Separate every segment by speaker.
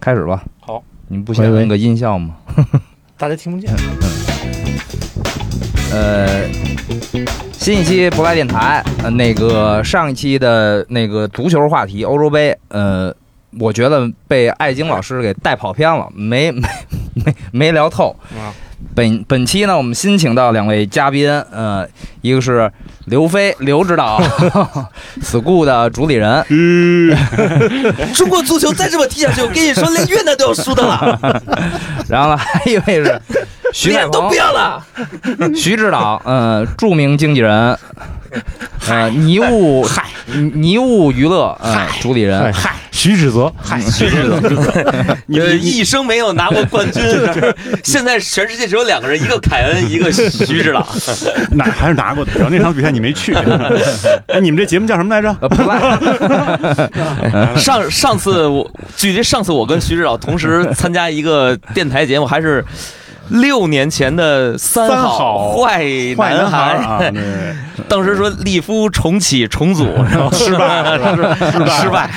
Speaker 1: 开始吧。
Speaker 2: 好，
Speaker 1: 你不想
Speaker 3: 喂喂
Speaker 1: 那个音效吗？
Speaker 2: 大家听不见。
Speaker 1: 呃，新一期不赖电台，呃，那个上一期的那个足球话题，欧洲杯，呃，我觉得被艾晶老师给带跑偏了，没没没没聊透。
Speaker 2: 啊，
Speaker 1: 本本期呢，我们新请到两位嘉宾，呃，一个是刘飞刘指导 ，school 的主理 人，
Speaker 4: 中国足球再这么踢下去，我跟你说，连越南都要输的了，
Speaker 1: 然后呢，还有一位是徐海
Speaker 4: 脸都
Speaker 1: 鹏
Speaker 4: 不，要了。
Speaker 1: 徐指导，呃，著名经纪人，呃，泥物嗨泥物娱乐呃主理人，
Speaker 3: 嗨，徐指责，
Speaker 1: 嗨，徐指 导，
Speaker 4: 呃你一生没有拿过冠 军，现在全世界只有两个人，一个凯恩，一个徐指导。
Speaker 5: 那还是拿过的，主要那场比赛你没去。哎，你们这节目叫什么来着？
Speaker 1: 呃，不赖，
Speaker 4: 上上次我距离上次我跟徐指导同时参加一个电台节目，还是六年前的三
Speaker 5: 三好
Speaker 4: 坏
Speaker 5: 坏
Speaker 4: 男
Speaker 5: 男孩
Speaker 4: 孩。
Speaker 5: 啊，对
Speaker 4: 当时说利夫重启重 组，然后失败， 失败，失败。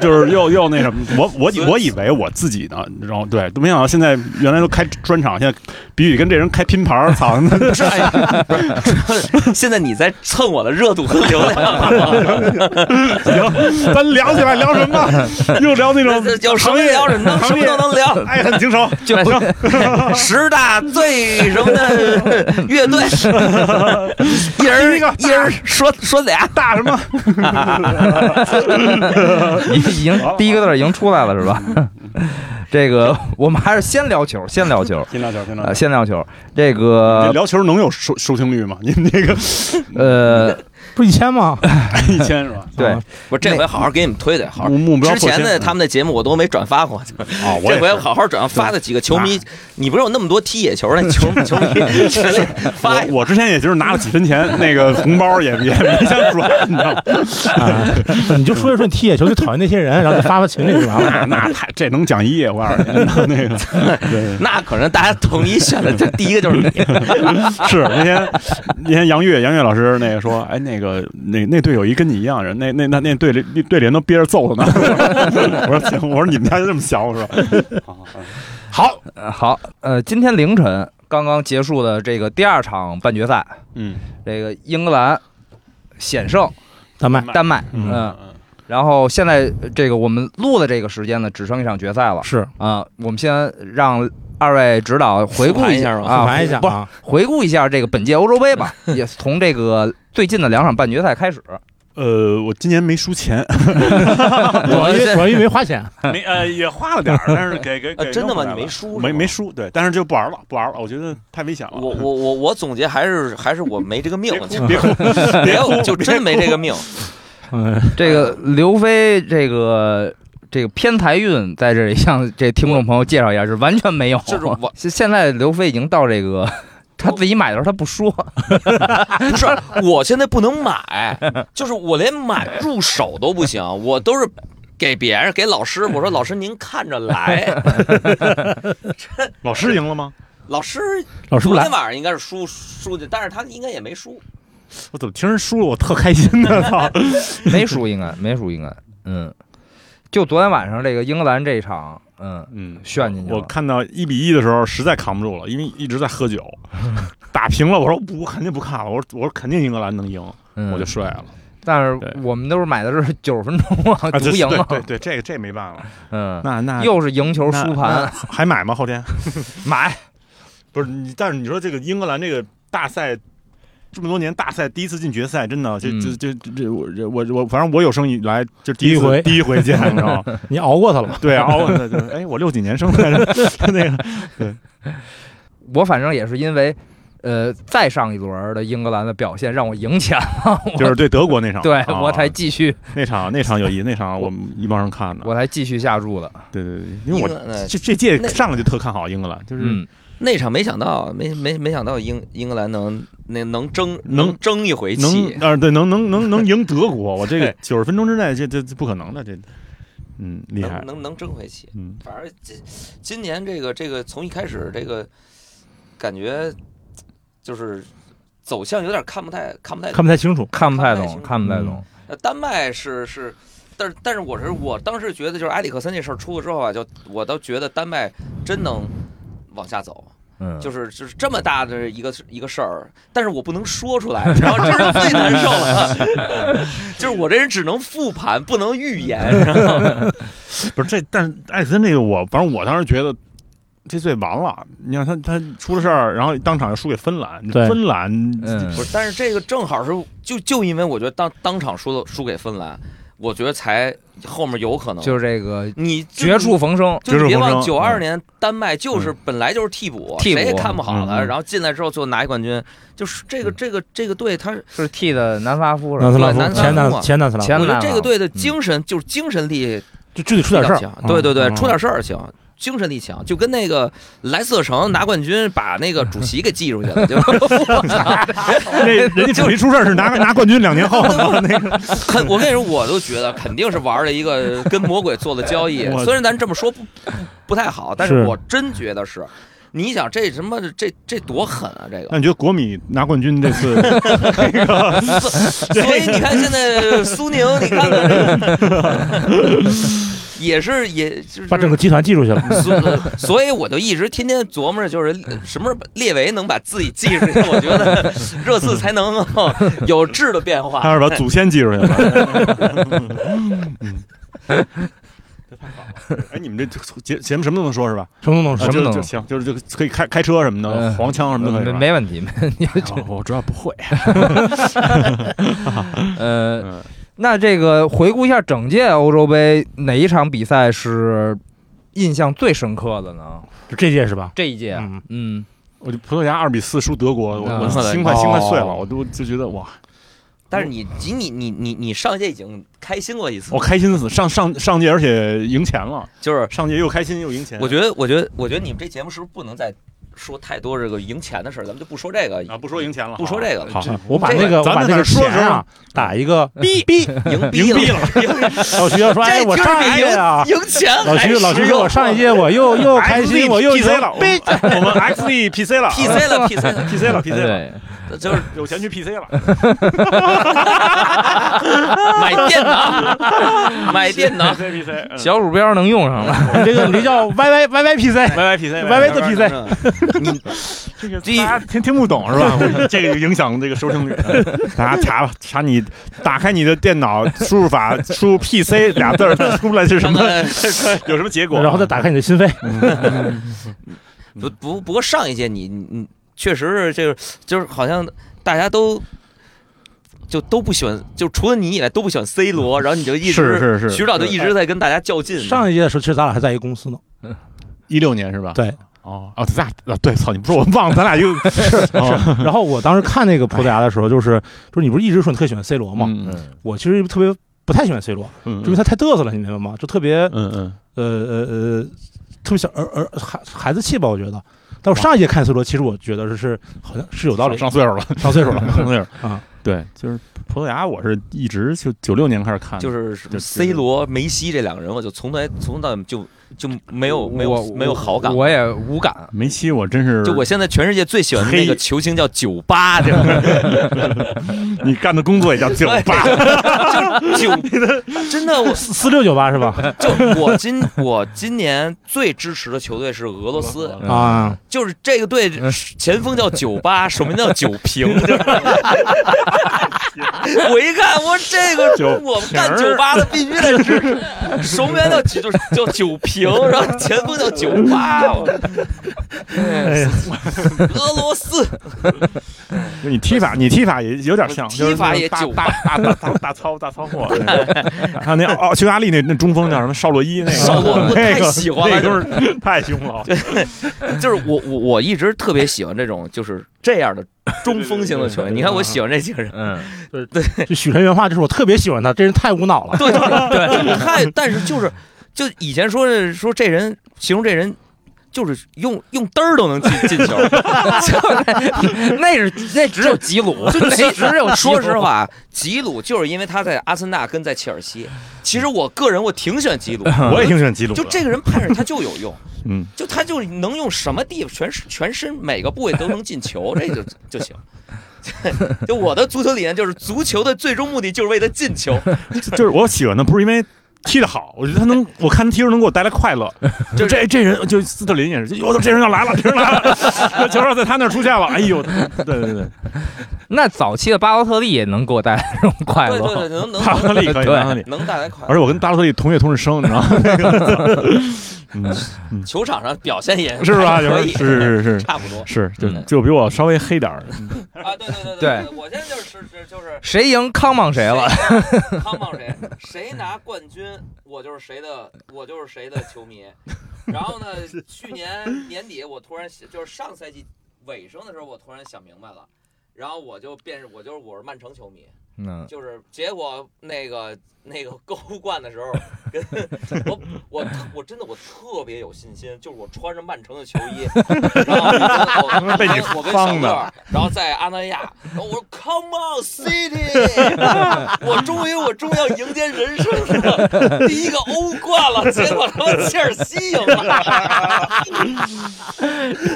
Speaker 5: 就是又又那什么，我我我以为我自己呢，然后对，都没想到现在原来都开专场，现在比你跟这人开拼盘 儿，操！那
Speaker 4: 不是，哎 现在你在蹭我的热度和流量，
Speaker 5: 行，咱聊起来聊什么？又聊 那种
Speaker 4: 这有什么
Speaker 5: 行业哎
Speaker 4: 聊什么，什
Speaker 5: 行
Speaker 4: 么
Speaker 5: 业
Speaker 4: 都能聊。
Speaker 5: 爱恨情仇，
Speaker 1: 就
Speaker 4: 十大最什么的 乐队，一人
Speaker 5: 第一个
Speaker 4: 一人说说俩，
Speaker 5: 大什么？
Speaker 1: 已已经第一个字儿已经出来了是吧？ 这个我们还是先聊球，先聊球，
Speaker 5: 听到球，听到
Speaker 1: 呃，
Speaker 5: 球。
Speaker 1: 先聊球，这
Speaker 5: 这
Speaker 1: 个
Speaker 5: 聊球能有收收听率吗？你们这个哎
Speaker 1: 呃，
Speaker 3: 不是一千吗？
Speaker 5: 一千是吧？
Speaker 1: 对
Speaker 3: 啊，
Speaker 4: 不是这回好好给你们推推，好好。
Speaker 5: 目目标
Speaker 4: 之前
Speaker 5: 破
Speaker 4: 的
Speaker 5: 千
Speaker 4: 他们的节目我都没转发过，
Speaker 5: 啊，我
Speaker 4: 这
Speaker 5: 也
Speaker 4: 回
Speaker 5: 是啊
Speaker 4: 好好转发的几个球迷，你不是有那么多踢野球的 球球迷群里发一
Speaker 5: 我我之前也就是拿了几分钱，那个红包也也没想转，你知道吗？
Speaker 3: 啊你就说一说你踢野球就讨厌那些人，然后就发发群里就完了。
Speaker 5: 那那太这能讲一夜，我告诉你，那个 对
Speaker 4: 那可能大家统一选的，这第一个就是你。
Speaker 5: 是那天那天杨越杨越老师那个说，哎，那个那那队有一跟你一样人，那那那那队里队里人都憋着揍他呢。 我说行，我说你们家就这么想，我说好，
Speaker 1: 呃好，呃，今天凌晨刚刚结束的这个第二场半决赛，
Speaker 5: 嗯，
Speaker 1: 这个英格兰险胜
Speaker 3: 大麦
Speaker 1: 丹麦，
Speaker 3: 嗯
Speaker 1: 嗯。然后现在呃这个我们录的这个时间呢，只剩一场决赛了
Speaker 3: 是
Speaker 1: 啊、我们先让二位指导回
Speaker 4: 复
Speaker 1: 顾
Speaker 4: 盘
Speaker 1: 一
Speaker 4: 一下吧
Speaker 1: 啊，
Speaker 3: 复盘一下
Speaker 1: 不是
Speaker 3: 啊，
Speaker 1: 回顾一下这个本届欧洲杯吧，也从这个最近的两场半决赛开始。
Speaker 5: 呃，我今年没输钱，
Speaker 3: 我以为我以为花钱，
Speaker 5: 没呃也花了点儿，但 是给给
Speaker 4: 啊
Speaker 5: 给
Speaker 4: 真的吗
Speaker 5: 弄回来
Speaker 4: 你没
Speaker 5: 了
Speaker 4: 输是
Speaker 5: 没
Speaker 4: 吗
Speaker 5: 没输，对，但是就不玩了，不玩了，我觉得太危险了。
Speaker 4: 我我我我总结还是还是我没这个命，
Speaker 5: 别哭，
Speaker 4: 没
Speaker 5: 别
Speaker 4: 有
Speaker 5: 哭，
Speaker 4: 就真没这个命。
Speaker 3: 嗯，
Speaker 1: 这个刘飞，这个这个偏财运，在这里向这听众朋友介绍一下，是完全没有。
Speaker 4: 就是我
Speaker 1: 现现在刘飞已经到这个他自己买的时候他不说，
Speaker 4: 不是，我现在不能买， 就是我连买入手都不行，我都是给别人给老师，我说老师您看着 来，
Speaker 5: 老师赢了吗？
Speaker 4: 老师
Speaker 3: 老师不
Speaker 4: 昨
Speaker 3: 来
Speaker 4: 天，晚上应该是输输的，但是他应该也没输，
Speaker 5: 我怎么听人输了我特开心呢？操！
Speaker 1: 没输应该没输应该，嗯，就昨天晚上这个英格兰这一场，嗯，
Speaker 5: 嗯，
Speaker 1: 炫进去
Speaker 5: 我
Speaker 1: 了。
Speaker 5: 看到一比一的时候，实在扛不住了，因为一直在 喝酒，打平了，我说不，我肯定不看了，我说我说肯定英格兰能赢，
Speaker 1: 嗯，
Speaker 5: 我就睡了。
Speaker 1: 但是
Speaker 5: 对
Speaker 1: 我们都是买的是九十分钟啊，
Speaker 5: 啊，
Speaker 1: 独
Speaker 5: 这
Speaker 1: 赢
Speaker 5: 对
Speaker 1: 啊，
Speaker 5: 对对，这个这没办法，
Speaker 1: 嗯，
Speaker 5: 那那
Speaker 1: 又是赢球输
Speaker 5: 那那
Speaker 1: 盘，
Speaker 5: 还买吗？后天
Speaker 1: 买
Speaker 5: 不是你，但是你说这个英格兰这个大赛。这么多年大赛第一次进决赛，真的，
Speaker 1: 嗯
Speaker 5: 这这这这这我这我我反正我有生以来就第一
Speaker 3: 第一
Speaker 5: 次
Speaker 3: 回
Speaker 5: 第一回见，你知道吗？
Speaker 3: 你熬过他了吗？
Speaker 5: 对，熬的就是哎，我六几年生来着， 那个
Speaker 1: 我反正也是因为，呃，再上一轮的英格兰的表现让我赢钱了，我
Speaker 5: 就是对德国那场，
Speaker 1: 对
Speaker 5: 啊
Speaker 1: 我才继续，
Speaker 5: 那场那场有意，那场我们一帮人看的，
Speaker 1: 我才继续下注的，
Speaker 5: 对对对，因为
Speaker 4: 英格
Speaker 5: 我
Speaker 4: 兰
Speaker 5: 这这届
Speaker 4: 那
Speaker 5: 上来就特看好英格兰，就是
Speaker 1: 嗯，
Speaker 4: 那场没想到，没没没想到英英格兰能那能争
Speaker 5: 能
Speaker 4: 争一回
Speaker 5: 能
Speaker 4: 气，
Speaker 5: 啊对能能能能赢德国，我这个九十分钟之内这这这不可能的，这嗯厉害
Speaker 4: 能，能能争回气。
Speaker 5: 嗯
Speaker 4: 反正今今年这个这个从一开始这个感觉就是走向有点看不太看不太
Speaker 3: 看不太清楚，
Speaker 1: 看不太
Speaker 4: 看不太
Speaker 1: 懂，
Speaker 4: 清
Speaker 1: 看不太
Speaker 3: 嗯
Speaker 1: 懂，
Speaker 4: 呃，丹麦是是但是但是我是我当时觉得就是埃里克森这事儿出了之后啊，就我倒觉得丹麦真能往下走。
Speaker 1: 嗯，
Speaker 4: 就是就是这么大的一个一个事儿，但是我不能说出来，你知道吗？这是最难 受了。就是我这人只能复盘，不能预言。然后
Speaker 5: 不是这，但是艾森这个我，反正我当时觉得这罪完了。你看他他出了事儿，然后当场就输给芬兰，
Speaker 3: 对
Speaker 5: 芬兰
Speaker 1: 嗯
Speaker 4: 不是，但是这个正好是就就因为我觉得当当场输了输给芬兰，我觉得才后面有可能
Speaker 1: 就是这个
Speaker 4: 你
Speaker 1: 绝处。逢生，
Speaker 4: 就
Speaker 5: 绝
Speaker 4: 你
Speaker 5: 处
Speaker 4: 别
Speaker 5: 逢
Speaker 4: 忘，
Speaker 5: 生
Speaker 4: 九二年丹麦就是本来就是替补，
Speaker 1: 替补
Speaker 4: 谁也看不好了。
Speaker 5: 嗯嗯
Speaker 4: 然后进来之后最后拿一冠军，就是这个这个这个队，他是
Speaker 1: 是替的南斯拉夫是吧
Speaker 3: 南斯拉夫
Speaker 4: 南斯拉夫
Speaker 3: 前
Speaker 4: 嘛
Speaker 3: 南前南斯拉夫
Speaker 1: 前，
Speaker 4: 我觉得
Speaker 1: 南
Speaker 4: 这
Speaker 1: 啊
Speaker 4: 个队的精神就是精神力
Speaker 3: 就就得出点事
Speaker 4: 比较
Speaker 3: 儿
Speaker 4: 强。对对对，
Speaker 3: 嗯
Speaker 4: 出点事儿行，精神力强，就跟那个莱斯特城拿冠军把那个主席给记出去了，就
Speaker 5: 那人家主力出事儿是拿拿冠军两年后那个，。
Speaker 4: 肯我跟你说，我都觉得肯定是玩了一个跟魔鬼做的交易
Speaker 5: 我
Speaker 4: 虽然咱这么说不不太好，但是
Speaker 3: 是
Speaker 4: 我真觉得是。你想这什么这这多狠啊！这个
Speaker 5: 那，你觉得国米拿冠军这次
Speaker 4: 所以你看现在苏宁，你看看这个，也是也就是
Speaker 3: 把整个集团记住去了。
Speaker 4: 所所以我就一直天天琢磨着，就是什么时候列维能把自己记住？我觉得热刺才能够有质的变
Speaker 5: 他
Speaker 3: 啊
Speaker 4: 化。
Speaker 5: 要是把祖先记出去了？
Speaker 4: 嗯
Speaker 5: 哎，你们这节节目什么都能说是吧？
Speaker 3: 程东东
Speaker 5: 啊
Speaker 3: 说
Speaker 1: 什么
Speaker 5: 就
Speaker 1: 都能
Speaker 5: 就行，就是就可以开开车什么的，
Speaker 1: 嗯
Speaker 5: 黄腔什么的可以
Speaker 1: 没
Speaker 5: 是吧。
Speaker 1: 没问题，没问题。
Speaker 5: 哎我我主要不会。
Speaker 1: 呃，
Speaker 5: 嗯，
Speaker 1: 那这个回顾一下整届欧洲杯，哪一场比赛是印象最深刻的呢？
Speaker 3: 就这届是吧？
Speaker 1: 这一届啊，
Speaker 3: 嗯，
Speaker 1: 嗯，
Speaker 5: 我就葡萄牙二比四输德国，我我
Speaker 1: 嗯
Speaker 5: 心快心快碎了，
Speaker 3: 哦
Speaker 5: 我都就觉得哇，
Speaker 4: 但是你你你你你你上一届已经开心过一次
Speaker 5: 我，开心死！上上上届而且赢钱了，
Speaker 4: 就是
Speaker 5: 上届又开心又赢钱。
Speaker 4: 我觉得我觉得我觉得你们这节目是不是不能再说太多这个赢钱的事儿？咱们就不说这个，
Speaker 5: 啊，不说赢钱了，
Speaker 4: 不说这个了
Speaker 5: 好，好
Speaker 3: 啊我把
Speaker 4: 这个
Speaker 3: 那个我
Speaker 5: 咱
Speaker 3: 把
Speaker 5: 们
Speaker 3: 那
Speaker 5: 在
Speaker 3: 个
Speaker 5: 说
Speaker 3: 钱
Speaker 5: 的时候
Speaker 3: 啊打一个逼逼，
Speaker 4: 赢逼
Speaker 5: 赢逼
Speaker 4: 了，
Speaker 3: 老徐要说，哎，
Speaker 4: 这
Speaker 3: 我
Speaker 4: 就是
Speaker 3: 上一
Speaker 4: 比
Speaker 3: 届 啊，
Speaker 4: 赢赢钱
Speaker 3: 老
Speaker 4: 还
Speaker 3: 徐老徐说
Speaker 4: 实用
Speaker 3: 我上一届我又又开心，我又
Speaker 5: PC 了，我
Speaker 3: 逼
Speaker 5: 们我们 XE PC 了
Speaker 4: PC 了 PC 了，
Speaker 5: PC 了 PC 了，
Speaker 1: 哎对，
Speaker 4: 就是
Speaker 5: 有钱去 PC 了。
Speaker 4: 买电脑，买电脑
Speaker 5: PC PC 嗯
Speaker 1: 小鼠标能用上了，
Speaker 3: 你这个你这叫 Y Y Y Y P C，
Speaker 5: ，YY PC
Speaker 3: YY 的 PC
Speaker 5: 这个
Speaker 4: 第一
Speaker 5: 大家听听不懂是吧？ 这个影响这个收听率。 大家查吧，查你打开你的电脑输入法，输入 PC 俩字儿，出来是
Speaker 4: 什
Speaker 5: 什么？
Speaker 4: 么
Speaker 5: 有什么结果？
Speaker 3: 然后再打开你的心扉，
Speaker 4: 不不不过上一届你你你确实是这个，就是好像大家都就都不喜欢，就除了你以外都不喜欢 C 罗，然后你就一直
Speaker 5: 是是是
Speaker 4: 徐导就一直在跟大家较劲。
Speaker 3: 上一届的时候，其实咱俩还在一个公司呢。
Speaker 5: 一六年是吧？
Speaker 3: 对，
Speaker 5: 哦哦，咱俩啊，对，操，你不说我忘了，咱俩又 哦
Speaker 3: 然后我当时看那个葡萄牙的时候，就是就是你不是一直说你特喜欢 C 罗吗？
Speaker 5: 嗯
Speaker 3: 我其实特别不太喜欢 C 罗，
Speaker 5: 嗯，
Speaker 3: 因为他太嘚瑟了，你明白吗？就特别
Speaker 5: 嗯嗯
Speaker 3: 呃呃呃，特别小儿儿孩孩子气吧，我觉得。但我上一届看 C 罗，其实我觉得是好像是有道理，
Speaker 5: 上岁数 了，
Speaker 3: 上岁数了。
Speaker 5: 上岁数
Speaker 3: 啊。
Speaker 5: 对，就是葡萄牙，我是一直就九六年开始看，
Speaker 4: 就是是什么
Speaker 5: 就
Speaker 4: C 罗、梅西这两个人，我就从来从到就就没有没有
Speaker 1: 我
Speaker 4: 没有好感。
Speaker 1: 我也无 感。
Speaker 5: 梅西，我真是
Speaker 4: 就我现在全世界最喜欢的那个
Speaker 5: 黑
Speaker 4: 球星叫九八，对吧？
Speaker 5: 你干的工作也叫酒 吧，
Speaker 4: 就是九，真的我
Speaker 3: 四四六九八是吧？
Speaker 4: 就我今我今年最支持的球队是俄罗斯，
Speaker 5: 嗯
Speaker 3: 啊，
Speaker 4: 就是这个队
Speaker 1: 嗯
Speaker 4: 前锋叫九八，守门叫九平。就是我一看，我这
Speaker 5: 九
Speaker 4: 个
Speaker 5: 平
Speaker 4: 我干九八的必须得支持，守门员叫九就是叫九平，然后前锋叫九八。我
Speaker 3: 哎呀，
Speaker 4: 俄罗斯
Speaker 5: 就你踢法，你踢法也有点像，
Speaker 4: 踢法也
Speaker 5: 就是
Speaker 4: 九
Speaker 5: 大
Speaker 4: 八，
Speaker 5: 大大大大操大操货， 还有那奥匈牙利那那中锋叫什么绍洛伊那个，
Speaker 4: 少我 我
Speaker 5: 那
Speaker 4: 太
Speaker 5: 个
Speaker 4: 喜欢
Speaker 5: 那
Speaker 4: 了，
Speaker 5: 个
Speaker 4: 就是
Speaker 5: 都是太凶了，
Speaker 4: 就是我我我一直特别喜欢这种就是这样的中锋型的球员。你看我喜欢这几个人。
Speaker 1: 嗯，
Speaker 3: 就许晨原话，就是我特别喜欢他，这人太无脑了。
Speaker 4: 对对对，嗨，但是就是就以前说的说这人形容这人。就是用用嘚儿都能进进球，
Speaker 1: 那是那只有吉鲁，那只有吉鲁
Speaker 4: 说实，话，吉鲁就是因为他在阿森纳跟在切尔西，其实我个人我挺喜欢吉鲁，
Speaker 5: 我也挺喜欢吉鲁的，
Speaker 4: 就这个人派上他就有用，
Speaker 5: 嗯，
Speaker 4: 就他就能用什么地方全身全身每个部位都能进球，这就就行。 就我的足球理念就是，足球的最终目的就是为了进球。
Speaker 5: 就是我喜欢他，不是因为踢得好，我觉得他能，我看他踢球能给我带来快 乐。就这这人，就斯特林也是，就我操，这人要来了，这人来了， 这球要在他那儿出现了，哎呦，对对对，
Speaker 1: 那早期的巴洛特利也能给我带来这种快
Speaker 4: 对对
Speaker 1: 乐，
Speaker 4: 对，能 能
Speaker 5: 巴洛特利可
Speaker 1: 对
Speaker 5: 以，巴洛特利。
Speaker 4: 能带来快乐。
Speaker 5: 而且我跟巴洛特利同月同日生，你知道吗？ 那个嗯，
Speaker 4: 球场上表现也
Speaker 5: 是吧？
Speaker 4: 还
Speaker 5: 有时
Speaker 4: 可
Speaker 5: 候
Speaker 4: 以，
Speaker 5: 是是是
Speaker 4: 差不多
Speaker 5: 是，就
Speaker 1: 嗯
Speaker 5: 就比我稍微黑点儿，
Speaker 4: 啊。对对对
Speaker 1: 对，
Speaker 4: 我现在就是是就是
Speaker 1: 谁赢康帮谁了。
Speaker 4: 谁？康棒谁？谁拿冠军，我就是谁的，我就是谁的球迷。然后呢，去年年底我突然就是上赛季尾声的时候，我突然想明白了，然后我就变我就是我是曼城球迷，
Speaker 1: 嗯，
Speaker 4: 就是结果那个那个购物冠的时候，跟我我我真的我特别有信心，就是我穿着曼城的球衣，然后 我跟我
Speaker 5: 被你
Speaker 4: 我跟小
Speaker 5: 放
Speaker 4: 乐
Speaker 5: 的
Speaker 4: 儿，然后在阿那亚，然后我说 Come on City，我终于我终于要迎接人生的第一个欧冠了，结果他妈切尔西赢了，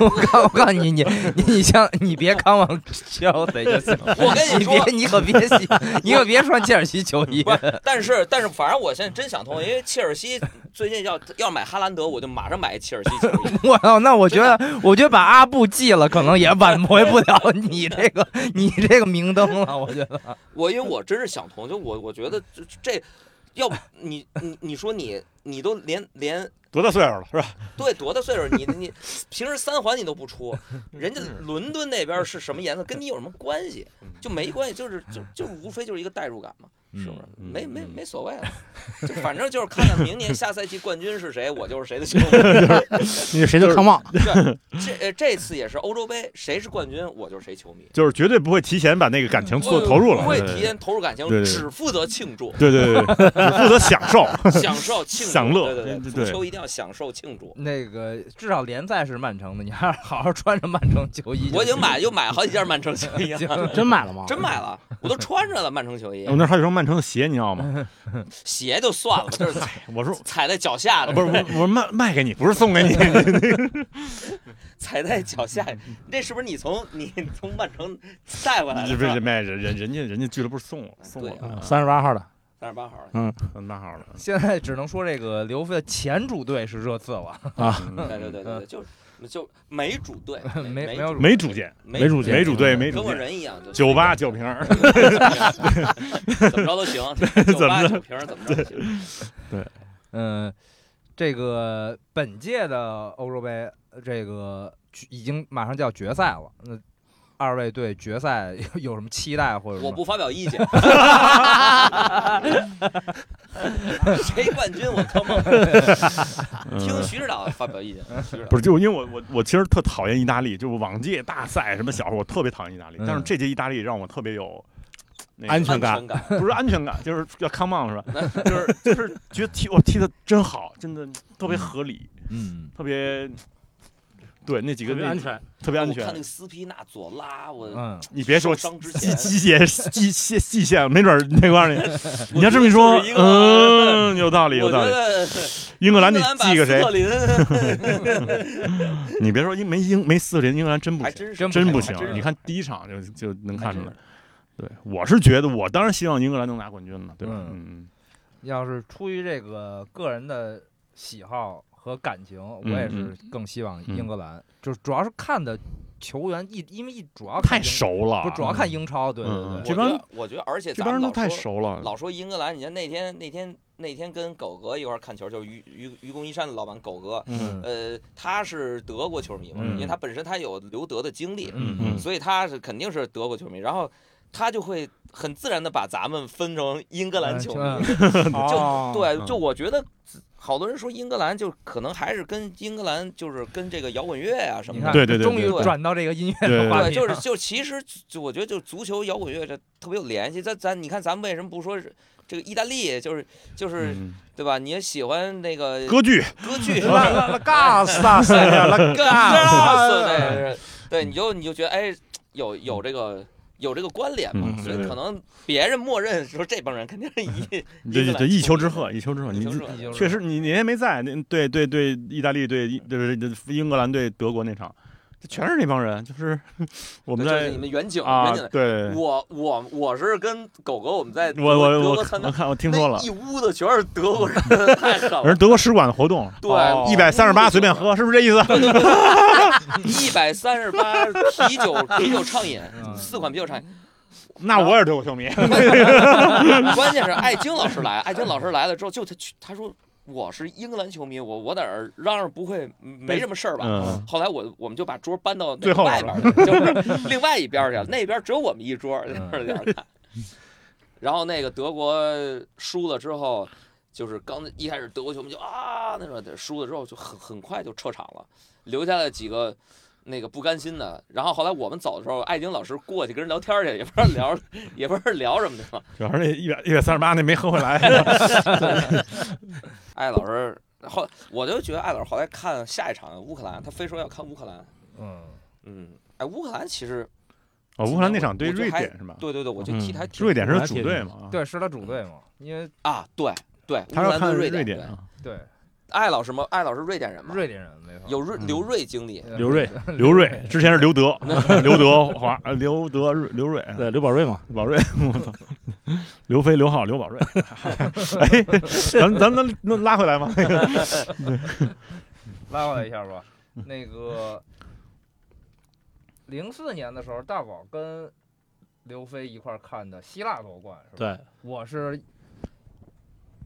Speaker 1: 我告我告诉你，你你你像你别康往消谁就行。
Speaker 4: 我跟你
Speaker 1: 你
Speaker 4: 说
Speaker 1: 别。你可别 洗，你可别穿切尔西球衣
Speaker 4: 不。是，但是但是，反正我现在真想通了，因为切尔西最近要要买哈兰德，我就马上买切尔西球衣。
Speaker 1: 我操，那 我觉得，我觉得把阿布记了，可能也挽回不了你这个你这个明灯了。我觉得，
Speaker 4: 我
Speaker 5: 嗯
Speaker 4: 因为我真是想通，就我我觉得这这，要不你你你说你你都连连
Speaker 5: 多大岁数了是吧？
Speaker 4: 对多大岁数，你你平时三环你都不出，人家
Speaker 5: 嗯
Speaker 4: 伦敦那边是什么颜色，跟你有什么关系？就没关系，就是就就无非就是一个代入感嘛，是不是？
Speaker 5: 嗯
Speaker 4: 没没
Speaker 5: 嗯
Speaker 4: 没所谓了，就反正就是看看明年下赛季冠军是谁，我就是谁的球迷。
Speaker 3: 你是谁的康旺？
Speaker 4: 这这呃这次也是欧洲杯，谁是冠军，我就是谁球迷。
Speaker 5: 就是绝对不会提前把那个感情做
Speaker 4: 我
Speaker 5: 投入了，
Speaker 4: 不会
Speaker 5: 对
Speaker 4: 提前投入感情，
Speaker 5: 对对对
Speaker 4: 只负责庆祝。
Speaker 5: 对对对，对只负责享受。
Speaker 4: 享受庆祝
Speaker 5: 享乐
Speaker 4: 对对
Speaker 5: 对
Speaker 4: 对，
Speaker 5: 对
Speaker 4: 足球一定要享受庆祝。
Speaker 1: 那个至少联赛是曼城的，你还是好好穿着曼城球衣。
Speaker 4: 我已经买，又买好几件曼城球衣了，
Speaker 3: 真买了吗？
Speaker 4: 真买了，我都穿着了曼城球衣
Speaker 5: 哦我，那儿还有一双曼城的鞋，你知道吗？
Speaker 4: 鞋就算了，就是踩
Speaker 5: 我说
Speaker 4: 踩在脚下的，
Speaker 5: 呃哦不是，我我说卖卖给你，不是送给你。
Speaker 4: 踩在脚下，那是不是你从你从曼城带回来
Speaker 5: 这
Speaker 4: 的？
Speaker 5: 不是卖人人人家人家俱乐部送我送
Speaker 4: 对啊
Speaker 5: 我，
Speaker 3: 嗯三十八号的，
Speaker 4: 三十八号的，
Speaker 5: 蛮好的。
Speaker 1: 现在只能说这个刘飞的前主队是热刺了，
Speaker 3: 啊
Speaker 5: 嗯
Speaker 4: 对对对对对，就是就没主队，
Speaker 1: 没
Speaker 4: 没
Speaker 1: 没有主
Speaker 5: 没主见，
Speaker 4: 没
Speaker 3: 没主见
Speaker 5: 没主队，没
Speaker 4: 跟
Speaker 5: 主
Speaker 4: 我
Speaker 5: 见。
Speaker 4: 人一样，就
Speaker 5: 酒吧酒瓶儿，
Speaker 4: 怎么着都 行，酒吧酒瓶怎么着都行。
Speaker 1: 嗯、这个本届的欧洲杯，呃这个已经马上就要决赛了，那二位对决赛有有什么期待或者什
Speaker 4: 我
Speaker 1: 么
Speaker 4: 不发表意见，谁冠军我他妈听徐指导发表意见，徐指导
Speaker 5: 嗯不是，就因为我我我其实特讨厌意大利，就是往届大赛什么小时候我特别讨厌意大利，
Speaker 1: 嗯
Speaker 5: 但是这届意大利让我特别有那个
Speaker 3: 安全
Speaker 4: 安
Speaker 3: 感
Speaker 4: 全感，
Speaker 5: 不是安全感，就是要 come on 是吧？ 就是就是觉得踢我踢的真好，真的特别合理，
Speaker 1: 嗯，
Speaker 5: 特别对那几个那，
Speaker 3: 全。
Speaker 5: 特别安
Speaker 4: 我看那
Speaker 5: 全
Speaker 4: 个。斯皮纳佐拉，我
Speaker 1: 嗯，
Speaker 5: 你别说
Speaker 4: 受伤之
Speaker 5: 机
Speaker 4: 前，
Speaker 5: 机械机械机械，没准儿那块 儿你你要这么一
Speaker 4: 我
Speaker 5: 说
Speaker 4: 觉得就是一，个
Speaker 5: 嗯，有道理有
Speaker 4: 我觉
Speaker 5: 道理。
Speaker 4: 得
Speaker 5: 英
Speaker 4: 英
Speaker 5: 格兰你
Speaker 4: 把
Speaker 5: 记个谁
Speaker 4: 斯特？林
Speaker 5: 你别说英没英没斯特林，英格兰真不
Speaker 4: 还
Speaker 5: 行，
Speaker 4: 真是
Speaker 1: 真
Speaker 5: 真
Speaker 1: 不
Speaker 5: 不
Speaker 1: 行
Speaker 5: 行
Speaker 1: 还真是。
Speaker 5: 你看第一场就就能看出
Speaker 4: 还
Speaker 5: 来。对，我是觉得，我当然希望英格兰能拿冠军了，对吧？
Speaker 1: 嗯
Speaker 5: 嗯，
Speaker 1: 要是出于这个个人的喜好和感情，我
Speaker 5: 嗯
Speaker 1: 也是更希望英格兰，就是主要是看的球员一，因为一主要看
Speaker 5: 太
Speaker 1: 英，
Speaker 5: 熟了，
Speaker 1: 不主要看英超，对对
Speaker 5: 嗯
Speaker 1: 对，
Speaker 4: 我觉
Speaker 5: 这帮
Speaker 4: 得，我觉得，而且
Speaker 5: 这
Speaker 4: 咱
Speaker 5: 帮
Speaker 4: 们
Speaker 5: 人都
Speaker 4: 老
Speaker 5: 太
Speaker 4: 说
Speaker 5: 熟了。
Speaker 4: 老说英格兰，你看那天那天那天跟狗哥一块儿看球，就是愚愚愚公移山的老板狗哥，
Speaker 5: 嗯
Speaker 4: 呃，他是德国球迷嘛，
Speaker 1: 嗯
Speaker 4: 因为他本身他有留德的经历，
Speaker 1: 嗯
Speaker 5: 嗯
Speaker 4: 所以他是肯定是德国球迷，然后他就会很自然的把咱们分成英格兰球迷。
Speaker 1: 嗯
Speaker 3: 哦，
Speaker 4: 对，
Speaker 5: 嗯
Speaker 4: 就我觉得好多人说英格兰就可能还是跟英格兰就是跟这个摇滚乐啊什
Speaker 1: 你
Speaker 4: 么
Speaker 1: 看，
Speaker 4: 的。
Speaker 5: 对对对
Speaker 1: 终于
Speaker 4: 对
Speaker 1: 转到这个音乐
Speaker 5: 对
Speaker 1: 的
Speaker 5: 对
Speaker 1: 话
Speaker 4: 对，
Speaker 1: 题，
Speaker 4: 就是就其实就我觉得就足球摇滚乐这特别有联系。咱咱你看咱们为什么不说是这个意大利？就是就是
Speaker 5: 嗯
Speaker 4: 对吧？你也喜欢那个
Speaker 5: 歌剧，
Speaker 4: 歌 剧，
Speaker 3: 拉拉拉嘎斯大赛， 拉
Speaker 4: 哥
Speaker 3: 嘎
Speaker 4: 斯对对，你就你就觉得哎，有有这个有这个关联嘛，
Speaker 5: 嗯
Speaker 4: 所以
Speaker 5: 对
Speaker 4: 可能别人默认说这帮人肯定是 一
Speaker 5: 这
Speaker 4: 英
Speaker 5: 这
Speaker 4: 格兰
Speaker 5: 这一丘之
Speaker 4: 球迷
Speaker 5: 貉，一丘之貉，
Speaker 4: 一
Speaker 5: 哦你
Speaker 4: 丘之
Speaker 5: 这
Speaker 4: 貉
Speaker 1: 已经是
Speaker 5: 确呃实你你也没在，那对对对，意大利对对对英格兰对德国那场，这全是那帮人，就是 我们
Speaker 4: 这是
Speaker 5: 在
Speaker 4: 你们远景
Speaker 5: 啊
Speaker 4: 远景，，
Speaker 5: 对，
Speaker 4: 我我我是跟狗狗我们在
Speaker 5: 我我
Speaker 4: 德
Speaker 5: 我
Speaker 4: 国参
Speaker 5: 看我
Speaker 4: 加，
Speaker 5: 看我 听说了
Speaker 4: 那，一屋子全是德国人，太狠了
Speaker 5: 人。德国使馆的活动，
Speaker 4: 对
Speaker 5: 一百三十八随便喝，是不是这意思？
Speaker 4: 一百三十八啤酒啤酒畅 饮，
Speaker 1: 嗯
Speaker 4: 四款啤酒畅饮。
Speaker 5: 那我也是德国球迷，
Speaker 4: 关键是艾京老师来，艾京老师来了之后，就他去他说我是英格兰球迷，我我在那儿嚷嚷不会没什么事儿吧？
Speaker 5: 嗯，
Speaker 4: 后来我我们就把桌搬到那
Speaker 5: 最后
Speaker 4: 外
Speaker 5: 了
Speaker 4: 边儿去，就是 另外一边儿去了，那边儿只有我们一桌儿，在
Speaker 1: 嗯
Speaker 4: 那儿在那儿看。然后那个德国输了之后，就是刚一开始德国球迷就啊那种，输了之后就很很快就撤场了，留下了几个。那个不甘心的，然后后来我们走的时候，艾丁老师过去跟人聊天儿去，也不知道聊，也不知道聊什么去了。
Speaker 5: 主要是那一百一百三十八那没喝回来，
Speaker 4: 艾老师后，我就觉得艾老师后来看下一场乌克兰，他非说要看乌克兰，
Speaker 1: 嗯，
Speaker 4: 嗯，哎，乌克兰其实
Speaker 5: 哦，乌克兰那场对瑞典是吧？
Speaker 4: 对对对，我觉得踢的还挺
Speaker 5: 啊瑞典是主队嘛？，啊
Speaker 1: 对，是他主队嘛，因为
Speaker 4: 啊，对对，
Speaker 5: 他
Speaker 4: 乌克
Speaker 5: 要
Speaker 4: 兰对
Speaker 5: 看
Speaker 4: 瑞
Speaker 5: 瑞
Speaker 4: 典，对
Speaker 5: 啊，
Speaker 1: 对
Speaker 4: 艾老师嘛，艾老师瑞典人嘛，
Speaker 1: 瑞典人没错，
Speaker 4: 有瑞
Speaker 5: 嗯
Speaker 4: 刘瑞经历，
Speaker 1: 对
Speaker 3: 刘瑞，
Speaker 5: 刘瑞之前是刘 德，刘德华，呃刘德瑞刘瑞，啊
Speaker 3: 对刘宝瑞嘛，
Speaker 5: 宝瑞，我操，刘飞、刘浩、刘 宝瑞，哎，咱咱能能拉回来吗？
Speaker 1: 拉回来一下吧。那个零四年的时候，大宝跟刘飞一块儿看的希腊夺冠，是吧？
Speaker 3: 对，
Speaker 1: 我是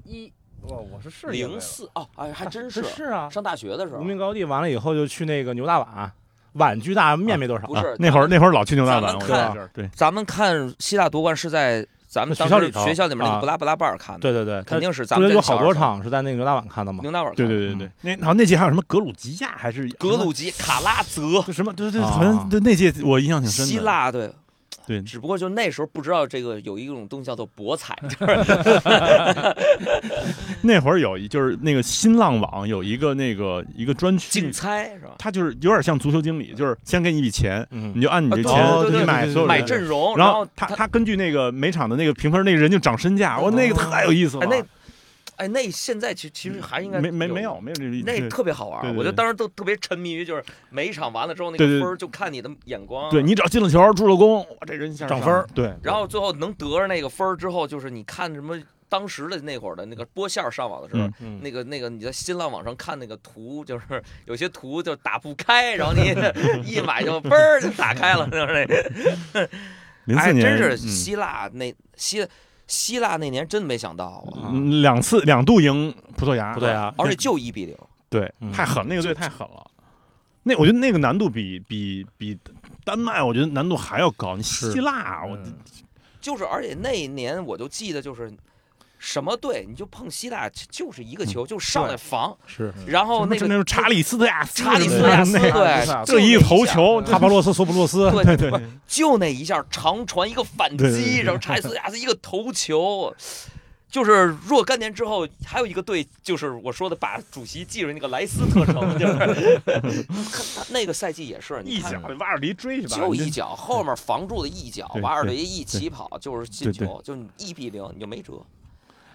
Speaker 1: 一，我我是世界杯
Speaker 4: 零
Speaker 1: 了
Speaker 4: 四哦，哎，还真是
Speaker 3: 是啊，
Speaker 4: 上大学的时
Speaker 3: 无
Speaker 4: 候，
Speaker 3: 名高地完了以后就去那个牛大碗，碗巨大，面没多少
Speaker 4: 啊不，是
Speaker 5: 啊那会儿那会儿老去牛大碗，
Speaker 4: 咱
Speaker 5: 我
Speaker 4: 们
Speaker 5: 知道
Speaker 4: 看
Speaker 5: 这对，
Speaker 4: 咱们看希腊夺冠是在咱们
Speaker 3: 在
Speaker 4: 当
Speaker 3: 学校
Speaker 4: 时
Speaker 3: 里头
Speaker 4: 学校里面那
Speaker 3: 啊
Speaker 4: 个布拉布拉巴尔看的，
Speaker 3: 对对对，他
Speaker 4: 肯定是咱
Speaker 3: 中
Speaker 4: 们
Speaker 3: 间
Speaker 4: 这
Speaker 3: 有
Speaker 4: 小
Speaker 3: 好
Speaker 4: 时
Speaker 3: 多
Speaker 4: 候
Speaker 3: 场是在那个牛大碗看的嘛，
Speaker 4: 牛大碗看
Speaker 5: 对
Speaker 4: 的，
Speaker 5: 对对
Speaker 3: 嗯
Speaker 5: 对，那好像那届还有什么格鲁吉亚还是
Speaker 4: 格鲁吉卡拉泽，
Speaker 5: 就什么对对，
Speaker 3: 啊
Speaker 5: 好像对那届我印象挺深的。
Speaker 4: 希腊嗯对。
Speaker 5: 对
Speaker 4: 只不过就那时候不知道这个有一种东西叫做博 彩，就是
Speaker 5: 那会儿有一就是那个新浪网有一个那个一个专
Speaker 4: 竞
Speaker 5: 区，
Speaker 4: 猜是吧？
Speaker 5: 它就是有点像足球经理，就是先给你一笔钱，你
Speaker 3: 嗯，
Speaker 5: 就按你这
Speaker 4: 啊对对
Speaker 5: 钱
Speaker 4: 对
Speaker 5: 你买
Speaker 3: 对对
Speaker 5: 所有
Speaker 4: 买
Speaker 5: 人，
Speaker 4: 阵容，
Speaker 5: 然
Speaker 4: 然
Speaker 5: 后
Speaker 4: 后
Speaker 5: 他他根据那个每场的那个评分，那个人就涨身价，哇，那个太有意思
Speaker 4: 哎
Speaker 5: 了。
Speaker 4: 那哎那现在其其实还应该
Speaker 5: 没没没有没有这个
Speaker 4: 那
Speaker 5: 对
Speaker 4: 特别好玩儿，
Speaker 5: 对对
Speaker 4: 我就
Speaker 5: 对
Speaker 4: 当时都特别沉迷于，就是每一场完了之后那个
Speaker 5: 对对
Speaker 4: 分儿，就看你的眼光。
Speaker 5: 对，你只要进了球助了攻，哇，这人一下
Speaker 3: 涨
Speaker 5: 上
Speaker 3: 分儿
Speaker 5: 对，
Speaker 4: 然后最后能得着那个分儿之后，就是你看什么当时的那会儿的那个拨线儿上网的时候
Speaker 5: 嗯，
Speaker 3: 嗯
Speaker 4: 那个那个你在新浪网上看那个图，就是有些图就打不开，然后你 一买就嘣儿就打开了，就是那。
Speaker 5: 零
Speaker 4: 哎，
Speaker 5: 四
Speaker 4: 真
Speaker 5: 年
Speaker 4: 是
Speaker 5: 嗯
Speaker 4: 希腊那希希腊那年真没想到啊，
Speaker 5: 嗯两次两度赢葡萄牙，
Speaker 3: 葡萄牙
Speaker 4: 而且就一比零。
Speaker 5: 对
Speaker 3: 嗯，
Speaker 5: 太狠，那个队太狠了。那我觉得那个难度比比比丹麦，我觉得难度还要高。你
Speaker 3: 是
Speaker 5: 希腊，啊我
Speaker 1: 嗯
Speaker 4: 就是而且那一年我就记得就是。什么队你就碰希腊，就是一个球，
Speaker 5: 嗯
Speaker 4: 就上来防，
Speaker 3: 是
Speaker 4: 然后哦那
Speaker 5: 就
Speaker 4: 个
Speaker 5: 那种查理斯特亚斯，
Speaker 4: 查理斯特亚斯
Speaker 5: 那个
Speaker 1: 那
Speaker 4: 对，就
Speaker 5: 这
Speaker 4: 那
Speaker 5: 一
Speaker 4: 一
Speaker 5: 头
Speaker 4: 下，
Speaker 5: 球，
Speaker 3: 塔
Speaker 5: 他
Speaker 3: 巴洛斯、索普洛斯，
Speaker 4: 对，
Speaker 5: 对
Speaker 4: 就那一下长传一个反
Speaker 5: 对对
Speaker 4: 击，
Speaker 5: 对
Speaker 4: 然后查理斯特亚斯一个头球，就是若干年之后还有一个队，就是我说的把主席记住那个莱斯特城，就是 那个赛季也是，你
Speaker 5: 一
Speaker 4: 看
Speaker 5: 脚给瓦尔迪追去吧，
Speaker 4: 就一
Speaker 5: 你这
Speaker 4: 脚，后面防住的一脚，
Speaker 5: 对
Speaker 4: 瓦尔
Speaker 5: 对
Speaker 4: 德一起跑就是进
Speaker 5: 对对
Speaker 4: 球，就是一比零，你就没辙，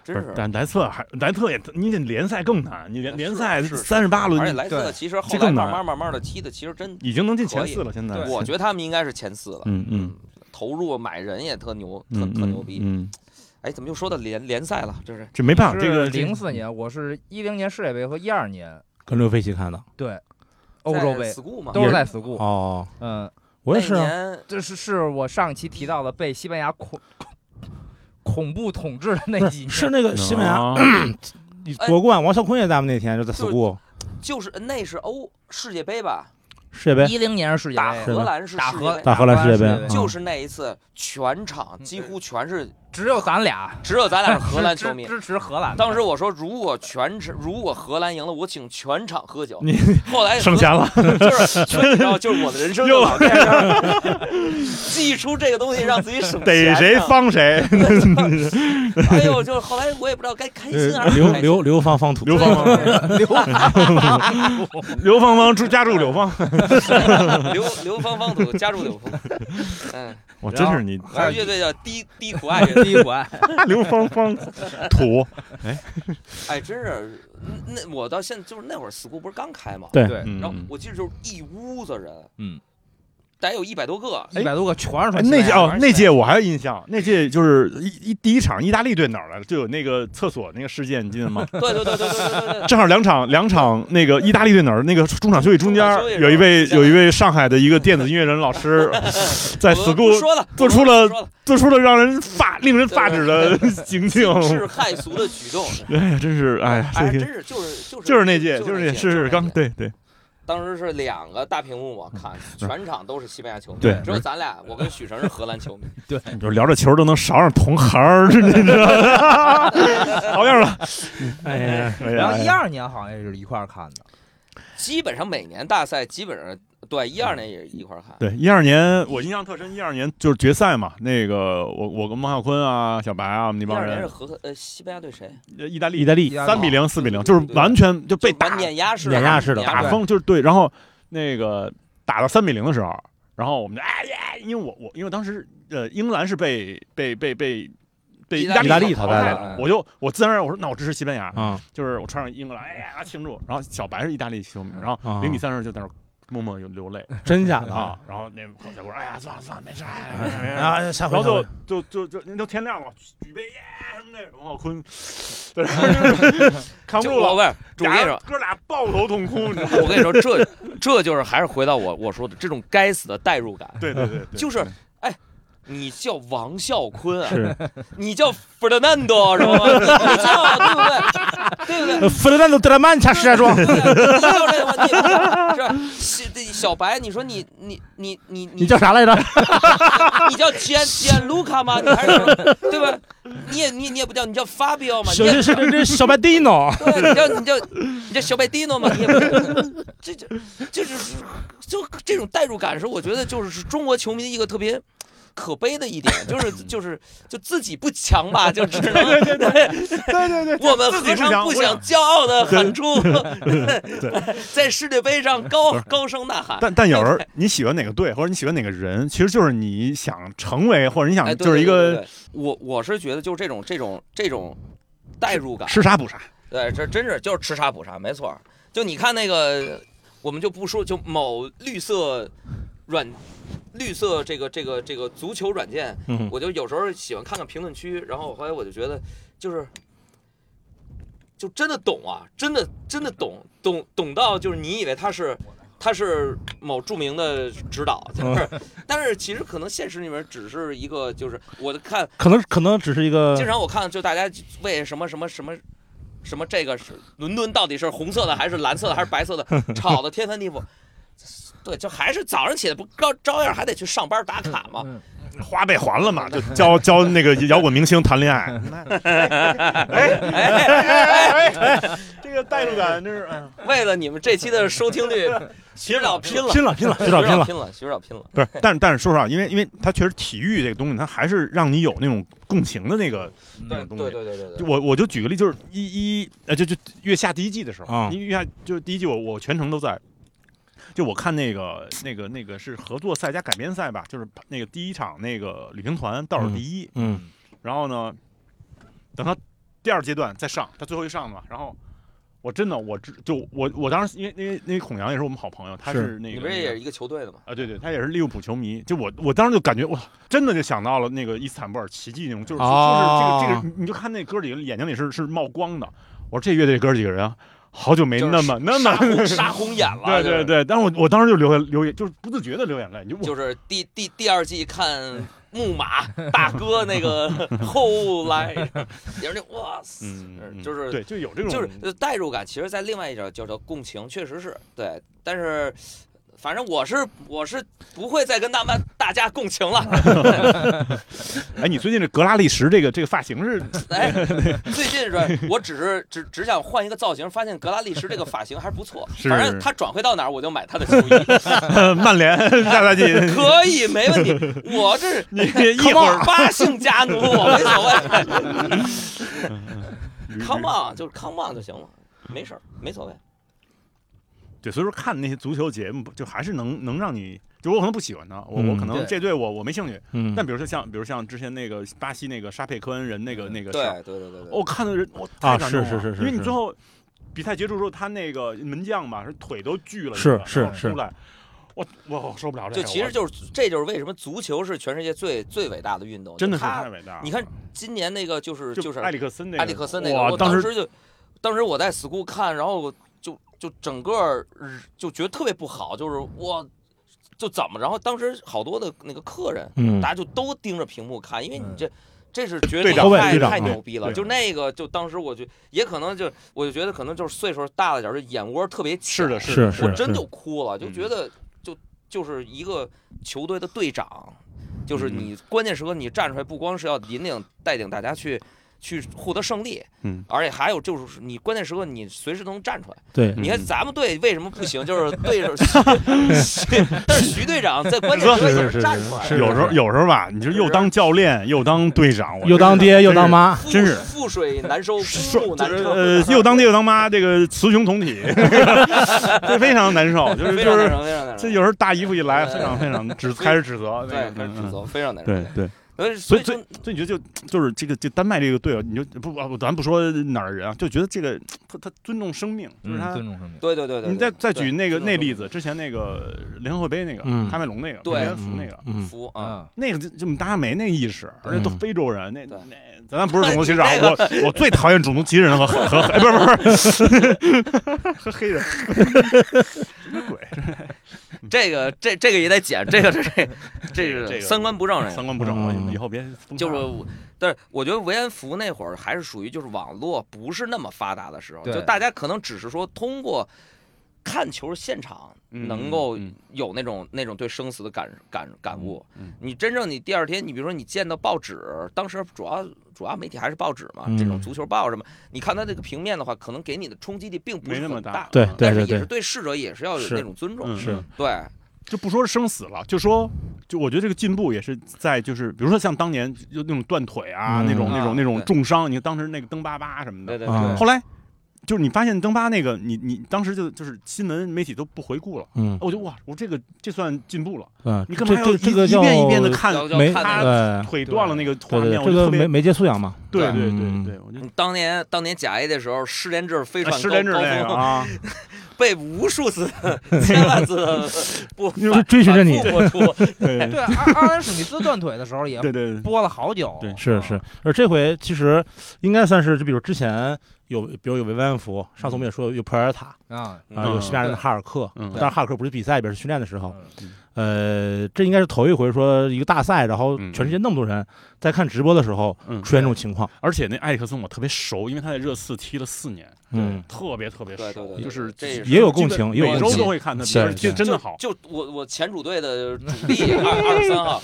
Speaker 4: 真
Speaker 5: 不
Speaker 4: 是
Speaker 5: 是，。但莱特还莱特也，你得联赛更难，你联
Speaker 4: 是
Speaker 5: 联赛
Speaker 4: 是是
Speaker 5: 三十八
Speaker 4: 而且
Speaker 5: 轮
Speaker 4: 莱斯特其实后
Speaker 5: 这
Speaker 4: 来
Speaker 5: 更
Speaker 4: 慢
Speaker 5: 难
Speaker 4: 慢慢慢的踢的，其实真，
Speaker 5: 已经能进前四了，现在
Speaker 4: 我觉得他们应该是前四了。
Speaker 5: 嗯嗯，
Speaker 4: 投入买人也特牛，特
Speaker 5: 嗯
Speaker 4: 特牛逼。
Speaker 5: 嗯，嗯
Speaker 4: 哎，怎么又说到联联赛了？这是
Speaker 5: 这没啊办法，这个
Speaker 1: 零四年，我是一零年世界杯和一二年
Speaker 3: 跟刘飞一起看的。
Speaker 1: 对欧洲
Speaker 4: 在
Speaker 1: 杯
Speaker 4: school 嘛，
Speaker 1: 都是在 school，
Speaker 3: 哦，
Speaker 1: 嗯，
Speaker 3: 我也是
Speaker 4: 那
Speaker 3: 啊，
Speaker 4: 年
Speaker 1: 这是是我上期提到的被西班牙恐恐恐怖统治的那几年，
Speaker 3: 是那个西班牙
Speaker 5: 牙，
Speaker 3: 夺冠，王啸坤也在我们那天就在 school
Speaker 4: 就是那是欧世界杯吧，
Speaker 3: 世界杯，
Speaker 1: 一零年世界
Speaker 4: 打
Speaker 1: 杯，
Speaker 4: 荷兰是
Speaker 1: 打
Speaker 4: 世
Speaker 1: 荷
Speaker 4: 界杯，
Speaker 3: 大荷兰世界杯
Speaker 1: 嗯，
Speaker 4: 就是那一次，全场几乎全是，
Speaker 1: 只有咱俩
Speaker 4: 只有咱俩是荷兰
Speaker 1: 支
Speaker 4: 球迷。
Speaker 1: 支持荷兰的。
Speaker 4: 当时我说，如果全场如果荷兰赢了，我请全场喝酒。后来
Speaker 5: 省钱了，
Speaker 4: 就是，所以你知道，就是我的人生就老这样，记出这个东西让自己省钱。
Speaker 5: 逮谁
Speaker 4: 啊
Speaker 5: 方谁，
Speaker 4: 哎呦，就是后来我也不知道该开心还
Speaker 3: 呃
Speaker 4: 是不
Speaker 3: 刘
Speaker 4: 开心。
Speaker 3: 刘刘芳芳土，
Speaker 5: 刘芳芳
Speaker 1: 刘
Speaker 5: 刘芳芳住家住刘芳，
Speaker 4: 刘 刘芳芳土，家住柳峰。嗯，
Speaker 5: 我真是你
Speaker 4: 还有乐队叫低低苦爱乐队。
Speaker 1: 第一 款，
Speaker 5: 刘芳芳 土，
Speaker 4: 哎，真是，那那我到现在就是那会儿 school 不是刚开嘛，
Speaker 3: 对
Speaker 1: 对，
Speaker 5: 嗯
Speaker 4: 然后我记得就是一屋子人，
Speaker 1: 嗯，
Speaker 4: 得有一百多个，
Speaker 1: 一百多个全是
Speaker 5: 哎
Speaker 1: 穿西班
Speaker 5: 那
Speaker 1: 牙
Speaker 5: 届
Speaker 1: 的
Speaker 5: 哦，那届我还有印象，那届就是一一第一场意大利队哪儿来了，就有那个厕所那个事件，你记得吗？
Speaker 4: 对对对对对对对
Speaker 5: 正好两场两场那个意大利队哪儿那个中场休息中间
Speaker 4: 中场休息是吧
Speaker 5: 有一位有一位上海的一个电子音乐人老 师在
Speaker 4: 对，我不
Speaker 5: school
Speaker 4: 说了，
Speaker 5: 做
Speaker 4: 我不
Speaker 5: 出了
Speaker 4: 说了
Speaker 5: 做出了让人发令人发指的行径，
Speaker 4: 是骇俗的举动，
Speaker 5: 哎呀，真是哦 哎呀，
Speaker 4: 哎，
Speaker 5: 这
Speaker 4: 真
Speaker 5: 个
Speaker 4: 是就是就是
Speaker 5: 就是那届，
Speaker 4: 就是是
Speaker 5: 那
Speaker 4: 那
Speaker 5: 届，
Speaker 4: 届
Speaker 5: 是
Speaker 4: 就是是
Speaker 5: 刚
Speaker 4: 那届
Speaker 5: 对对
Speaker 4: 当时是两个大屏幕嘛，看全场都是西班牙球迷，
Speaker 5: 嗯对嗯
Speaker 4: 只有咱俩，我跟许成是荷兰 球迷，
Speaker 5: 你哎就聊着球都能勺上同行儿，真的 是好样儿了。
Speaker 3: 哎呀，
Speaker 5: 哎呀
Speaker 1: 然后一二年好像也是一块儿看的，
Speaker 4: 基本上每年大赛基本上对一二年也是一块儿看，
Speaker 5: 对，一二年我印象特深，一二年就是决赛嘛，那个我我跟孟浩坤啊、小白啊我们那
Speaker 4: 一
Speaker 5: 帮
Speaker 4: 二年是
Speaker 5: 人，
Speaker 4: 荷呃西班牙对谁？
Speaker 5: 呃意大利
Speaker 3: 意大利
Speaker 1: 意大利
Speaker 5: 三比零、四比零，
Speaker 4: 啊对
Speaker 5: 就是
Speaker 4: 对对
Speaker 5: 完全就被
Speaker 4: 就把啊
Speaker 5: 打
Speaker 4: 碾压式
Speaker 3: 碾压式的
Speaker 5: 打
Speaker 1: 对
Speaker 5: 疯，就是对，然后那个打到三比零的时候，然后我们就哎呀，因为我我因为当时呃英格兰是被被被被被
Speaker 4: 意大
Speaker 5: 大
Speaker 4: 利
Speaker 5: 利
Speaker 3: 淘
Speaker 5: 淘
Speaker 3: 汰
Speaker 5: 汰
Speaker 1: 了
Speaker 5: 我就我自然而然我说那我支持西班牙，
Speaker 3: 啊
Speaker 5: 就是我穿上英格兰哎呀庆祝，然后小白是意大利球迷，然后
Speaker 3: 啊
Speaker 5: 零比三时候就在那儿默默就流泪
Speaker 3: 真假的
Speaker 5: 啊，然后那小郭哎呀算了算了没事哎没事没事
Speaker 3: 啊，下
Speaker 5: 然
Speaker 3: 回
Speaker 5: 后
Speaker 3: 下
Speaker 5: 就
Speaker 3: 回
Speaker 5: 就就就那都天亮了，举杯耶什么的，王浩坤，对，就是 扛不
Speaker 4: 就
Speaker 5: 住
Speaker 4: 我
Speaker 5: 了，
Speaker 4: 问儿主
Speaker 5: 俩
Speaker 4: 跟你
Speaker 5: 人
Speaker 4: 说，
Speaker 5: 哥俩抱头痛哭，你知道吗？
Speaker 4: 我跟你说，这这就是还是回到我我说的这种该死的代入感，
Speaker 5: 对对对，对
Speaker 4: 就是哎。你叫王啸坤啊，
Speaker 3: 是
Speaker 4: 你叫 Fernando 是 吧？你叫对不对？对不对？
Speaker 3: 弗雷南多·德拉曼呃恰石家庄，
Speaker 4: 对你叫这个问题是吧小小白，你说你你你你
Speaker 3: 你叫啥来 着？
Speaker 4: 你叫简简卢卡吗？你还是什么对吧？你也你也你也不叫，你叫 Fabio 吗？
Speaker 3: 小
Speaker 4: 你也
Speaker 3: 这这这小白蒂诺，
Speaker 4: 对，你叫你叫你叫小白迪诺吗？你也不是， 这这这就是就这种代入感是我觉得就是中国球迷的一个特别。可悲的一点就是就是就自己不强吧，就只能
Speaker 5: 对对对，
Speaker 4: 我们
Speaker 5: 自
Speaker 4: 何
Speaker 5: 己不
Speaker 4: 尝
Speaker 5: 强
Speaker 4: 不
Speaker 5: 不
Speaker 4: 想
Speaker 5: 想
Speaker 4: 骄傲的喊出，
Speaker 5: 对
Speaker 4: 在世界杯上高高声呐喊。
Speaker 5: 但但有人你喜欢哪个队，或者你喜欢哪个人，其实就是你想成为，或者你
Speaker 4: 哎，
Speaker 5: 想
Speaker 4: 对
Speaker 5: 就是一，
Speaker 4: 对对
Speaker 5: 个
Speaker 4: 对对我我是觉得就是这种这种这种代入感，
Speaker 5: 吃啥补啥，
Speaker 4: 对，这真是就是吃啥补啥，没错儿。就你看那个，我们就不说，就某绿色软绿色这个这个这个足球软件，
Speaker 3: 嗯
Speaker 4: 我就有时候喜欢看看评论区，然后后来我就觉得，就是就真的懂啊，真的真的懂懂懂到就是你以为他是。他是某著名的指导， 就是，但是其实可能现实里面只是一个，就是我看
Speaker 3: 可能可能只是一
Speaker 5: 嗯
Speaker 3: 个
Speaker 4: 经常我看就大家为什么什么什么什么这个是伦敦到底是红色的还是蓝色的还是白色 的，吵得天翻地覆。对，就还是早上起来不照照样还得去上班打卡嘛。
Speaker 5: 花呗还了嘛，就教教那个摇滚明星谈恋爱，嗯
Speaker 4: 哎，
Speaker 5: 哎哎哎，这个代入感真是，哎呀
Speaker 4: 为了你们这期的收听 率，徐指导拼了，
Speaker 3: 拼了拼了，
Speaker 4: 徐
Speaker 3: 知道
Speaker 4: 指
Speaker 3: 拼
Speaker 4: 导
Speaker 3: 了，
Speaker 4: 拼了，徐指导拼了。
Speaker 5: 不是，但是但是说实话，因为因为它确实体育这个东西，它还是让你有那种共情的那个那
Speaker 4: 对
Speaker 5: 种东
Speaker 4: 对
Speaker 5: 西。
Speaker 4: 对对对
Speaker 5: 就
Speaker 4: 对，
Speaker 5: 我我就举个例，就是一一呃，就就月下第一季的时候，
Speaker 3: 啊
Speaker 5: 因为月下就是第一季我我全程都在，就我看那个那个那个是合作赛加改编赛吧，就是那个第一场那个旅行团倒数第一，
Speaker 3: 嗯，
Speaker 5: 然后呢，等他第二阶段再上，他最后一上嘛，然后我真的我知就我我当时因为因为那个孔阳也是我们好朋友，他
Speaker 3: 是
Speaker 5: 是那
Speaker 4: 你
Speaker 5: 个
Speaker 4: 不是
Speaker 5: 那
Speaker 4: 也
Speaker 5: 个
Speaker 4: 是一个球队的吗？
Speaker 5: 啊，对对，他也是利物浦球迷。就我，我当时就感觉哇，真的就想到了那个伊斯坦布尔奇迹那种，就是就
Speaker 3: 哦
Speaker 5: 是这个这个，你你就看那哥几个眼睛里是是冒光的。我说这乐队哥几个人啊，好久没
Speaker 4: 就是
Speaker 5: 那么那
Speaker 4: 杀红
Speaker 5: 么，
Speaker 4: 杀红眼了。
Speaker 5: 对对，对。但是我我当时就流眼流眼，就是不自觉的流眼泪。你就我
Speaker 4: 就是第第第二季看木马大哥那个后 来，也是那哇塞
Speaker 5: 嗯，嗯，
Speaker 4: 就是
Speaker 5: 对，就有这种
Speaker 4: 就是呃代入感，其实，在另外一种叫做共情，确实是对，但是。反正我是我是不会再跟大们大家共情了。
Speaker 5: 哎，你最近这格拉利什这个这个发型是
Speaker 4: 哎，最近是我只是只只想换一个造型，发现格拉利什这个发型还不错。
Speaker 5: 是
Speaker 4: 反正他转会到哪儿，我就买他的球衣，
Speaker 5: 呃 曼联下赛季，
Speaker 4: 可以没问题。我这是
Speaker 5: 你你一
Speaker 4: 一
Speaker 5: 会儿
Speaker 4: 八姓家奴，我没所 谓。
Speaker 5: 捋
Speaker 4: Come on，就是 Come on 就行了，没事儿，没所谓。
Speaker 5: 嗯对，所以说看那些足球节目，就还是能能让你，就我可能不喜欢他，我、
Speaker 3: 嗯
Speaker 5: 我可
Speaker 4: 对
Speaker 5: 能这队我我没兴趣。
Speaker 3: 嗯
Speaker 5: 但比如说像，比如像之前那个巴西那个沙佩科恩人那个那个事儿，
Speaker 4: 嗯对对对对对，
Speaker 5: 我看的人我
Speaker 3: 啊
Speaker 5: 太感动了
Speaker 3: 是是是是
Speaker 5: 因为你最后比赛结束之后，他那个门将吧，是腿都锯了一
Speaker 3: 是
Speaker 5: 个，
Speaker 3: 是
Speaker 5: 然后
Speaker 3: 是
Speaker 5: 出来，我我我受不了这
Speaker 4: 就
Speaker 5: 个，
Speaker 4: 其实
Speaker 5: 我
Speaker 4: 就是这就是为什么足球是全世界最最伟大的运动，
Speaker 5: 真的
Speaker 4: 就是它
Speaker 5: 太伟大了。
Speaker 4: 你看今年那个就是
Speaker 5: 就
Speaker 4: 就是
Speaker 5: 埃里克森那个，
Speaker 4: 埃里克森那个，
Speaker 5: 哇
Speaker 4: 我
Speaker 5: 当
Speaker 4: 时就，当时我在 school 看，然后我就就整个儿就觉得特别不好，就是我就怎么，然后当时好多的那个客人，
Speaker 3: 嗯
Speaker 4: 大家就都盯着屏幕看，因为你
Speaker 1: 嗯
Speaker 4: 这。这是绝对
Speaker 5: 队长
Speaker 4: 太
Speaker 3: 队长
Speaker 4: 太
Speaker 3: 对
Speaker 4: 牛逼了，
Speaker 5: 对
Speaker 4: 就那个，就当时我就也可能就，我就觉得可能就是岁数大了点儿，就眼窝特别
Speaker 5: 是
Speaker 4: 浅，
Speaker 5: 的，
Speaker 3: 是
Speaker 5: 的，
Speaker 3: 是
Speaker 4: 我
Speaker 5: 的
Speaker 4: 真
Speaker 3: 是
Speaker 4: 就哭了，就
Speaker 5: 嗯
Speaker 4: 觉得就就是一个球队的队长，就是
Speaker 5: 嗯
Speaker 4: 你关键时刻你站出来，不光是要引领带领大家去去获得胜利，
Speaker 5: 嗯，
Speaker 4: 而且还有就是你关键时刻你随时能站出来。
Speaker 3: 对
Speaker 4: 你
Speaker 5: 嗯
Speaker 4: 看咱们队为什么不行？就是队长徐，但是徐队长在关键时刻也站出来，
Speaker 3: 是
Speaker 5: 有时候有时候吧，你就又当 教练又当队长，我
Speaker 3: 又当爹又
Speaker 5: 真
Speaker 3: 当
Speaker 5: 是
Speaker 3: 妈，
Speaker 4: 覆
Speaker 5: 真是
Speaker 4: 覆水难收，公
Speaker 5: 说
Speaker 4: 路难收，
Speaker 5: 呃，又当爹又当妈，这个雌雄同体， 这非常难受，就是
Speaker 4: 非
Speaker 5: 就
Speaker 4: 常难
Speaker 5: 是
Speaker 4: 受，非常难受
Speaker 5: 这有时候大姨夫一来，
Speaker 4: 对
Speaker 5: 非常非常指开始指责，
Speaker 4: 呃对开始指
Speaker 5: 嗯，
Speaker 4: 责，非常难
Speaker 5: 嗯
Speaker 4: 受。
Speaker 5: 对对，
Speaker 4: 对，
Speaker 5: 所
Speaker 4: 所
Speaker 5: 以
Speaker 4: 以
Speaker 5: 所
Speaker 4: 就
Speaker 5: 以所以你觉得就就是这个这丹麦这个队友，你就不啊不咱不说哪儿的人啊，就觉得这个他他尊重生命，就是
Speaker 1: 嗯
Speaker 5: 他
Speaker 1: 尊重生命。
Speaker 4: 对对对对，
Speaker 5: 你再
Speaker 4: 对
Speaker 5: 再举那个
Speaker 4: 对
Speaker 5: 那例子，之前那个联合会杯那个
Speaker 3: 嗯
Speaker 5: 喀麦隆那个，
Speaker 4: 对
Speaker 5: 美联服那个，
Speaker 3: 嗯，
Speaker 4: 服啊，
Speaker 1: 嗯，
Speaker 5: 那个就就大家没那意识，而且都
Speaker 3: 嗯
Speaker 5: 非洲人，那
Speaker 4: 对
Speaker 5: 那咱不是种族歧视啊
Speaker 4: ，那
Speaker 5: 我我最讨厌种族歧视人和和和，哎不是不是和 黑人，什么鬼？
Speaker 4: 这个这这个也得剪，这个这这这
Speaker 5: 这
Speaker 4: 个
Speaker 5: 个
Speaker 4: 三观不正人，
Speaker 5: 三观不正，我
Speaker 3: 嗯
Speaker 5: 以后别封杀
Speaker 4: 就是我，但是我觉得维安福那会儿还是属于就是网络不是那么发达的时候，
Speaker 1: 对
Speaker 4: 就大家可能只是说通过看球现场
Speaker 5: 嗯
Speaker 4: 能够
Speaker 5: 嗯
Speaker 4: 有那种那种对生死的感感感悟
Speaker 5: 嗯。
Speaker 4: 你真正你第二天，你比如说你见到报纸，当时主要主要媒体还是报纸嘛
Speaker 3: 嗯，
Speaker 4: 这种足球报什么，你看它这个平面的话，可能给你的冲击力并不
Speaker 5: 没
Speaker 4: 是
Speaker 5: 那么
Speaker 4: 很
Speaker 5: 大，，
Speaker 3: 对对
Speaker 5: 嗯
Speaker 4: 但是也是对逝者也是要有
Speaker 3: 是
Speaker 4: 那种尊重
Speaker 5: 嗯，
Speaker 3: 是
Speaker 5: 嗯
Speaker 4: 对。
Speaker 5: 就不说是生死了，就说就我觉得这个进步也是在就是比如说像当年就那种断腿啊
Speaker 3: 嗯
Speaker 5: 那种那
Speaker 4: 啊
Speaker 5: 种那种
Speaker 4: 对
Speaker 5: 重伤，你看当时那个登巴巴什么的
Speaker 4: 对，对
Speaker 3: 啊
Speaker 4: 对，
Speaker 5: 后来就是你发现登巴那个，你你当时就就是新闻媒体都不回顾了，
Speaker 3: 嗯
Speaker 5: 我就哇，我这个这算进步了，
Speaker 3: 嗯，
Speaker 5: 哦你
Speaker 3: 这
Speaker 5: 干嘛要
Speaker 3: 这
Speaker 5: 一
Speaker 3: 这个
Speaker 5: 一
Speaker 3: 叫
Speaker 5: 遍一遍的看
Speaker 4: 要要
Speaker 3: 没哎
Speaker 4: 看那个
Speaker 3: 对
Speaker 5: 腿断了那个画
Speaker 3: 对
Speaker 5: 面，
Speaker 3: 对，
Speaker 5: 我
Speaker 3: 这
Speaker 5: 就特
Speaker 3: 个
Speaker 5: 别
Speaker 3: 没没接素养嘛，
Speaker 5: 对对对
Speaker 3: 嗯
Speaker 5: 对，我就
Speaker 4: 你当年当年甲 A 的时候，失联制飞
Speaker 5: 哎
Speaker 4: 船
Speaker 5: 失联制
Speaker 4: 高高
Speaker 5: 那个
Speaker 4: 峰
Speaker 5: 啊，
Speaker 4: 被无数次、千万 次不
Speaker 3: 追追寻着你
Speaker 4: 反复播出，
Speaker 5: 对对
Speaker 1: 对，阿阿兰史密斯断腿的时候也
Speaker 5: 对对
Speaker 1: 播了好久。啊
Speaker 5: 对
Speaker 3: 是是，而这回其实应该算是，就比如之前有，比如有维万福，上次我们也说有普尔塔
Speaker 1: 啊，
Speaker 3: 啊，
Speaker 5: 嗯
Speaker 3: 有西班牙人的哈尔克，
Speaker 5: 嗯
Speaker 3: 但是哈尔克不是比赛里边，是训练的时候，
Speaker 1: 嗯
Speaker 3: 呃，这应该是头一回说一个大赛，然后
Speaker 5: 嗯
Speaker 3: 全世界那么多人在看直播的时候
Speaker 5: 嗯
Speaker 3: 出，现这种情况，
Speaker 5: 而且那埃里克森我特别熟，因为他在热刺踢了四年，
Speaker 3: 嗯，
Speaker 5: 特别特别
Speaker 4: 对对
Speaker 5: 熟，
Speaker 4: 对
Speaker 5: 就是
Speaker 4: 这也是
Speaker 3: 也有共情，也有
Speaker 5: 每
Speaker 3: 共
Speaker 5: 周都
Speaker 3: 情，
Speaker 5: 会看他，
Speaker 3: 对
Speaker 5: 踢得 真的好，
Speaker 4: 就我我前主队的主力二二十三号，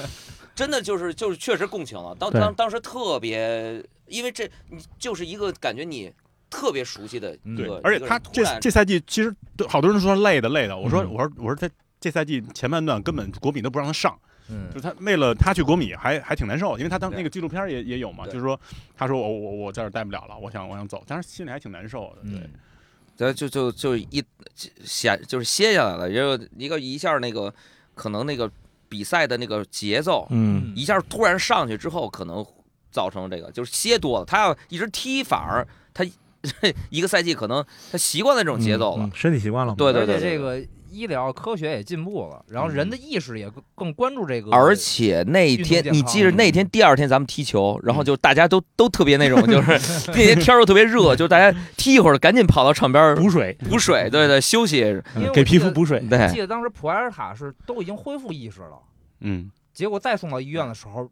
Speaker 4: 真的就是就是确实共情了。当
Speaker 3: 对
Speaker 4: 当当时特别，因为这你就是一个感觉你特别熟悉的一
Speaker 1: 嗯
Speaker 5: 对
Speaker 4: 个，，
Speaker 5: 而
Speaker 4: 一
Speaker 5: 且
Speaker 4: 个
Speaker 5: 他
Speaker 4: 人突
Speaker 5: 这
Speaker 4: 然
Speaker 5: 这赛季其实对好多人说累的累的，我说
Speaker 3: 嗯
Speaker 5: 我说我说他这赛季前半段根本国米都不让他上。
Speaker 1: 嗯
Speaker 5: 就是他为了他去国米还还挺难受，因为他当
Speaker 4: 对
Speaker 5: 那个纪录片儿也也有嘛，就
Speaker 4: 对
Speaker 5: 是说他说我我我在这儿待不了了，我想我想走，但是心里还挺难受的。对
Speaker 1: 嗯，
Speaker 4: 咱就就就一歇就是歇下来了，也有一个一下那个可能那个比赛的那个节奏，
Speaker 3: 嗯，
Speaker 4: 一下突然上去之后，可能造成这个就是歇多了。他要一直踢，反而他 一个赛季可能他习惯了这种节奏
Speaker 3: 嗯，
Speaker 4: 了。
Speaker 3: 嗯身体习惯了嘛，
Speaker 4: 对对
Speaker 1: 而
Speaker 4: 对
Speaker 1: 且
Speaker 4: 对
Speaker 1: 这个医疗科学也进步了，然后人的
Speaker 5: 嗯
Speaker 1: 意识也更更关注这个，
Speaker 4: 而且那
Speaker 1: 运动健
Speaker 4: 天
Speaker 1: 康
Speaker 4: 你记着，那天第二天咱们踢球，然后就大家都都特别那种，就是那天天儿又特别热，就是大家踢一会儿，赶紧跑到场边儿
Speaker 3: 补水，
Speaker 4: 补水，对对，休息。
Speaker 1: 因为
Speaker 3: 嗯
Speaker 1: 我
Speaker 3: 给
Speaker 1: 记
Speaker 3: 皮
Speaker 1: 得
Speaker 3: 肤补水，
Speaker 4: 对，
Speaker 1: 记得当时普埃尔塔是都已经恢复意识了，
Speaker 5: 嗯，
Speaker 1: 结果再送到医院的时候，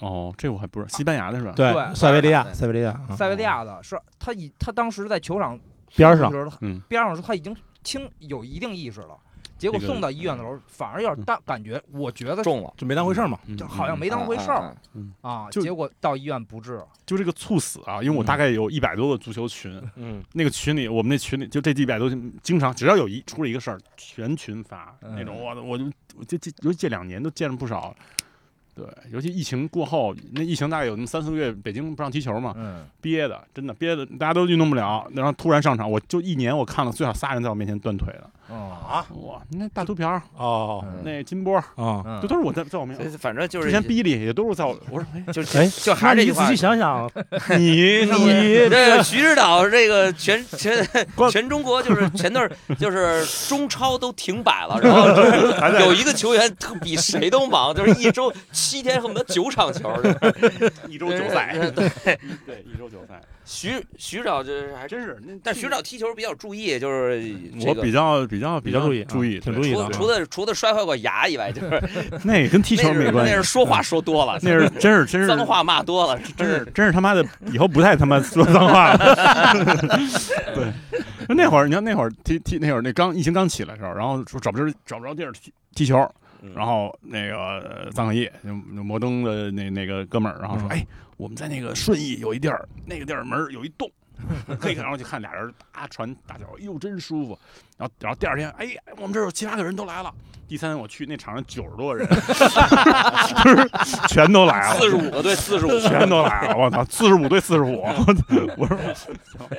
Speaker 5: 哦，这我还不知道，西班牙
Speaker 3: 啊
Speaker 5: 的是吧？
Speaker 1: 对
Speaker 3: 塞维利亚，
Speaker 4: 对
Speaker 3: 塞维利亚，啊
Speaker 5: 嗯
Speaker 1: 塞维利
Speaker 5: 哦
Speaker 1: 亚的是他已他当时在球场
Speaker 3: 边儿上
Speaker 1: 的时候，
Speaker 5: 嗯
Speaker 1: 边上的时候他已经听有一定意识了，结果
Speaker 5: 这个
Speaker 1: 送到医院的时候反而有点大感觉，我觉得
Speaker 4: 中了，
Speaker 3: 就没当回事儿嘛，
Speaker 5: 嗯，
Speaker 1: 就好像
Speaker 5: 嗯
Speaker 1: 没当回事儿
Speaker 4: 嗯。
Speaker 1: 啊，
Speaker 5: 就
Speaker 1: 结果到医院不治，
Speaker 5: 就这个猝死啊，因为我大概有一百多个足球 群，
Speaker 3: 嗯，
Speaker 5: 那个群里我们那群里就这一百多，经常只要有一出了一个事儿，全群发
Speaker 1: 嗯
Speaker 5: 那种，我我就我这这尤其这两年都见了不少。对，尤其疫情过后，那疫情大概有那么三四个月，北京不让踢球嘛，
Speaker 1: 嗯，
Speaker 5: 憋的，真的憋的，大家都运动不了，然后突然上场，我就一年我看了最少仨人在我面前断腿的，
Speaker 1: 嗯
Speaker 3: 啊
Speaker 5: 哇，那大秃瓢儿，
Speaker 3: 哦
Speaker 5: 那金波儿，
Speaker 3: 啊，
Speaker 1: 嗯
Speaker 5: 这都是我在在我名下。
Speaker 4: 这反正就
Speaker 5: 之
Speaker 4: 是
Speaker 5: 前逼里也都是在我， 我说
Speaker 4: 就就
Speaker 3: 哎
Speaker 4: 就还是这句话
Speaker 2: 那你仔细。想
Speaker 3: 啊
Speaker 2: 想，
Speaker 5: 哎，你
Speaker 4: 这
Speaker 5: 你
Speaker 4: 个徐指导，这个全全
Speaker 5: 光
Speaker 4: 全中国就是 前段儿就是中超都停摆 了，然后就是有一个球员特比谁都忙，就是一 周七天恨不得九场球。就是
Speaker 5: 一周九赛，对，一周九赛，
Speaker 4: 徐徐指导就是还
Speaker 5: 还
Speaker 4: 真，
Speaker 5: 真是。那
Speaker 4: 但徐指导踢球比较注意，就是这
Speaker 5: 我
Speaker 4: 个
Speaker 5: 比较比较比
Speaker 3: 较
Speaker 5: 较
Speaker 3: 注意
Speaker 5: 注意，
Speaker 3: 啊挺
Speaker 5: 对
Speaker 3: 注意
Speaker 4: 除
Speaker 3: 的啊
Speaker 4: 除了除了摔坏过牙以外，就是
Speaker 5: 那也跟 踢
Speaker 4: 那
Speaker 5: 球
Speaker 4: 是
Speaker 5: 没关
Speaker 4: 那是
Speaker 5: 系，
Speaker 4: 说话说多了，
Speaker 5: 那是真是真是
Speaker 4: 脏，话骂多了，
Speaker 5: 真是真是他妈的，以后不太他妈说脏话了。 对，那会儿你看那会儿踢踢那会儿那刚疫情刚起来的时候，然后说找不着找不着地儿踢踢球，
Speaker 4: 嗯
Speaker 5: 然后那个呃臧可义，就就摩登的那那个哥们儿，然后说，
Speaker 3: 嗯
Speaker 5: 哎，我们在那个顺义有一地儿，那个地儿门儿有一洞，可以看，然后就看俩人搭船搭脚，哎呦真舒服。然后然后第二天，哎，我们这儿有七八个人都来了。第三天我去那场上九十多人， 就是全都来了，
Speaker 4: 四十五个对四十五，
Speaker 5: 全都来了，我操，四十五对四十五，我说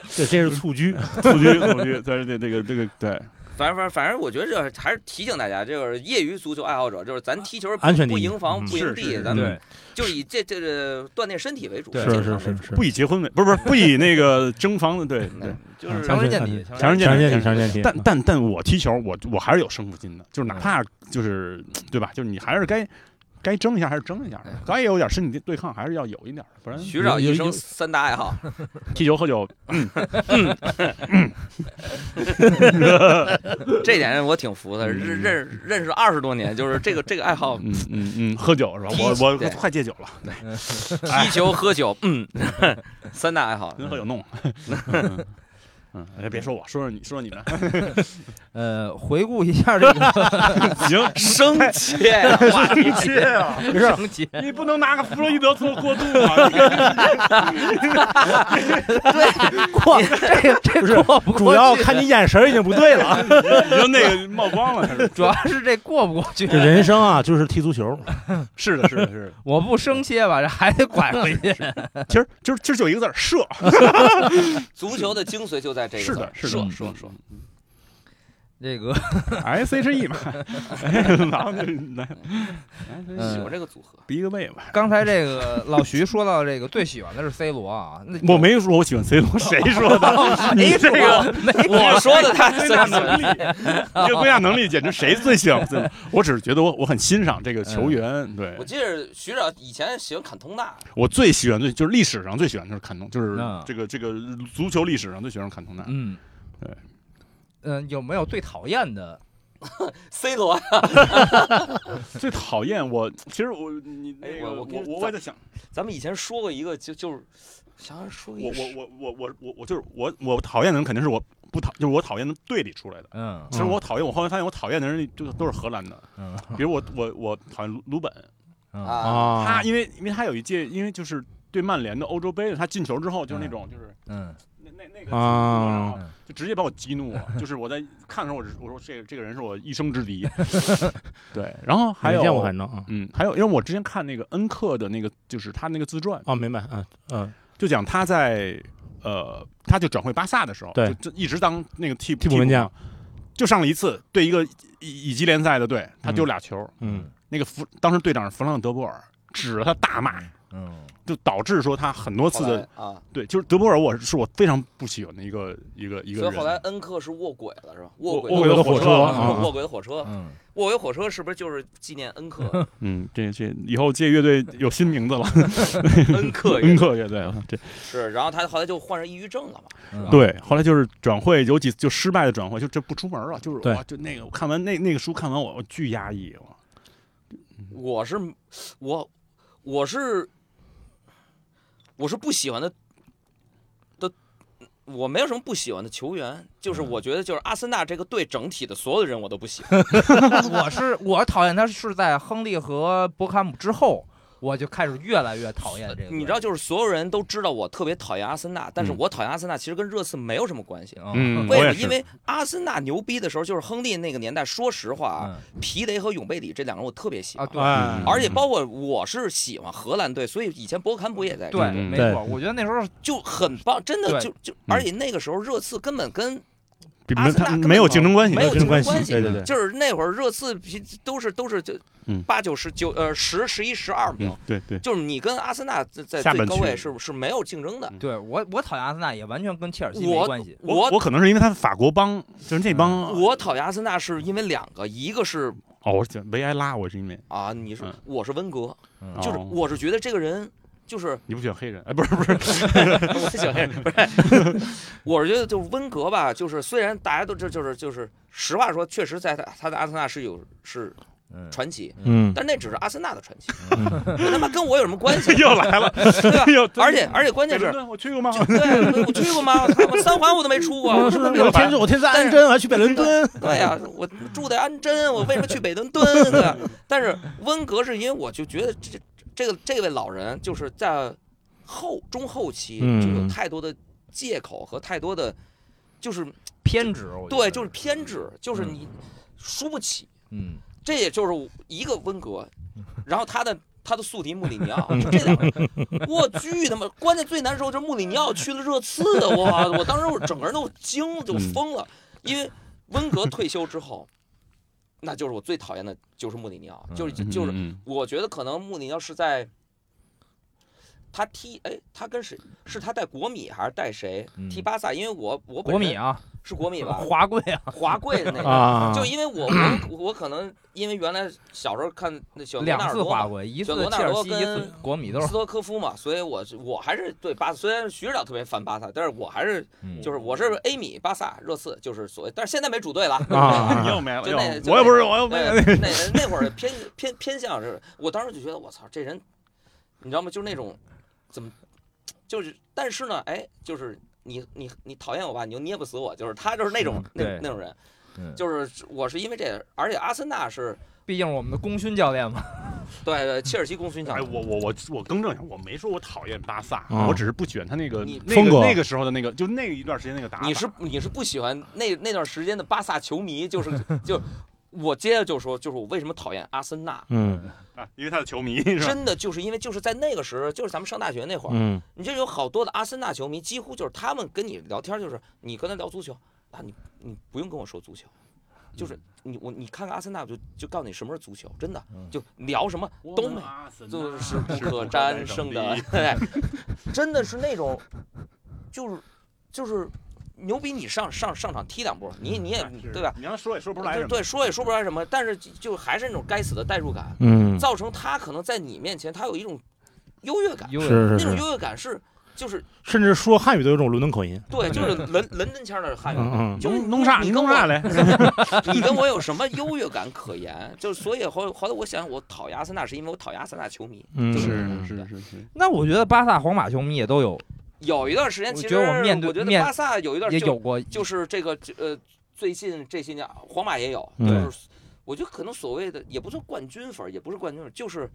Speaker 2: 这这是蹴鞠，
Speaker 5: 蹴鞠蹴鞠，在这这个这个对，
Speaker 4: 反正反正反正，我觉得这还是提醒大家，就是业余足球爱好者，就是咱踢球
Speaker 3: 安全第一
Speaker 4: 不赢房
Speaker 3: 嗯
Speaker 4: 不
Speaker 5: 是
Speaker 4: 赢
Speaker 5: 是
Speaker 4: 地，
Speaker 5: 是
Speaker 4: 咱们
Speaker 1: 对，
Speaker 4: 就是以这这个锻炼身体为主，
Speaker 1: 对
Speaker 3: 是
Speaker 4: 健
Speaker 3: 是
Speaker 4: 康
Speaker 3: 是
Speaker 4: 为主
Speaker 3: 是，
Speaker 5: 不以结婚为，不是不是，不以那个争房的，对对
Speaker 4: 嗯。就是
Speaker 1: 强
Speaker 3: 强
Speaker 1: 身
Speaker 3: 身
Speaker 1: 健
Speaker 3: 健
Speaker 1: 体
Speaker 3: 体，
Speaker 5: 强身
Speaker 3: 强身
Speaker 5: 健体
Speaker 3: 健体，强身健体。嗯
Speaker 5: 但但但我踢球，我我还是有胜负心的，就是哪怕就是对吧，就是你还是该该争一下，还是争一下，该有点身体对抗，嗯还是要有一点，不然
Speaker 4: 徐
Speaker 3: 嗯
Speaker 4: 少
Speaker 3: 有
Speaker 4: 一
Speaker 3: 有
Speaker 4: 生
Speaker 3: 有
Speaker 4: 三大爱好，
Speaker 5: 踢球喝酒
Speaker 4: 这点我挺服的，
Speaker 5: 嗯
Speaker 4: 认认认识二十多年，就是这个这个 爱好，
Speaker 5: 嗯嗯嗯，喝酒是吧？
Speaker 4: 踢
Speaker 5: 我我
Speaker 4: 对
Speaker 5: 快戒酒了，对，
Speaker 4: 踢球、喝酒，嗯， 三大爱好。
Speaker 5: 跟喝酒 弄。嗯，嗯哎别说我，说说你，说说你们。
Speaker 1: 呃，回顾一下这个
Speaker 5: 行，
Speaker 4: 生
Speaker 5: 哎
Speaker 4: 切话题，
Speaker 1: 升级，
Speaker 5: 啊你不能拿个弗洛伊德做过渡 啊！
Speaker 1: 过这个这过不过去
Speaker 2: 主要看你眼神已经不对 了。
Speaker 5: 你说那个冒光了，是
Speaker 1: 主要是这过不过去，
Speaker 3: 这人生啊，就是踢足球，
Speaker 5: 是的，是的，是
Speaker 1: 我不生切吧，这还得拐回 去。
Speaker 5: 的。其实就就就一个字儿射，
Speaker 4: 足球的精髓就在这个
Speaker 5: 是
Speaker 4: 字
Speaker 5: 的
Speaker 4: 儿，
Speaker 5: 是
Speaker 4: 射
Speaker 3: 嗯
Speaker 5: 的，
Speaker 4: 射射
Speaker 5: 说。
Speaker 1: 这个
Speaker 5: S H E 嘛，哎然后就来
Speaker 1: 嗯
Speaker 4: 哎喜欢这个 组合。
Speaker 5: 比个位吧。
Speaker 1: 刚才这个老徐说到这个最喜欢的是 C 罗啊，那
Speaker 5: 我没说我喜欢 C 罗，谁哦说的？你这个
Speaker 1: 没
Speaker 4: 我说的 他
Speaker 5: 归纳能力，你这归纳能力简直谁最喜欢 C 罗？我只是觉得我我很欣赏这个球员，对
Speaker 4: 我记得徐少以前喜欢坎通纳，
Speaker 5: 我最喜欢最就是历史上最喜欢就是坎通，就是
Speaker 1: 嗯
Speaker 5: 这个这个足球历史上最喜欢坎通纳。
Speaker 1: 嗯，
Speaker 5: 对，
Speaker 1: 嗯，有没有最讨厌的？
Speaker 4: C 罗，
Speaker 5: 最讨厌我，其实我你那
Speaker 4: 哎
Speaker 5: 个
Speaker 4: 我我
Speaker 5: 我
Speaker 4: 跟
Speaker 5: 我我在想，
Speaker 4: 咱们以前说过一个，就就是想想说一
Speaker 5: 我
Speaker 4: 个
Speaker 5: 我我我我我我就是我我讨厌的人肯定是我不讨，就是我讨厌的队里出来的。
Speaker 1: 嗯
Speaker 5: 其实我讨厌，我后来发现我讨厌的人就都是荷兰的，
Speaker 1: 嗯
Speaker 5: 比如我我我讨厌鲁鲁本，
Speaker 1: 嗯
Speaker 4: 啊，
Speaker 5: 他
Speaker 3: 啊，
Speaker 5: 因为因为他有一届，因为就是对曼联的欧洲杯，他进球之后就是那种就是
Speaker 1: 嗯
Speaker 5: 那那那个
Speaker 3: 啊
Speaker 5: 然后就直接把我激怒了，就是我在看的时候，我只我说这个这个人是我一生之敌， 对，然后还
Speaker 3: 没
Speaker 5: 有
Speaker 3: 见过反正啊，
Speaker 5: 嗯，还有，因为我之前看那个恩克的那个，就是他那个自传，
Speaker 3: 哦，明白，嗯嗯，
Speaker 5: 就讲他在呃，他就转会巴萨的时候，
Speaker 3: 对
Speaker 5: 就就一直当那个替
Speaker 3: 替补门将
Speaker 5: 嘛，就上了一次对一个乙乙级联赛的队，他丢俩球，
Speaker 3: 嗯，
Speaker 5: 那个弗当时队长是弗朗德波尔指着他大骂，
Speaker 1: 嗯
Speaker 5: 就导致说他很多次
Speaker 4: 后
Speaker 5: 的
Speaker 4: 来啊，
Speaker 5: 对，就是德波尔我是是我非常不喜欢的一个一个一个
Speaker 4: 所以
Speaker 5: 人，
Speaker 4: 后来恩克是卧轨了，是吧？
Speaker 5: 我
Speaker 4: 轨
Speaker 5: 我
Speaker 3: 轨
Speaker 4: 的
Speaker 5: 有个
Speaker 3: 的
Speaker 5: 火
Speaker 3: 火
Speaker 5: 车
Speaker 3: 车
Speaker 5: 啊，
Speaker 3: 啊
Speaker 4: 卧轨的火车，
Speaker 1: 嗯，
Speaker 4: 卧轨火车是不是就是纪念恩 克？
Speaker 5: 嗯，这这以后这乐队有新名字 了，
Speaker 4: 恩克
Speaker 5: 恩
Speaker 4: 也
Speaker 5: 克乐队啊，这
Speaker 4: 是，然后他后来就患上抑郁症了嘛？
Speaker 1: 嗯
Speaker 5: 对，后来就是转会有几就失败的转会，就这不出门了，就是
Speaker 3: 对
Speaker 5: 哇，就那个我看完那那个书看完我我巨压抑，我嗯
Speaker 4: 我是我我是我是不喜欢的的，我没有什么不喜欢的球员，就是
Speaker 5: 嗯
Speaker 4: 我觉得就是阿森纳这个队整体的所有的人我都不喜欢。
Speaker 1: 我是我讨厌他是在亨利和伯克汉姆之后，我就开始越来越讨厌这个。
Speaker 4: 你知道，就是所有人都知道我特别讨厌阿森纳，但是
Speaker 5: 嗯
Speaker 4: 我讨厌阿森纳其实跟热刺没有什么关系。
Speaker 5: 嗯
Speaker 4: 为什么？
Speaker 5: 我也是
Speaker 4: 因为阿森纳牛逼的时候，就是亨利那个年代。说实话啊，
Speaker 1: 嗯
Speaker 4: 皮雷和永贝里这两个人我特别喜
Speaker 1: 啊
Speaker 4: 欢，
Speaker 1: 对
Speaker 3: 哎
Speaker 4: 而且包括我是喜欢荷兰队，所以以前博坎普也在，
Speaker 1: 对，
Speaker 5: 嗯
Speaker 1: 没
Speaker 3: 对
Speaker 1: 错，我觉得那时候
Speaker 4: 就很棒，真的
Speaker 1: 对
Speaker 4: 就就，而且那个时候热刺根本跟
Speaker 5: 比
Speaker 4: 阿
Speaker 5: 没
Speaker 4: 森纳
Speaker 5: 他
Speaker 4: 根本
Speaker 5: 没有
Speaker 4: 就
Speaker 5: 竞争关系，
Speaker 4: 没有竞争
Speaker 3: 关
Speaker 4: 关
Speaker 3: 系
Speaker 4: 系，
Speaker 3: 对对对
Speaker 4: 就是那会儿热刺皮都是都是就
Speaker 5: 嗯
Speaker 4: 八九十九呃十十一十二名
Speaker 5: 嗯，，对对，
Speaker 4: 就是你跟阿森纳在在
Speaker 5: 下
Speaker 4: 最
Speaker 5: 半
Speaker 4: 高
Speaker 5: 区嗯
Speaker 4: 位是是没有竞争的。
Speaker 1: 对我我讨厌阿森纳也完全跟切尔西没
Speaker 4: 我嗯
Speaker 1: 关系。
Speaker 5: 我我可能是因为他法国帮，就是那帮
Speaker 4: 我讨厌阿森纳是因为两个，一个是
Speaker 5: 哦，我是维埃拉，我是因为
Speaker 4: 啊，你是
Speaker 5: 嗯
Speaker 4: 我是温格，
Speaker 1: 嗯
Speaker 4: 就是
Speaker 5: 哦
Speaker 4: 我是觉得这个人就是
Speaker 5: 你不喜欢黑人，哎，不是不是，？
Speaker 4: 我小黑不是，我是觉得就是温格吧，就是虽然大家都这就是就是实话说，确实在他他的阿森纳是有是
Speaker 1: 嗯
Speaker 4: 传奇，
Speaker 3: 嗯，
Speaker 4: 但那只是阿森纳的传奇，那他妈跟我有什么关系
Speaker 5: 又 来了，
Speaker 4: 对吧？
Speaker 5: 又
Speaker 4: 而且而且关键
Speaker 5: 北
Speaker 4: 是
Speaker 5: 伦，敦我去过吗？
Speaker 4: 对，我去过吗？我操我三环我都没出过，我
Speaker 3: 是
Speaker 4: 住在
Speaker 3: 我天，我天在安贞，我还去北伦敦，
Speaker 4: 对呀、我住在安贞，我为什么去北伦敦？对吧？但是温格是因为我就觉得这这个这位老人就是在后中后期
Speaker 3: 嗯
Speaker 4: 就有太多的借口和太多的，就是
Speaker 1: 偏执，我觉得
Speaker 4: 对，就是偏执，就是你输不起，
Speaker 1: 嗯，
Speaker 4: 这也就是一个温格，然后他的。他的宿敌穆里尼奥，就这两个人，我巨他妈！关键最难受就是穆里尼奥去了热刺，我我当时我整个人都惊了，就
Speaker 1: 嗯
Speaker 4: 疯了，因为温格退休之后，那就是我最讨厌的就是穆里尼奥，就是就是
Speaker 5: 嗯
Speaker 4: 我觉得可能穆里尼奥是在他踢，哎，他跟谁？是他带国米还是带谁
Speaker 1: 嗯
Speaker 4: 踢巴萨？因为我我本
Speaker 1: 国米
Speaker 4: 人
Speaker 1: 啊，
Speaker 4: 是国米 吧，
Speaker 1: 华贵啊，
Speaker 4: 华贵的那个。
Speaker 3: 啊，
Speaker 4: 就因为我我我可能因为原来小时候看那小罗纳
Speaker 1: 两
Speaker 4: 尔
Speaker 1: 次
Speaker 4: 多
Speaker 1: 华
Speaker 4: 嘛
Speaker 1: 贵，一
Speaker 4: 就
Speaker 1: 次
Speaker 4: 罗纳
Speaker 1: 切
Speaker 4: 尔
Speaker 1: 尔
Speaker 4: 多
Speaker 1: 西，一次
Speaker 4: 跟
Speaker 1: 国米都是
Speaker 4: 斯。托科夫嘛，所以我是我还是对巴，虽然徐指导特别烦巴萨，但是我还是
Speaker 1: 嗯
Speaker 4: 就是我是 A 米巴萨热刺，就是所谓，但是现在没主队了
Speaker 3: 啊
Speaker 5: 你又没了，
Speaker 4: 就那就
Speaker 5: 哎又我又不是，
Speaker 4: 那
Speaker 5: 我又没
Speaker 4: 那那那会儿偏偏偏向是，我当时就觉得我操，这人，你知道吗？就是那种，怎么，就是，但是呢，哎，就是你你你讨厌我吧，你就捏不死我，就是他就是那种、
Speaker 1: 嗯
Speaker 4: 那
Speaker 1: 对
Speaker 4: 那种人，
Speaker 1: 嗯
Speaker 4: 就是我是因为这个，而且阿森纳是
Speaker 1: 毕竟我们的功勋教练嘛，
Speaker 4: 对对切尔西功勋奖
Speaker 5: 哎，，我我我我更正一下，我没说我讨厌巴萨，
Speaker 3: 啊
Speaker 5: 我只是不喜欢他那个
Speaker 4: 你
Speaker 5: 那
Speaker 3: 风
Speaker 5: 个
Speaker 3: 格
Speaker 5: 那个时候的那个，就那一段时间那个打法。
Speaker 4: 你是你是不喜欢那那段时间的巴萨球迷，就是就我接着就说，就是我为什么讨厌阿森纳。
Speaker 3: 嗯
Speaker 5: 啊，因为他的球迷是吧？
Speaker 4: 真的就是因为就是在那个时候，就是咱们上大学那会儿，
Speaker 3: 嗯
Speaker 4: 你这有好多的阿森纳球迷，几乎就是他们跟你聊天，就是你跟他聊足球，啊，你你不用跟我说足球，就是
Speaker 5: 嗯
Speaker 4: 你我你看看阿森纳就就告诉你什么是足球，真的
Speaker 5: 嗯
Speaker 4: 就聊什么都没， 就是不可战胜的， 对，真的是那种，就是就是牛逼，你上上上场踢两步，你你也对吧？
Speaker 5: 你要说也嗯哎说不出来什
Speaker 4: 对
Speaker 5: 么。
Speaker 4: 对，说也说不出来什么，但是就就还是那种该死的代入感，
Speaker 3: 嗯，
Speaker 4: 造成他可能在你面前他有一种优越感，
Speaker 1: 因为
Speaker 3: 是是
Speaker 4: 那种
Speaker 3: 是，
Speaker 4: 优越感是就是
Speaker 3: 甚至说汉语都有种伦敦口音，
Speaker 4: 对，就是
Speaker 5: 嗯
Speaker 4: 伦伦敦腔的汉语。
Speaker 3: 嗯嗯，
Speaker 4: 就是
Speaker 5: 弄弄啥？
Speaker 4: 你
Speaker 5: 你
Speaker 4: 你跟
Speaker 5: 弄
Speaker 4: 我
Speaker 5: 啥来？
Speaker 4: 你跟我有什么优越感可言？就是所以后后来我想，我讨厌阿森纳是因为我讨厌阿森纳球迷。
Speaker 3: 嗯
Speaker 4: 就是
Speaker 5: 是是是，
Speaker 1: 那我觉得巴萨、皇马球迷也都有，
Speaker 4: 有一段时间，
Speaker 1: 我
Speaker 4: 其
Speaker 1: 觉
Speaker 4: 实
Speaker 1: 得我面对
Speaker 4: 我觉得
Speaker 1: 面
Speaker 4: 巴萨有一段
Speaker 1: 也
Speaker 4: 就
Speaker 1: 有过，
Speaker 4: 就是这个这呃，最近这些年皇马也有，就
Speaker 3: 嗯
Speaker 4: 是我觉得可能所谓的也不算冠军粉儿，也不是冠军粉儿，就是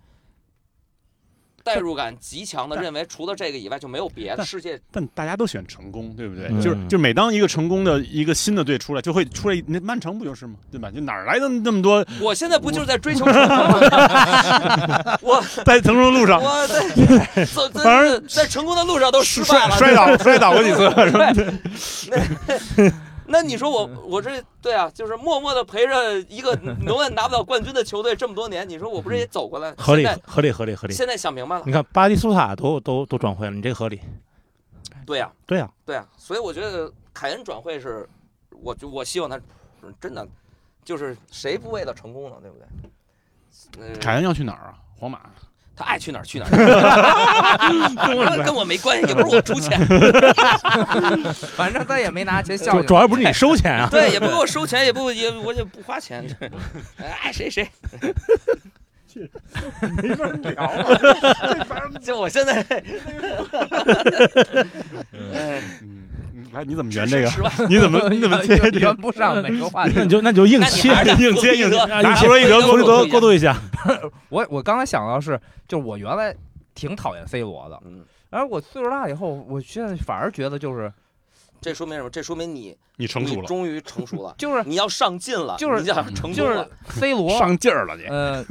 Speaker 4: 代入感极强的认为除了这个以外就没有别的
Speaker 5: 但
Speaker 4: 世界。
Speaker 5: 但大家都喜欢成功，对不对？
Speaker 3: 嗯
Speaker 5: 就是就是每当一个成功的一个新的队出来，就会出来一那曼城不就是吗？对吧？就哪儿来的那么多
Speaker 4: 我现在不就是在追 求成功吗？我
Speaker 5: 在成功的路上
Speaker 4: 我 在啊走
Speaker 5: 反
Speaker 4: 在
Speaker 5: 正
Speaker 4: 在成功的路上都失败
Speaker 5: 摔
Speaker 4: 了，
Speaker 5: 摔倒摔倒过几次？
Speaker 4: 那你说
Speaker 5: 嗯
Speaker 4: 我我这对啊，就是默默的陪着一个永远拿不了冠军的球队这么多年，你说我不是也走过来？
Speaker 3: 合理
Speaker 4: 现在
Speaker 3: 合理合理合理。
Speaker 4: 现在想明白
Speaker 5: 嗯
Speaker 4: 了，
Speaker 3: 你看巴蒂苏塔都都都转会了，你这合理？
Speaker 4: 对呀、
Speaker 3: 对啊，
Speaker 4: 对呀、所以我觉得凯恩转会是，我就我希望他真的就是谁不为了成功呢，对不对？呃
Speaker 5: 凯恩要去哪儿啊？皇马。
Speaker 4: 他爱去哪儿去哪 儿，跟我没关系，也不是我出钱，
Speaker 1: 反正他也没 拿钱孝
Speaker 3: 主
Speaker 1: 敬
Speaker 3: 主。要不是你收钱啊，
Speaker 4: 对，也不给我收钱，也不也我也不花钱，哎爱谁 谁。
Speaker 5: 没法聊了。
Speaker 4: 就我 现在，
Speaker 5: 嗯，哎，你怎么圆这个？
Speaker 4: 十万，
Speaker 5: 你 怎么你怎么接这
Speaker 1: 圆
Speaker 5: 个？
Speaker 1: 不上每个话题
Speaker 3: 那你？就那你就硬
Speaker 4: 那你
Speaker 3: 切，
Speaker 4: 还是
Speaker 5: 硬接硬接
Speaker 4: 得
Speaker 3: 拿弗洛伊
Speaker 5: 德
Speaker 3: 弗洛伊德过
Speaker 4: 度。
Speaker 3: 渡一下。
Speaker 1: 我我刚才想到是，就是我原来挺讨厌 C 罗的，
Speaker 4: 嗯，
Speaker 1: 然后我岁数大以后，我现在反而觉得就是，
Speaker 4: 这说明什么？这说明你
Speaker 5: 你成熟
Speaker 4: 你
Speaker 5: 了，
Speaker 4: 终于成熟了
Speaker 1: 就是
Speaker 4: 你要上进了，
Speaker 1: 就是
Speaker 4: 你要成功
Speaker 1: 就是
Speaker 4: 了。
Speaker 1: C 罗，
Speaker 5: 上劲儿了你。
Speaker 1: 呃，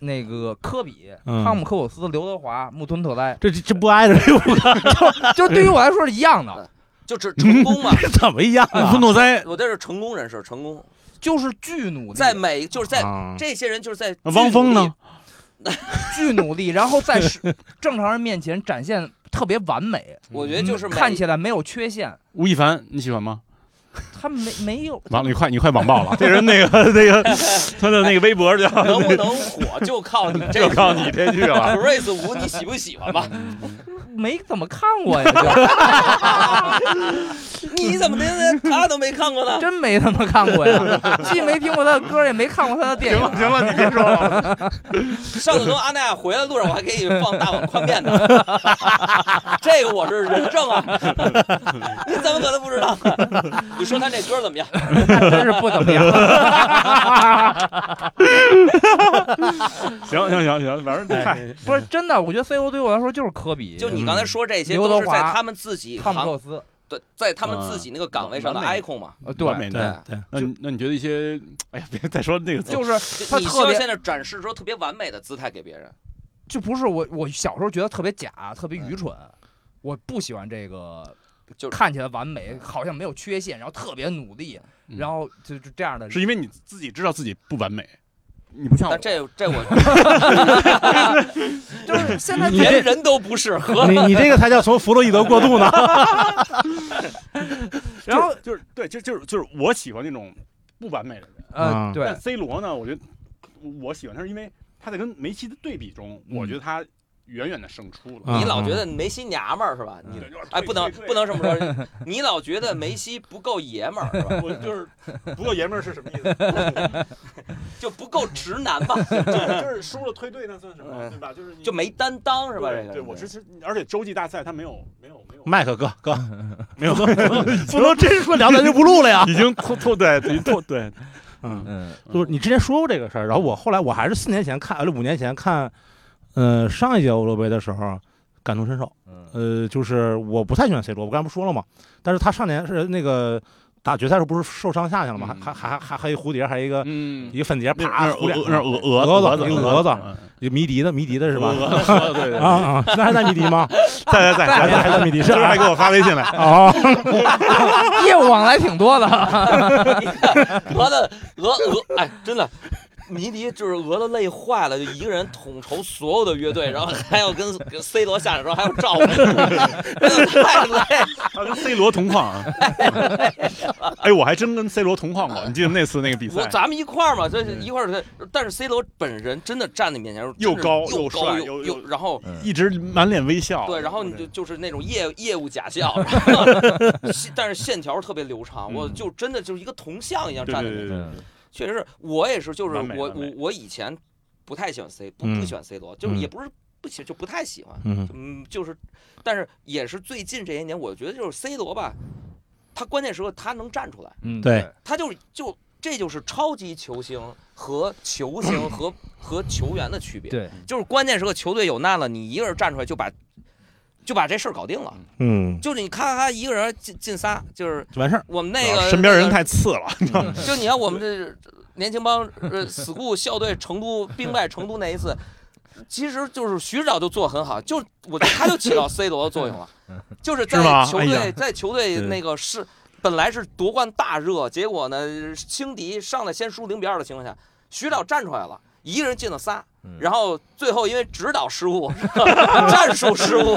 Speaker 1: 那个科比、
Speaker 3: 嗯
Speaker 1: 汤姆科普 斯、刘德华、穆吞特莱，
Speaker 3: 这这这不挨着六个，
Speaker 1: 就对于我来说是一样的。
Speaker 4: 就只成功嘛。
Speaker 5: 嗯
Speaker 3: 怎么样
Speaker 5: 哎温
Speaker 3: 啊？
Speaker 5: 诺哉、
Speaker 4: 我这是成功人士，成功
Speaker 1: 就是巨努力，
Speaker 4: 在每就是在
Speaker 3: 啊
Speaker 4: 这些人就是在
Speaker 5: 汪峰呢？
Speaker 1: 巨努力，然后在是 正常人面前展现特别完美，
Speaker 4: 我觉得就是每
Speaker 1: 嗯看起来没有缺陷，
Speaker 5: 吴亦凡，你喜欢吗？
Speaker 1: 他没没有
Speaker 5: 完了，你快你快网暴 了，这人那个那个他的那个微博叫
Speaker 4: 能不能 火就靠你这
Speaker 5: 就
Speaker 4: 个。
Speaker 5: 靠你这句 了。啊
Speaker 4: Grace 五，你喜不喜欢吧？
Speaker 1: 没怎么看过呀，就
Speaker 4: 你怎么连他都没看 过呢？
Speaker 1: 真没怎么看过呀，既没听过他的歌，也没看过他的电影。
Speaker 5: 行了，你别说了。
Speaker 4: 上次从阿那亚回来的路上，我还给你放大碗宽面呢， 这个我是人证 啊，你怎么可能不知道？ 你说他这歌怎么样？
Speaker 5: 嗯
Speaker 1: 真是不怎么样。
Speaker 5: 行行行行，反正嗨，
Speaker 3: 哎
Speaker 1: 不是真的，我觉得 C O 对我来说就是科比，
Speaker 4: 就你刚才说这些，
Speaker 1: 刘
Speaker 4: 都
Speaker 1: 德
Speaker 4: 是
Speaker 1: 华
Speaker 4: 在他们自己
Speaker 1: 汤姆
Speaker 4: 行
Speaker 1: 克斯，
Speaker 4: 对，在他
Speaker 5: 嗯
Speaker 4: 们自己那个岗位上的
Speaker 5: 完美
Speaker 4: icon 嘛。
Speaker 1: 呃，对，
Speaker 5: 完美
Speaker 3: 对
Speaker 5: 的。
Speaker 3: 对，
Speaker 5: 那你那你觉得一些，哎呀，别再说那个词，
Speaker 1: 就是
Speaker 4: 就
Speaker 1: 他
Speaker 4: 你需
Speaker 1: 特
Speaker 4: 要
Speaker 1: 别
Speaker 4: 现在展示出特别完美的姿态给别人，
Speaker 1: 就不是我我小时候觉得特别假，特别愚蠢，我不喜欢这个。
Speaker 4: 嗯就是
Speaker 1: 看起来完美，好像没有缺陷，然后特别努力，
Speaker 5: 嗯
Speaker 1: 然后就就这样的人
Speaker 5: 是因为你自己知道自己不完美，你不像我
Speaker 4: 但。啊 这这我
Speaker 1: 就是现 在
Speaker 3: 你这
Speaker 4: 连人都不是，和
Speaker 3: 你你这个才叫从弗洛伊德过渡呢。
Speaker 1: 然后
Speaker 5: 就是就是对，就就是就是我喜欢那种不完美的人。
Speaker 1: 呃，
Speaker 3: 啊
Speaker 1: 对
Speaker 5: 但，C 罗呢，我觉得我喜欢他是因为他在跟梅西的对比中，我觉得他远远的胜出了。
Speaker 3: 嗯
Speaker 4: 你老觉得梅西娘们儿是吧？你
Speaker 5: 嗯对就是
Speaker 4: 哎，不能
Speaker 5: 退退
Speaker 4: 不能这么 说，你老觉得梅西不够爷们儿是吧？
Speaker 5: 我就是不够爷们儿是什么意思？
Speaker 4: 就不够直男吧？
Speaker 5: 就是输了退队那算什么？
Speaker 4: 嗯
Speaker 5: 对吧？就是你
Speaker 4: 就没担当是吧？这
Speaker 5: 对
Speaker 4: 个
Speaker 5: 对，我是是，而且洲际大赛他没有没有没有，
Speaker 3: 麦克哥哥，没有，不能真说聊咱就不录了呀。
Speaker 5: 已经脱脱对，已 经脱对，
Speaker 3: 嗯，
Speaker 1: 嗯，
Speaker 3: 就是你之前说过这个事儿，然后我后来我还是四年前看，呃，五年前看，呃，上一届欧洲杯的时候感同身受。
Speaker 1: 嗯
Speaker 3: 呃，就是我不太喜欢 C 罗，我刚才不说了嘛，但是他上年是那个打决赛时候不是受伤下去了嘛，
Speaker 5: 嗯
Speaker 3: 还还还还还还一蝴蝶，还一个、
Speaker 5: 嗯
Speaker 3: 一，个粉蝶，
Speaker 5: 那
Speaker 3: 啪，
Speaker 5: 是
Speaker 3: 蝴蝶
Speaker 5: 鹅那是鹅
Speaker 3: 蛾
Speaker 5: 鹅
Speaker 3: 子
Speaker 5: 子
Speaker 3: 一个
Speaker 5: 蛾
Speaker 3: 蛾子
Speaker 5: 嗯
Speaker 3: 有迷笛的迷笛的是吧？
Speaker 5: 鹅子对对
Speaker 3: 啊啊，
Speaker 5: 对，
Speaker 3: 那还在迷笛吗？
Speaker 5: 在在
Speaker 3: 还
Speaker 5: 在
Speaker 3: 在还
Speaker 5: 在
Speaker 3: 在迷笛
Speaker 5: 你
Speaker 3: 是
Speaker 5: 这
Speaker 3: 吧
Speaker 5: 还给我发微信 来，
Speaker 3: 哦，
Speaker 1: 业务嗯往来挺多的，
Speaker 4: 俄的俄俄，哎，真的，迷笛就是俄的累坏了，就一个人统筹所有的乐队，然后还要跟 跟 C 罗下场时候还要照顾，真的太累。
Speaker 5: 他跟 C 罗同框 啊！哎，我还真跟 C 罗同框过，你记得那次那个比
Speaker 4: 我
Speaker 5: 赛，嗯
Speaker 4: 咱们一块儿嘛，这是一块儿。但是 C 罗本人真的站在面前，
Speaker 5: 又高
Speaker 4: 又
Speaker 5: 又帅
Speaker 4: 又
Speaker 5: 又
Speaker 4: 又，然后。
Speaker 5: 一直满脸微笑。
Speaker 4: 对，然后你就就是那种业业务假 笑，然后线但是线条特别流畅，
Speaker 5: 嗯
Speaker 4: 我就真的就是一个铜像一样
Speaker 5: 对
Speaker 4: 站
Speaker 5: 对
Speaker 4: 在那
Speaker 5: 对
Speaker 4: 儿。
Speaker 5: 对，
Speaker 4: 确实是我也是，就是
Speaker 5: 完美
Speaker 4: 我
Speaker 5: 完
Speaker 4: 我
Speaker 5: 美
Speaker 4: 我以前不太喜欢 C，不
Speaker 3: 嗯
Speaker 4: 不喜欢 C 罗，就是
Speaker 3: 嗯
Speaker 4: 也不是不喜就不太喜欢，
Speaker 3: 嗯
Speaker 4: 嗯，就是，但是也是最近这些年，我觉得就是 C 罗吧，他关键时刻他能站出来，
Speaker 1: 嗯
Speaker 3: 对，
Speaker 4: 他就是就这就是超级球星和球 星和和球员的区别，
Speaker 1: 对，
Speaker 4: 就是关键时刻球队有难了，你一个人站出来就把就把这事儿搞定了，
Speaker 3: 嗯，
Speaker 4: 就是你咔咔咔一个人进进仨，就是
Speaker 3: 就完事儿。
Speaker 4: 我们那个
Speaker 5: 啊身边
Speaker 4: 那
Speaker 5: 人
Speaker 4: 个
Speaker 5: 太次了，
Speaker 4: 就你看我们这年轻帮呃 school 校队成都兵败成都那一次， 其实就是徐指导就做得很好，就我他就起到 C 罗的作 用了，就是在
Speaker 5: 是吗
Speaker 4: 球
Speaker 5: 哎
Speaker 4: 队
Speaker 5: 呀
Speaker 4: 在球队那个是本来是夺冠大热，结果呢轻敌上来先输零比二的情况下，徐指导站出来了，一个人进了仨
Speaker 1: 嗯。
Speaker 4: 然后最后因为指导失误、 战术失误，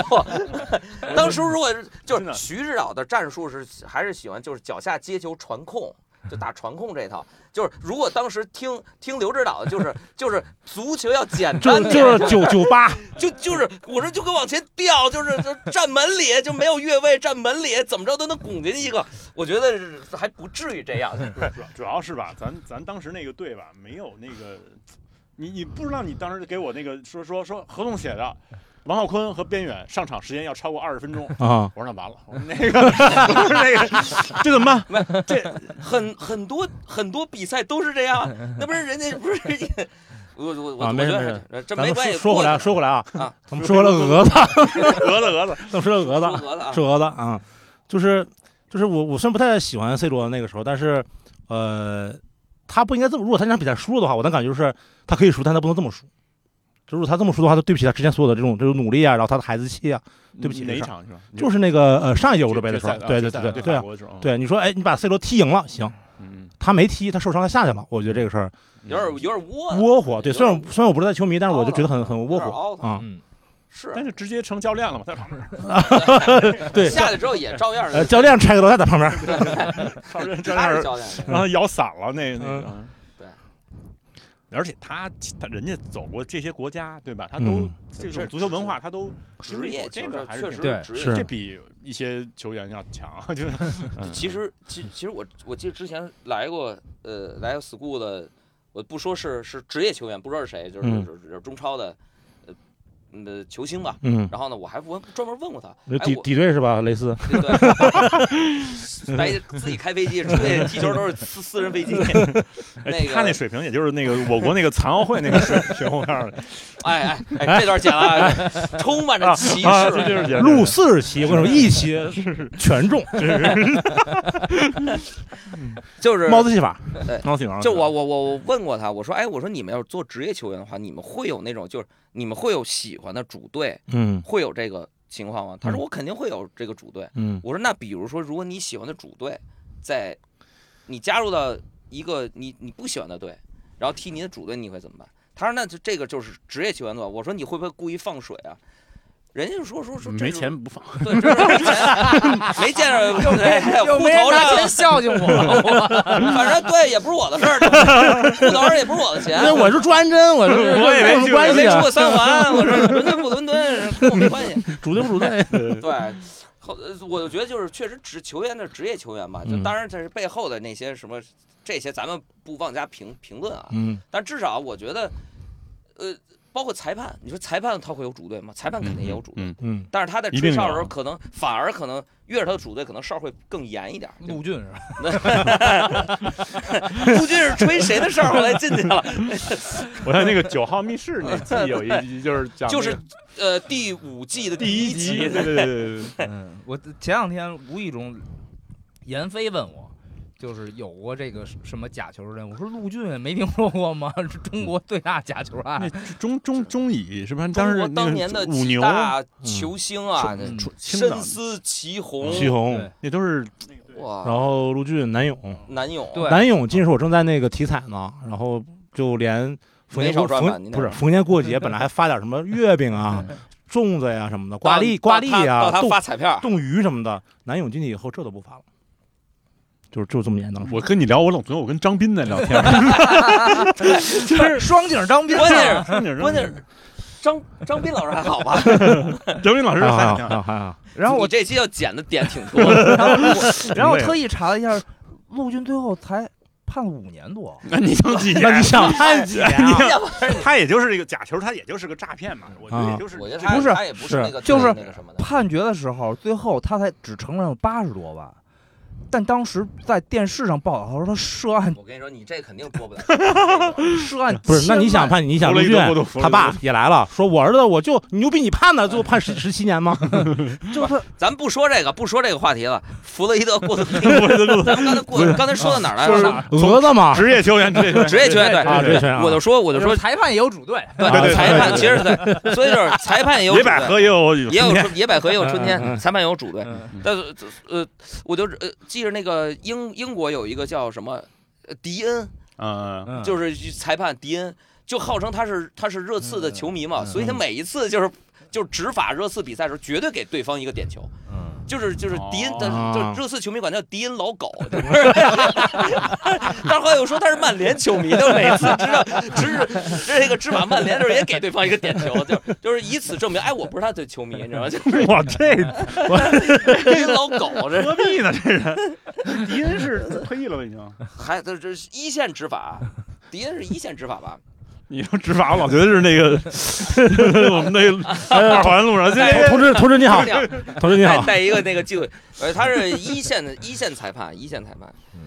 Speaker 4: 当时如果是就
Speaker 5: 真
Speaker 4: 是
Speaker 5: 的
Speaker 4: 徐指导的战术是还是喜欢就是脚下接球传控，
Speaker 5: 嗯
Speaker 4: 就打传控这一套。就是如果当时听听刘指导的，就是就是足球要简
Speaker 3: 就
Speaker 4: 单点，
Speaker 3: 就是九九八，
Speaker 4: 就就是我说就跟往前掉，就是就站门里就没有越位，站门里怎么着都能拱进一个。我觉得是还不至于这样。
Speaker 5: 主主要是吧，咱咱当时那个队吧，没有那个，你你不知道你当时给我那个说说说合同写的，王浩坤和边远上场时间要超过二十分钟。
Speaker 3: 啊，
Speaker 5: 我说那完了，我说那个我说那个， 这怎么办？
Speaker 4: 很很多很多比赛都是这样啊，那不是人家不是。我我我
Speaker 3: 啊
Speaker 4: 我
Speaker 3: 没
Speaker 4: 觉
Speaker 3: 事
Speaker 4: 得还这
Speaker 3: 咱
Speaker 4: 没
Speaker 3: 们
Speaker 4: 关
Speaker 3: 说
Speaker 4: 系。
Speaker 3: 说回来，说回来啊，
Speaker 4: 啊
Speaker 3: 咱们说了蛾子，
Speaker 5: 蛾子蛾子，
Speaker 3: 咱们说了蛾子
Speaker 4: 说，得了啊，
Speaker 3: 是蛾子啊，就是就是我我虽然不太喜欢 C 罗那个时候，但是呃，他不应该这么。如果他那场比赛输了的话，我的感觉就是他可以输，但他不能这么输。就如果他这么说的话，他对不起他之前所有的这种这种努力啊，然后他的孩子气啊，对不起
Speaker 5: 哪一
Speaker 3: 这事
Speaker 5: 场是吧？
Speaker 3: 就是那个呃上一届欧洲杯的时
Speaker 5: 决
Speaker 3: 候
Speaker 5: 赛，啊
Speaker 3: 对
Speaker 5: 决
Speaker 3: 对
Speaker 5: 赛
Speaker 3: 对
Speaker 5: 啊
Speaker 3: 对对
Speaker 5: 法
Speaker 3: 啊，
Speaker 5: 国的时候，
Speaker 3: 对你说哎，你把 C 罗踢赢了，行，
Speaker 5: 嗯，
Speaker 3: 他没踢，他受伤他下去了，我觉得这个事儿
Speaker 4: 有点有点窝
Speaker 3: 窝火。对，
Speaker 4: 有点
Speaker 3: 虽然虽然我不是他球迷，但是我就觉得很很窝
Speaker 4: 有点凹
Speaker 3: 火啊。
Speaker 1: 嗯，
Speaker 4: 是
Speaker 5: 但是直接成教练了嘛，在旁边，
Speaker 3: 对，
Speaker 4: 下去之后也照样
Speaker 3: 呃， 教练拆个楼还在旁边，
Speaker 5: 上任教
Speaker 4: 他是
Speaker 5: 练
Speaker 4: 教练，
Speaker 5: 让他摇散了那那个。
Speaker 4: 对
Speaker 5: 而且他他人家走过这些国家，对吧？他都、
Speaker 3: 嗯
Speaker 5: 这种足球文化，他都经
Speaker 4: 职
Speaker 5: 历
Speaker 4: 业
Speaker 5: 过这个还是
Speaker 4: 确
Speaker 5: 挺
Speaker 4: 实
Speaker 1: 对
Speaker 4: 职业
Speaker 3: 是
Speaker 5: 这比一些球员要强，啊就是嗯
Speaker 4: 其实，其其实我我记得之前来过，呃，来过 school 的，我不说是是职业球员，不知道是谁，就是、
Speaker 3: 嗯
Speaker 4: 就是中超的，呃，呃，球星吧。
Speaker 3: 嗯，
Speaker 5: 哎
Speaker 4: 然后呢，我还问专门问过他，
Speaker 3: 就
Speaker 4: 哎
Speaker 3: 底，底队是吧？雷斯，
Speaker 4: 我对对，白自己开飞机出去踢球都是私私人 飞机，那
Speaker 5: 哎
Speaker 4: 个
Speaker 5: 他那水平，也就是那个我国那个残奥会那个水 水平，我告诉你
Speaker 4: 哎哎哎，这段剪了啊，充满着歧视。
Speaker 5: 啊，这就是也是
Speaker 3: 录四十期，我跟你说一期全中，
Speaker 4: 就是
Speaker 3: 帽子戏法
Speaker 4: 哎，
Speaker 3: 帽子戏法。
Speaker 4: 就我我我我问过他，我说哎，我说你们要是做职业球员的话，你们会有那种就是你们会有喜欢的主队，
Speaker 3: 嗯
Speaker 4: 会有这个情况吗？他说我肯定会有这个主队。
Speaker 3: 嗯
Speaker 4: 我说那比如说，如果你喜欢的主队，在你加入到一个你你不喜欢的队，然后踢你的主队，你会怎么办？他说那就这个就是职业球员做。我说你会不会故意放水啊？人家就说说说这
Speaker 5: 嗯没
Speaker 4: 是，
Speaker 5: 钱不放，
Speaker 4: 对，这是没钱，没见着用谁
Speaker 1: 又
Speaker 4: 户
Speaker 1: 没人
Speaker 4: 头
Speaker 1: 拿
Speaker 4: 上
Speaker 1: 钱，孝敬 我，
Speaker 4: 反正对也不是我的事儿，户头上也不是哎我的钱。
Speaker 3: 那我是朱安贞， 我是
Speaker 5: 我以为
Speaker 3: 有什么关
Speaker 4: 也没
Speaker 3: 系
Speaker 4: 出
Speaker 3: 啊
Speaker 4: 过，三环，我说伦敦不伦敦跟我没关系。
Speaker 3: 主队不主队？
Speaker 4: 对，后呃我就觉得就是确实职球员的职业球员吧，就
Speaker 3: 嗯
Speaker 4: 当然这是背后的那些什么这些咱们不妄加评评论啊，
Speaker 3: 嗯
Speaker 4: 但至少我觉得，呃，包括裁判，你说裁判他会有主队吗？裁判肯定也有主队。
Speaker 5: 嗯，
Speaker 3: 嗯，
Speaker 4: 但是他在
Speaker 5: 一
Speaker 4: 吹
Speaker 5: 定
Speaker 4: 哨的
Speaker 5: 有啊
Speaker 4: 时候，可能反而可能越是他的主队，可能哨会更严一点。
Speaker 1: 陆俊是吧？
Speaker 4: 陆军是吹谁的哨，后来进去 了，
Speaker 5: 嗯我看那个九号密室那季有一集就是讲那个
Speaker 4: 就是呃第五季的
Speaker 5: 第
Speaker 4: 一
Speaker 5: 一集，对对对 对对
Speaker 1: 嗯，我前两天无意中，闫飞问我，就是有过这个什么假球任务，我说陆俊没听说过吗？ 是中国最大假球啊案
Speaker 5: 那，中中中乙是吧？当
Speaker 4: 中
Speaker 5: 时
Speaker 4: 国
Speaker 5: 那
Speaker 4: 当
Speaker 5: 个
Speaker 4: 年的
Speaker 5: 五
Speaker 4: 几
Speaker 5: 牛，嗯
Speaker 4: 大球星啊，
Speaker 1: 嗯
Speaker 4: 这
Speaker 5: 青岛
Speaker 4: 深思
Speaker 5: 嗯
Speaker 4: 齐红，
Speaker 3: 徐
Speaker 1: 对
Speaker 3: 宏，，
Speaker 5: 那都是
Speaker 3: 然
Speaker 4: 哇，
Speaker 3: 后陆俊、南勇，
Speaker 4: 南勇，
Speaker 1: 对
Speaker 3: 南勇近视，我正在那个体彩呢，然后就连逢
Speaker 4: 没
Speaker 3: 年
Speaker 4: 少
Speaker 3: 过
Speaker 4: 赚吧？
Speaker 3: 逢
Speaker 4: 你
Speaker 3: 不是逢年过节，本来还发点什么月饼啊、粽子呀、什么的，
Speaker 4: 挂
Speaker 3: 挂历、挂历啊
Speaker 4: 到
Speaker 3: 呀、
Speaker 4: 他
Speaker 3: 冻
Speaker 4: 发彩票，
Speaker 3: 冻鱼什么的。南勇进去以后，这都不发了，就是就这么严当时。
Speaker 5: 啊我跟你聊，我冷总，我跟张斌在聊天，
Speaker 1: 就是双井啊张斌，
Speaker 4: 关键是关
Speaker 5: 关
Speaker 4: 键是 张张斌老师还好吧？
Speaker 5: 张斌老师
Speaker 3: 还好
Speaker 1: 啊
Speaker 3: 还
Speaker 5: 还
Speaker 3: 好还好还好，
Speaker 1: 然后
Speaker 4: 你
Speaker 1: 我，
Speaker 4: 这期要剪的点挺多的，
Speaker 1: 然后我，然后我特意查了一下，陆俊最后才判了五年多，
Speaker 5: 那你都几
Speaker 3: 那你想
Speaker 1: 判几年啊？
Speaker 4: 要不 然
Speaker 5: 他也就是一个假球，他也就是个诈骗嘛，我觉得也就是
Speaker 4: 啊我觉得他
Speaker 1: 不是
Speaker 4: 他也不
Speaker 3: 是
Speaker 4: 那个
Speaker 1: 就是
Speaker 4: 那个什么的，
Speaker 1: 判决的时候，最后他才只承认了八十多万，但当时在电视上报道说他涉案
Speaker 4: 我跟你说，你这肯定过不了。
Speaker 1: 涉案
Speaker 3: 不是？那你想
Speaker 1: 判？
Speaker 3: 判？你想
Speaker 5: 弗
Speaker 3: 陆
Speaker 5: 洛伊
Speaker 3: 俊
Speaker 5: 德过度弗洛伊
Speaker 3: 他
Speaker 5: 德
Speaker 3: 爸也来了，说我儿子我就你牛逼，你判的，最后判十十七年吗？
Speaker 1: 就他
Speaker 4: 咱不说这个，不说这个话题了。弗洛伊德过度，
Speaker 5: 我
Speaker 4: 咱们刚才过，刚才说到哪儿来
Speaker 5: 就是
Speaker 4: 了？
Speaker 3: 蛾子嘛，
Speaker 5: 职业球员，职业球员
Speaker 4: 职业球员
Speaker 3: 啊，
Speaker 4: 对
Speaker 3: 这是啊
Speaker 4: 我就说，我就说，
Speaker 1: 裁判也有主队，
Speaker 4: 对
Speaker 3: 对对
Speaker 4: 裁判
Speaker 3: 对
Speaker 4: 其实对，所以就是裁判也有
Speaker 5: 野
Speaker 4: 主
Speaker 5: 百
Speaker 4: 队
Speaker 5: 合也有
Speaker 4: 也有春野百合也有春
Speaker 3: 嗯嗯
Speaker 4: 天，
Speaker 3: 嗯
Speaker 4: 裁判也有主队
Speaker 1: 嗯，
Speaker 4: 但是呃，我就呃记着那个英英国有一个叫什么呃迪恩，
Speaker 5: 嗯，
Speaker 4: 就是是裁判迪恩，就号称他是他是热刺的球迷嘛，
Speaker 1: 嗯嗯
Speaker 4: 所以他每一次就是就是执法热刺比赛的时候，绝对给对方一个点球，
Speaker 1: 嗯，
Speaker 4: 就是就是迪恩，的，
Speaker 1: 啊
Speaker 3: 哦
Speaker 4: 就是热刺球迷管他叫迪恩老狗，就是 但后来又说他是曼联球迷，就每次知道执这个执法曼联的时候也给对方一个点球，就就是以此证明，哎，我不是他的球迷，你知道吗？就
Speaker 5: 我这
Speaker 4: 迪恩老狗这。
Speaker 5: 何必呢？这人， 迪恩是退役了吧？已经，
Speaker 4: 还这这是一线执法，迪恩是一线执法吧？
Speaker 5: 你要执法，我老觉得是那个 我们 那个二环路上，
Speaker 4: 哎
Speaker 5: 这
Speaker 3: 同志同志
Speaker 1: 啊
Speaker 3: 你好，
Speaker 4: 这样
Speaker 3: 同 志你
Speaker 4: 带
Speaker 5: 哎
Speaker 3: 好，
Speaker 4: 带一个那个记录，呃，他是一线的一线裁判，一线裁判。嗯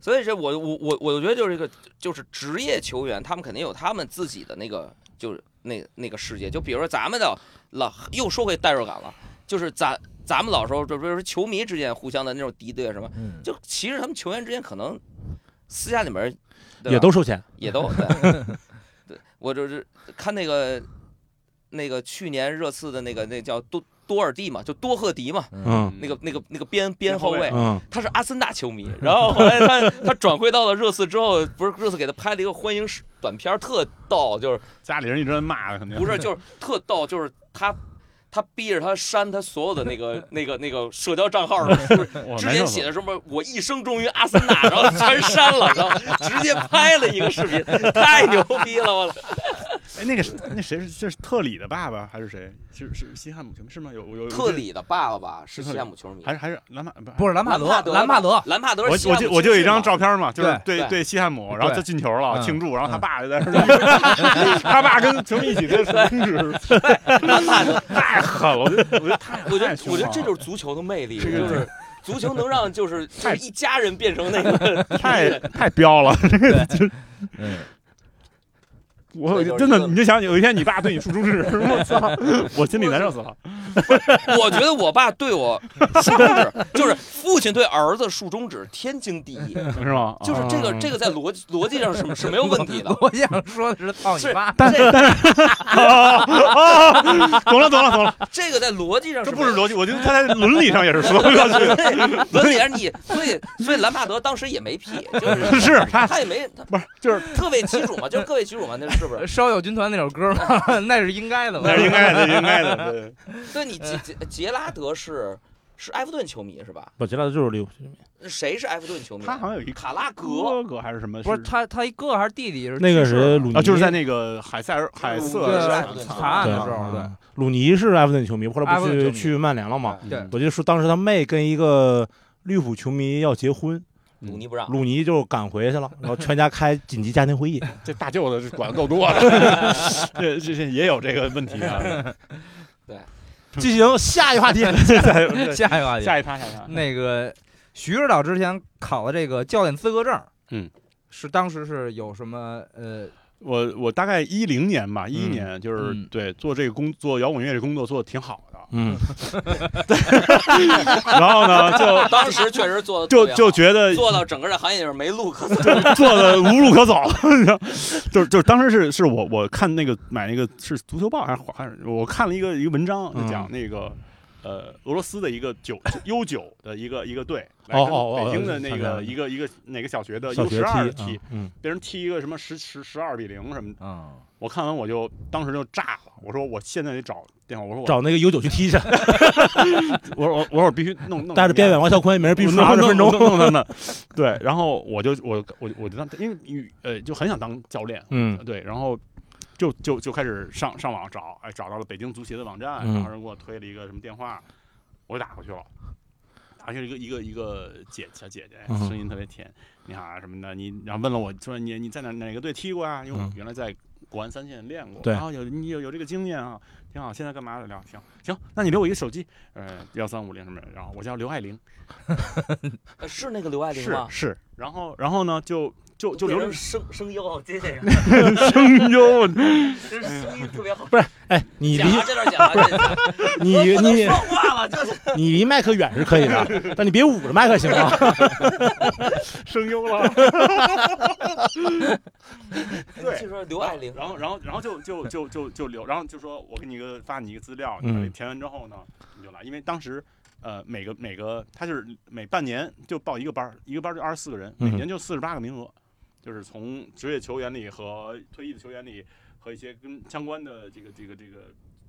Speaker 4: 所以这我我我我觉得就是一个就是职业球员，他们肯定有他们自己的那个就是那那个世界。就比如说咱们的老又说回代入感了，就是咱咱们老时候就比如说球迷之间互相的那种敌对啊什么，
Speaker 1: 嗯
Speaker 4: 就其实他们球员之间可能私下里面对吧
Speaker 3: 也都收钱。
Speaker 4: 也都对对。我就是看那个那个去年热刺的那个那叫多多尔蒂嘛，就多赫迪嘛，
Speaker 5: 嗯
Speaker 4: 那个那个那个边边后卫，
Speaker 3: 嗯，
Speaker 4: 他是阿森纳球迷，然后后来他他转会到了热刺之后，不是热刺给他拍了一个欢迎短片，特逗，就是
Speaker 5: 家里人一直在骂，肯定
Speaker 4: 不是就是特逗，就是他。他逼着他删他所有的那个、那个、那个社交账号的数
Speaker 5: 我
Speaker 4: 之前写的什么“我一生忠于阿森纳”，然后全删了，然后直接拍了一个视频，太牛逼了！我操，
Speaker 5: 哎，那个是那谁是这是特里的爸爸还是谁？是是西汉姆球迷是吗？有有有
Speaker 4: 特里的爸爸吧是西汉姆球迷，
Speaker 5: 还是还是兰帕不
Speaker 1: 不是兰帕
Speaker 4: 兰帕
Speaker 1: 兰帕德
Speaker 4: 吧，兰帕德
Speaker 5: 我
Speaker 4: 是西
Speaker 5: 我
Speaker 4: 汉姆
Speaker 5: 就
Speaker 4: 球
Speaker 5: 我就有一张
Speaker 4: 星嘛
Speaker 5: 照片嘛，就是
Speaker 4: 对
Speaker 5: 对
Speaker 4: 对
Speaker 5: 西汉姆，然后
Speaker 1: 对
Speaker 5: 他进球了，
Speaker 1: 嗯
Speaker 5: 庆祝，然后他
Speaker 1: 嗯
Speaker 5: 爸就在那儿，他爸跟球迷一起在争执，
Speaker 4: 兰帕德，
Speaker 5: 太狠了，我觉得我觉得太
Speaker 4: 我觉
Speaker 5: 太
Speaker 4: 得
Speaker 5: 凶
Speaker 4: 我觉得
Speaker 5: 了
Speaker 4: 这就是足球的魅力，
Speaker 5: 这个
Speaker 4: 就是足球能让就是就是一家人变成那 个
Speaker 5: 太太彪了，这个就
Speaker 1: 嗯，
Speaker 5: 我
Speaker 4: 这就是
Speaker 5: 真
Speaker 4: 一
Speaker 5: 的
Speaker 4: 个
Speaker 5: 你就想有一天你爸对你竖中指，我操，我心里难受死了，
Speaker 4: 我觉得我爸对我竖中 指，就是父亲对儿子竖中指，天经地 义。
Speaker 5: 是吗？
Speaker 4: 就是这个
Speaker 5: 啊
Speaker 3: 嗯
Speaker 4: 这个在逻辑逻辑上是是没有问题 的。
Speaker 1: 我想说的是操你
Speaker 4: 是
Speaker 1: 妈，
Speaker 5: 啊懂了懂了懂了，
Speaker 4: 这个在逻辑上
Speaker 5: 这
Speaker 4: 是
Speaker 5: 不
Speaker 4: 没
Speaker 5: 是
Speaker 4: 有
Speaker 5: 逻辑，我觉得他在伦理上也是说不下去的，
Speaker 4: 对，所以你所以所以兰帕德当时也没屁，就是
Speaker 5: 是他
Speaker 4: 他也没他
Speaker 5: 不是就是
Speaker 4: 各为其主嘛，就是各为其主嘛，那是不 是？
Speaker 1: 烧友军团那首歌嘛， 那是应该的嘛
Speaker 5: 那。是应该的，应该的，对。
Speaker 4: 对你
Speaker 5: 呃
Speaker 4: 杰杰杰拉德是是埃弗顿球迷是吧？
Speaker 3: 我杰拉德就是利物浦球迷，
Speaker 4: 谁是埃弗顿球迷？啊
Speaker 5: 他好像有一
Speaker 4: 卡拉格，
Speaker 5: 哥哥还是什么，
Speaker 1: 不是他，他一哥还是弟弟是
Speaker 3: 那个
Speaker 1: 去世了
Speaker 3: 谁鲁尼
Speaker 5: 啊，就是在那个海塞尔海瑟
Speaker 1: 对
Speaker 4: 是
Speaker 5: 尔
Speaker 4: 埃弗顿球迷
Speaker 1: 查案
Speaker 3: 对
Speaker 1: 的时候，对
Speaker 3: 嗯鲁尼是埃弗顿球迷，后来
Speaker 1: 埃
Speaker 3: 不
Speaker 1: 弗顿球
Speaker 3: 去
Speaker 1: 迷
Speaker 3: 去曼联了嘛？
Speaker 1: 对
Speaker 5: 嗯
Speaker 3: 我就说当时他妹跟一个利物浦球迷要结婚，
Speaker 4: 鲁尼不让。
Speaker 3: 鲁尼就赶回去了，然后全家开紧急家庭会议。
Speaker 5: 这大舅子管的够多的， 这这这也有这个问题 啊。
Speaker 3: 进行下一话题，
Speaker 1: 下一个话题，
Speaker 5: 下一趴，下一趴，
Speaker 1: 那个徐指导之前考的这个教练资格证，
Speaker 5: 嗯，
Speaker 1: 是当时是有什么呃，
Speaker 5: 我我大概一零年吧，一一年就是
Speaker 1: 嗯
Speaker 5: 对做这个工做摇滚乐这工作做的挺好的，
Speaker 3: 嗯，
Speaker 5: 然后呢就
Speaker 4: 当时确实做的
Speaker 5: 就就觉得
Speaker 4: 做到整个这行业就是没路 可走。
Speaker 5: 做的无路可走，你知道就是就是当时是是我我看那个买那个是足球报还是还是我看了一个一个文章，就讲那个。呃，俄罗斯的一个九 U 九的一个一个队，来
Speaker 3: 哦
Speaker 5: 跟
Speaker 3: 哦哦
Speaker 5: 北京的
Speaker 3: 哦
Speaker 5: 那
Speaker 3: 看
Speaker 5: 个、
Speaker 3: 见了
Speaker 5: 一个一个哪个小学的
Speaker 3: 小
Speaker 5: U
Speaker 3: 学
Speaker 5: 十二
Speaker 3: 踢
Speaker 5: 踢，，
Speaker 3: 嗯，
Speaker 5: 别人踢一个什么十十十二比零什么的，
Speaker 1: 嗯，
Speaker 5: 我看完我就当时就炸了，我说我现在得找电话，我说我
Speaker 3: 找那个 U 九去踢去，
Speaker 5: 我说我我说我必须弄弄
Speaker 3: 带着边远王啸坤，每人必须
Speaker 5: 弄
Speaker 3: 二十分钟。
Speaker 5: 弄弄弄弄，对，然后我就我我我就当因为呃就很想当教练，
Speaker 3: 嗯
Speaker 5: 对，然后就就就开始上上网找，哎，找到了北京足协的网站，
Speaker 3: 嗯
Speaker 5: 然后人给我推了一个什么电话，我就打过去了。打过去一个一个一个姐小姐姐，
Speaker 3: 嗯
Speaker 5: 声音特别甜，你好啊什么的，你然后问了我说你你在哪哪个队踢过啊？因为我
Speaker 3: 嗯
Speaker 5: 原来在国安三线练过，
Speaker 3: 对
Speaker 5: 然后有你有有这个经验啊，挺好。现在干嘛聊？行行，那你留我一个手机，呃，幺三五零什么的，然后我叫刘爱玲，
Speaker 4: 是那个刘爱玲
Speaker 5: 是
Speaker 4: 吗？
Speaker 5: 是，然后然后呢就就就哎
Speaker 4: 变
Speaker 5: 留
Speaker 4: 成
Speaker 5: 着
Speaker 4: 声声优， 接这个，
Speaker 5: 声优，
Speaker 4: 这声音特别好。
Speaker 3: 哎，你
Speaker 4: 讲
Speaker 3: 离
Speaker 4: 啊，这段讲啊，这段 讲
Speaker 3: 你
Speaker 4: 我不能
Speaker 3: 你
Speaker 4: 说话了，就是
Speaker 3: 你离麦克远是可以的，但你别捂着麦克行吗？
Speaker 5: 声优了。 对
Speaker 4: 就说刘爱玲，
Speaker 5: 然后，然后，然后就就就就就留，然后就说我给你一个发你一个资料，
Speaker 3: 嗯
Speaker 5: 你填完之后呢，你就来，因为当时。呃，每个每个他就是每半年就报一个班儿，一个班儿就二十四个人，每
Speaker 3: 嗯
Speaker 5: 年就四十八个名额，就是从职业球员里和退役的球员里和一些跟相关的这个这个这个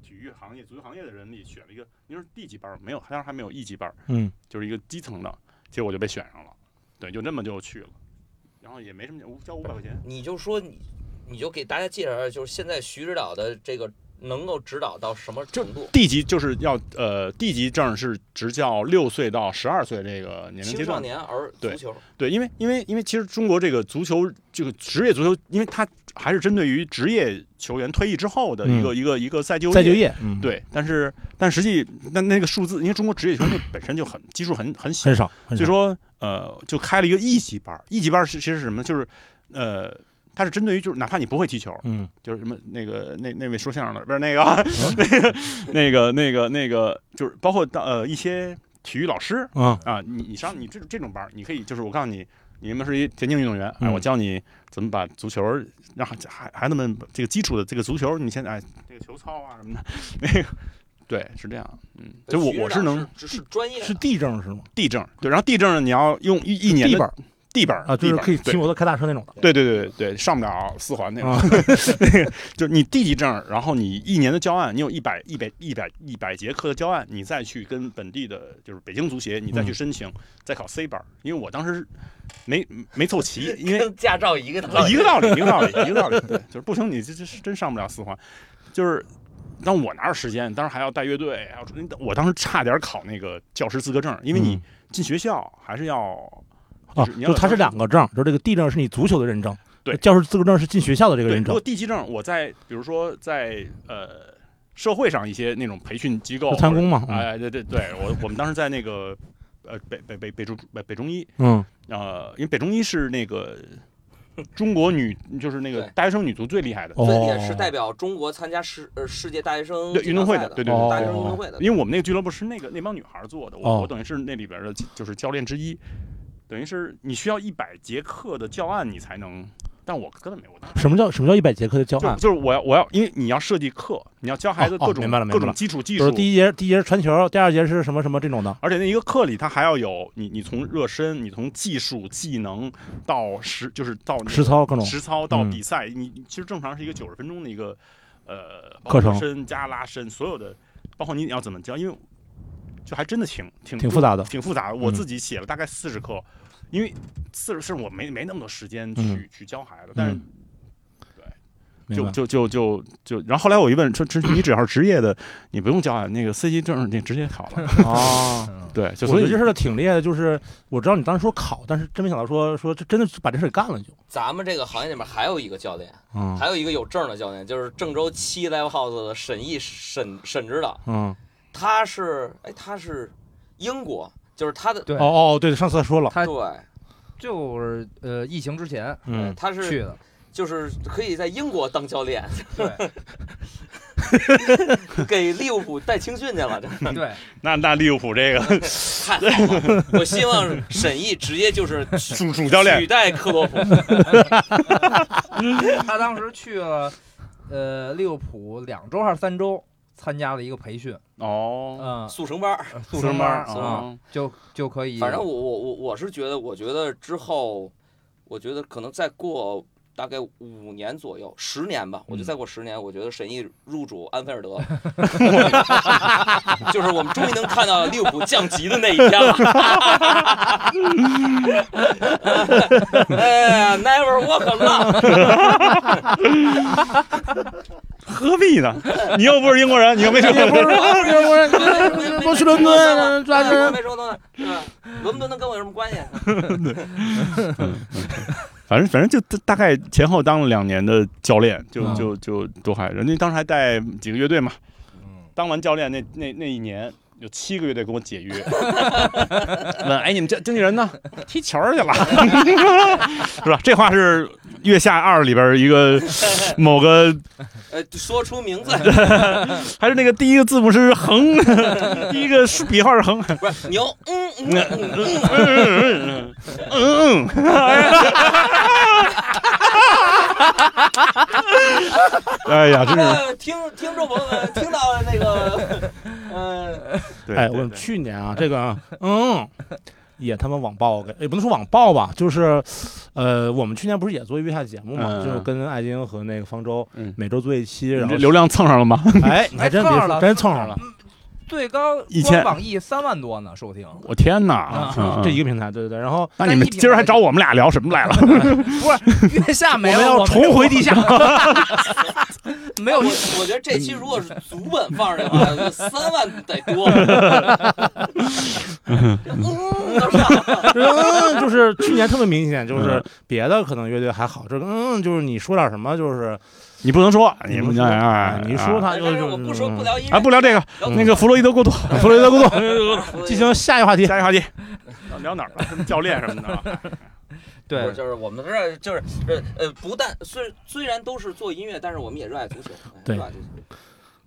Speaker 5: 体育行业、足球行业的人里选了一个，你说 D 级班儿没有，当时还没有 E 级班儿，
Speaker 3: 嗯，
Speaker 5: 就是一个基层的，结果就被选上了，对，就那么就去了，然后也没什么，交五百块钱，
Speaker 4: 你就说你，你就给大家介绍一下，就是现在徐指导的这个能够指导到什么程度？
Speaker 5: D 级就是要呃，D 级证是执教六岁到十二岁这个年龄
Speaker 4: 青
Speaker 5: 阶
Speaker 4: 少
Speaker 5: 段。
Speaker 4: 年儿足
Speaker 5: 对
Speaker 4: 球，
Speaker 5: 对，因为因为因为其实中国这个足球这个职业足球，因为它还是针对于职业球员退役之后的一个、一个一个再嗯就业。
Speaker 3: 再就业，嗯，，
Speaker 5: 对，但是但实际那那个数字，因为中国职业球员本身就很基数很很小
Speaker 3: 很，少，很
Speaker 5: 所以
Speaker 3: 少。
Speaker 5: 说呃，就开了一个一级班儿。一级班儿是其实是什么？就是呃，它是针对于就是哪怕你不会踢球，
Speaker 3: 嗯，
Speaker 5: 就是什么那个那那位说相声的，不是那个、
Speaker 3: 啊
Speaker 5: 那个那个那个，就是包括到呃一些体育老师
Speaker 3: 嗯
Speaker 5: 啊啊，你你上你这种这种班儿，你可以就是我告诉你，你们是一田径运动员，哎，
Speaker 3: 嗯
Speaker 5: 我教你怎么把足球让孩孩孩子们这个基础的这个足球，你先哎这个球操啊什么的， 那个对是这样，嗯，就我我是能
Speaker 4: 只是专业
Speaker 3: 是地证是吗？
Speaker 5: 地证，对，然后地证呢你要用一一年
Speaker 3: 地
Speaker 5: 的
Speaker 3: 板
Speaker 5: 地板
Speaker 3: 啊，就是可以
Speaker 5: 地板
Speaker 3: 骑摩托开大车那种的。
Speaker 5: 对对对对对，上不了四环那
Speaker 3: 啊
Speaker 5: 种， 那个就是你地级证，然后你一年的教案，你有一百一百一百一百节课的教案，你再去跟本地的，就是北京足协，你
Speaker 3: 嗯
Speaker 5: 再去申请，再考 C 班儿，因为我当时没没凑齐，因为
Speaker 4: 跟 驾照一个道
Speaker 5: 一
Speaker 4: 理。
Speaker 5: 个道理，一个道理，一个道理，对，就是不行，你这这是真上不了四环，就是。但我哪有时间？当时还要带乐队，还要出我当时差点考那个教师资格证，因为你进学校还是要
Speaker 3: 啊，
Speaker 5: 就是你要
Speaker 3: 嗯就它是两个证，就是这个地证是你足球的认证，
Speaker 5: 对
Speaker 3: 教师资格证是进学校的这个
Speaker 5: 对，
Speaker 3: 认
Speaker 5: 如
Speaker 3: 证
Speaker 5: 果，地基证，我在比如说在呃社会上一些那种培训机构
Speaker 3: 就，参工嘛。嗯
Speaker 5: 哎，对对对，我我们当时在那个呃北北北北中北北中医，
Speaker 3: 嗯，
Speaker 5: 呃，因为北中医是那个中国女，就是那个
Speaker 4: 对
Speaker 5: 大学生女足最厉害的。
Speaker 3: 哦
Speaker 4: 分也是代表中国参加世呃世界大学生
Speaker 5: 对运动会
Speaker 4: 锦标赛
Speaker 5: 的对
Speaker 3: 对对
Speaker 4: 大学生
Speaker 3: 哦
Speaker 4: 运动会的。
Speaker 5: 因为我们那个俱乐部是那个那帮女孩儿做的，我、
Speaker 3: 哦
Speaker 5: 我等于是那里边儿的就是教练之一，等于是你需要一百节课的教案你才能，但我根本没有，我当时
Speaker 3: 什么叫什么叫一百节课的教
Speaker 5: 就
Speaker 3: 案？
Speaker 5: 就是我要我要，因为你要设计课，你要教孩子
Speaker 3: 哦哦
Speaker 5: 各种、
Speaker 3: 明白了明白
Speaker 5: 各
Speaker 3: 了
Speaker 5: 种基础技
Speaker 3: 就
Speaker 5: 术
Speaker 3: 是，第一节第一节是传球，第二节是什么什么这种的。
Speaker 5: 而且那一个课里，它还要有你，你从热身，你从技术技能到实，就是到那个
Speaker 3: 实操各种
Speaker 5: 实操到
Speaker 3: 嗯
Speaker 5: 比赛，你你其实正常是一个九十分钟的一个呃包
Speaker 3: 课
Speaker 5: 括
Speaker 3: 程
Speaker 5: 热身加拉伸，所有的包括你要怎么教，因为就还真的挺挺
Speaker 3: 挺复杂的
Speaker 5: 挺复杂的。我
Speaker 3: 嗯
Speaker 5: 自己写了大概四十课，因为四十是我没没那么多时间去、
Speaker 3: 嗯
Speaker 5: 去教孩子，但是
Speaker 3: 明
Speaker 5: 就
Speaker 3: 白
Speaker 5: 就就就就，然后后来我一问说，这你只要是职业的，你不用教啊，那个 C 级证你直接考 了。
Speaker 3: 啊。
Speaker 5: 对，就
Speaker 3: 我
Speaker 5: 所
Speaker 3: 觉得
Speaker 5: 以
Speaker 3: 这事儿挺厉害的，就是我知道你当时说考，但是真没想到说说这真的是把这事儿给干了就。
Speaker 4: 咱们这个行业里面还有一个教练，
Speaker 3: 嗯
Speaker 4: 还有一个有证的教练，就是郑州七 Live House 的沈毅沈沈指导，
Speaker 3: 嗯
Speaker 4: 他是哎他是英国，就是他的
Speaker 1: 对
Speaker 3: 哦哦对，上次说 了，
Speaker 1: 他
Speaker 4: 对，
Speaker 1: 就是呃，疫情之前
Speaker 3: 嗯，
Speaker 4: 他是
Speaker 1: 去的，
Speaker 4: 就是可以在英国当教 练，
Speaker 1: 对
Speaker 4: 给利物浦带青训去了。这
Speaker 1: 对，
Speaker 5: 那那利物浦这个
Speaker 4: 太好了！我希望沈毅直接就是取
Speaker 5: 主主教练
Speaker 4: 取代克洛普，
Speaker 1: 他当时去了呃利物浦两周还是三周，参加了一个培训，
Speaker 5: 哦，
Speaker 1: 嗯，
Speaker 4: 速成班儿。
Speaker 1: 速成班儿
Speaker 5: 四
Speaker 4: 成班
Speaker 1: 啊，
Speaker 5: 哦
Speaker 1: 就就可以，
Speaker 4: 反正我我我我是觉得，我觉得之后，我觉得可能再过大概五年左右，十年吧，我就再过十年，我觉得沈毅入主安菲尔德，就是我们终于能看到利物浦降级的那一天了。哎呀，Never walk alone，
Speaker 5: 何必呢？你又不是英国人，你又
Speaker 3: 哎
Speaker 5: 没什么。
Speaker 3: 波士顿顿抓
Speaker 4: 我
Speaker 3: 人，
Speaker 4: 没说呢，对吧？伦敦能跟我有什么关系？啊
Speaker 5: 反正反正就大概前后当了两年的教练，就
Speaker 3: 嗯
Speaker 5: 就就都还，人家当时还带几个乐队嘛。
Speaker 1: 嗯
Speaker 5: 当完教练那那那一年，有七个乐队跟我解约，问哎你们这经纪人呢？踢球儿去了，是吧？这话是《月下二》里边儿一个某个
Speaker 4: 呃，说出名字，
Speaker 5: 还是那个第一个字母是横，第一个是笔画是横，
Speaker 4: 不是牛，嗯嗯嗯嗯。
Speaker 5: 嗯嗯嗯，哎呀， 真是
Speaker 4: 呃， 听听众朋友们听到了那 个，嗯，
Speaker 5: 对
Speaker 3: 哎，
Speaker 5: 对
Speaker 3: 我
Speaker 5: 对
Speaker 3: 去年啊，这个 啊嗯，也他妈网暴给，也不能说网暴吧，就是，呃，我们去年不是也做月下节目嘛，
Speaker 5: 嗯
Speaker 3: 就是跟艾晶和那个方舟
Speaker 5: 嗯
Speaker 3: 每周做一期，
Speaker 5: 你
Speaker 3: 然后
Speaker 5: 这流量蹭上了吗？
Speaker 3: 哎，你还真别
Speaker 1: 哎蹭上
Speaker 3: 说，
Speaker 1: 了
Speaker 3: 真蹭上了，
Speaker 1: 最高
Speaker 5: 一千
Speaker 1: 官网易三万多呢收 听，
Speaker 5: 我天哪！嗯
Speaker 3: 这一个平台，对对对，然后
Speaker 5: 那你们今儿还找我们俩聊什么来了？
Speaker 1: 月下没有，
Speaker 3: 我们
Speaker 1: 我
Speaker 3: 要
Speaker 1: 们
Speaker 3: 重回地下，
Speaker 1: 没
Speaker 5: 哎
Speaker 1: 有
Speaker 4: 我我觉得这期如果
Speaker 5: 嗯
Speaker 4: 是足本放上的话，就三万得多。 嗯，都上了
Speaker 3: 嗯，就是去年特别明显，就是
Speaker 5: 嗯
Speaker 3: 别的可能乐队还好，这个嗯，就是你说点什么，就是
Speaker 5: 你不能说，你
Speaker 3: 不
Speaker 5: 们
Speaker 3: 能说
Speaker 5: 哎，
Speaker 3: 你说
Speaker 5: 他
Speaker 3: 他
Speaker 4: 但
Speaker 3: 就是嗯
Speaker 4: 我不说不聊音
Speaker 5: 啊，不
Speaker 4: 乐，
Speaker 5: 聊这个，
Speaker 4: 聊
Speaker 5: 那个弗洛伊德 过渡，
Speaker 3: 弗洛伊德工作，
Speaker 4: 不
Speaker 3: 进行下一话题。
Speaker 5: 下一话题，聊哪儿了？什么教练什么 的？
Speaker 4: 不是
Speaker 1: 对，
Speaker 4: 就是我们这儿就是呃呃，不但虽虽然都是做音乐，但是我们也热爱足球，哎
Speaker 3: 对
Speaker 4: 热爱足球。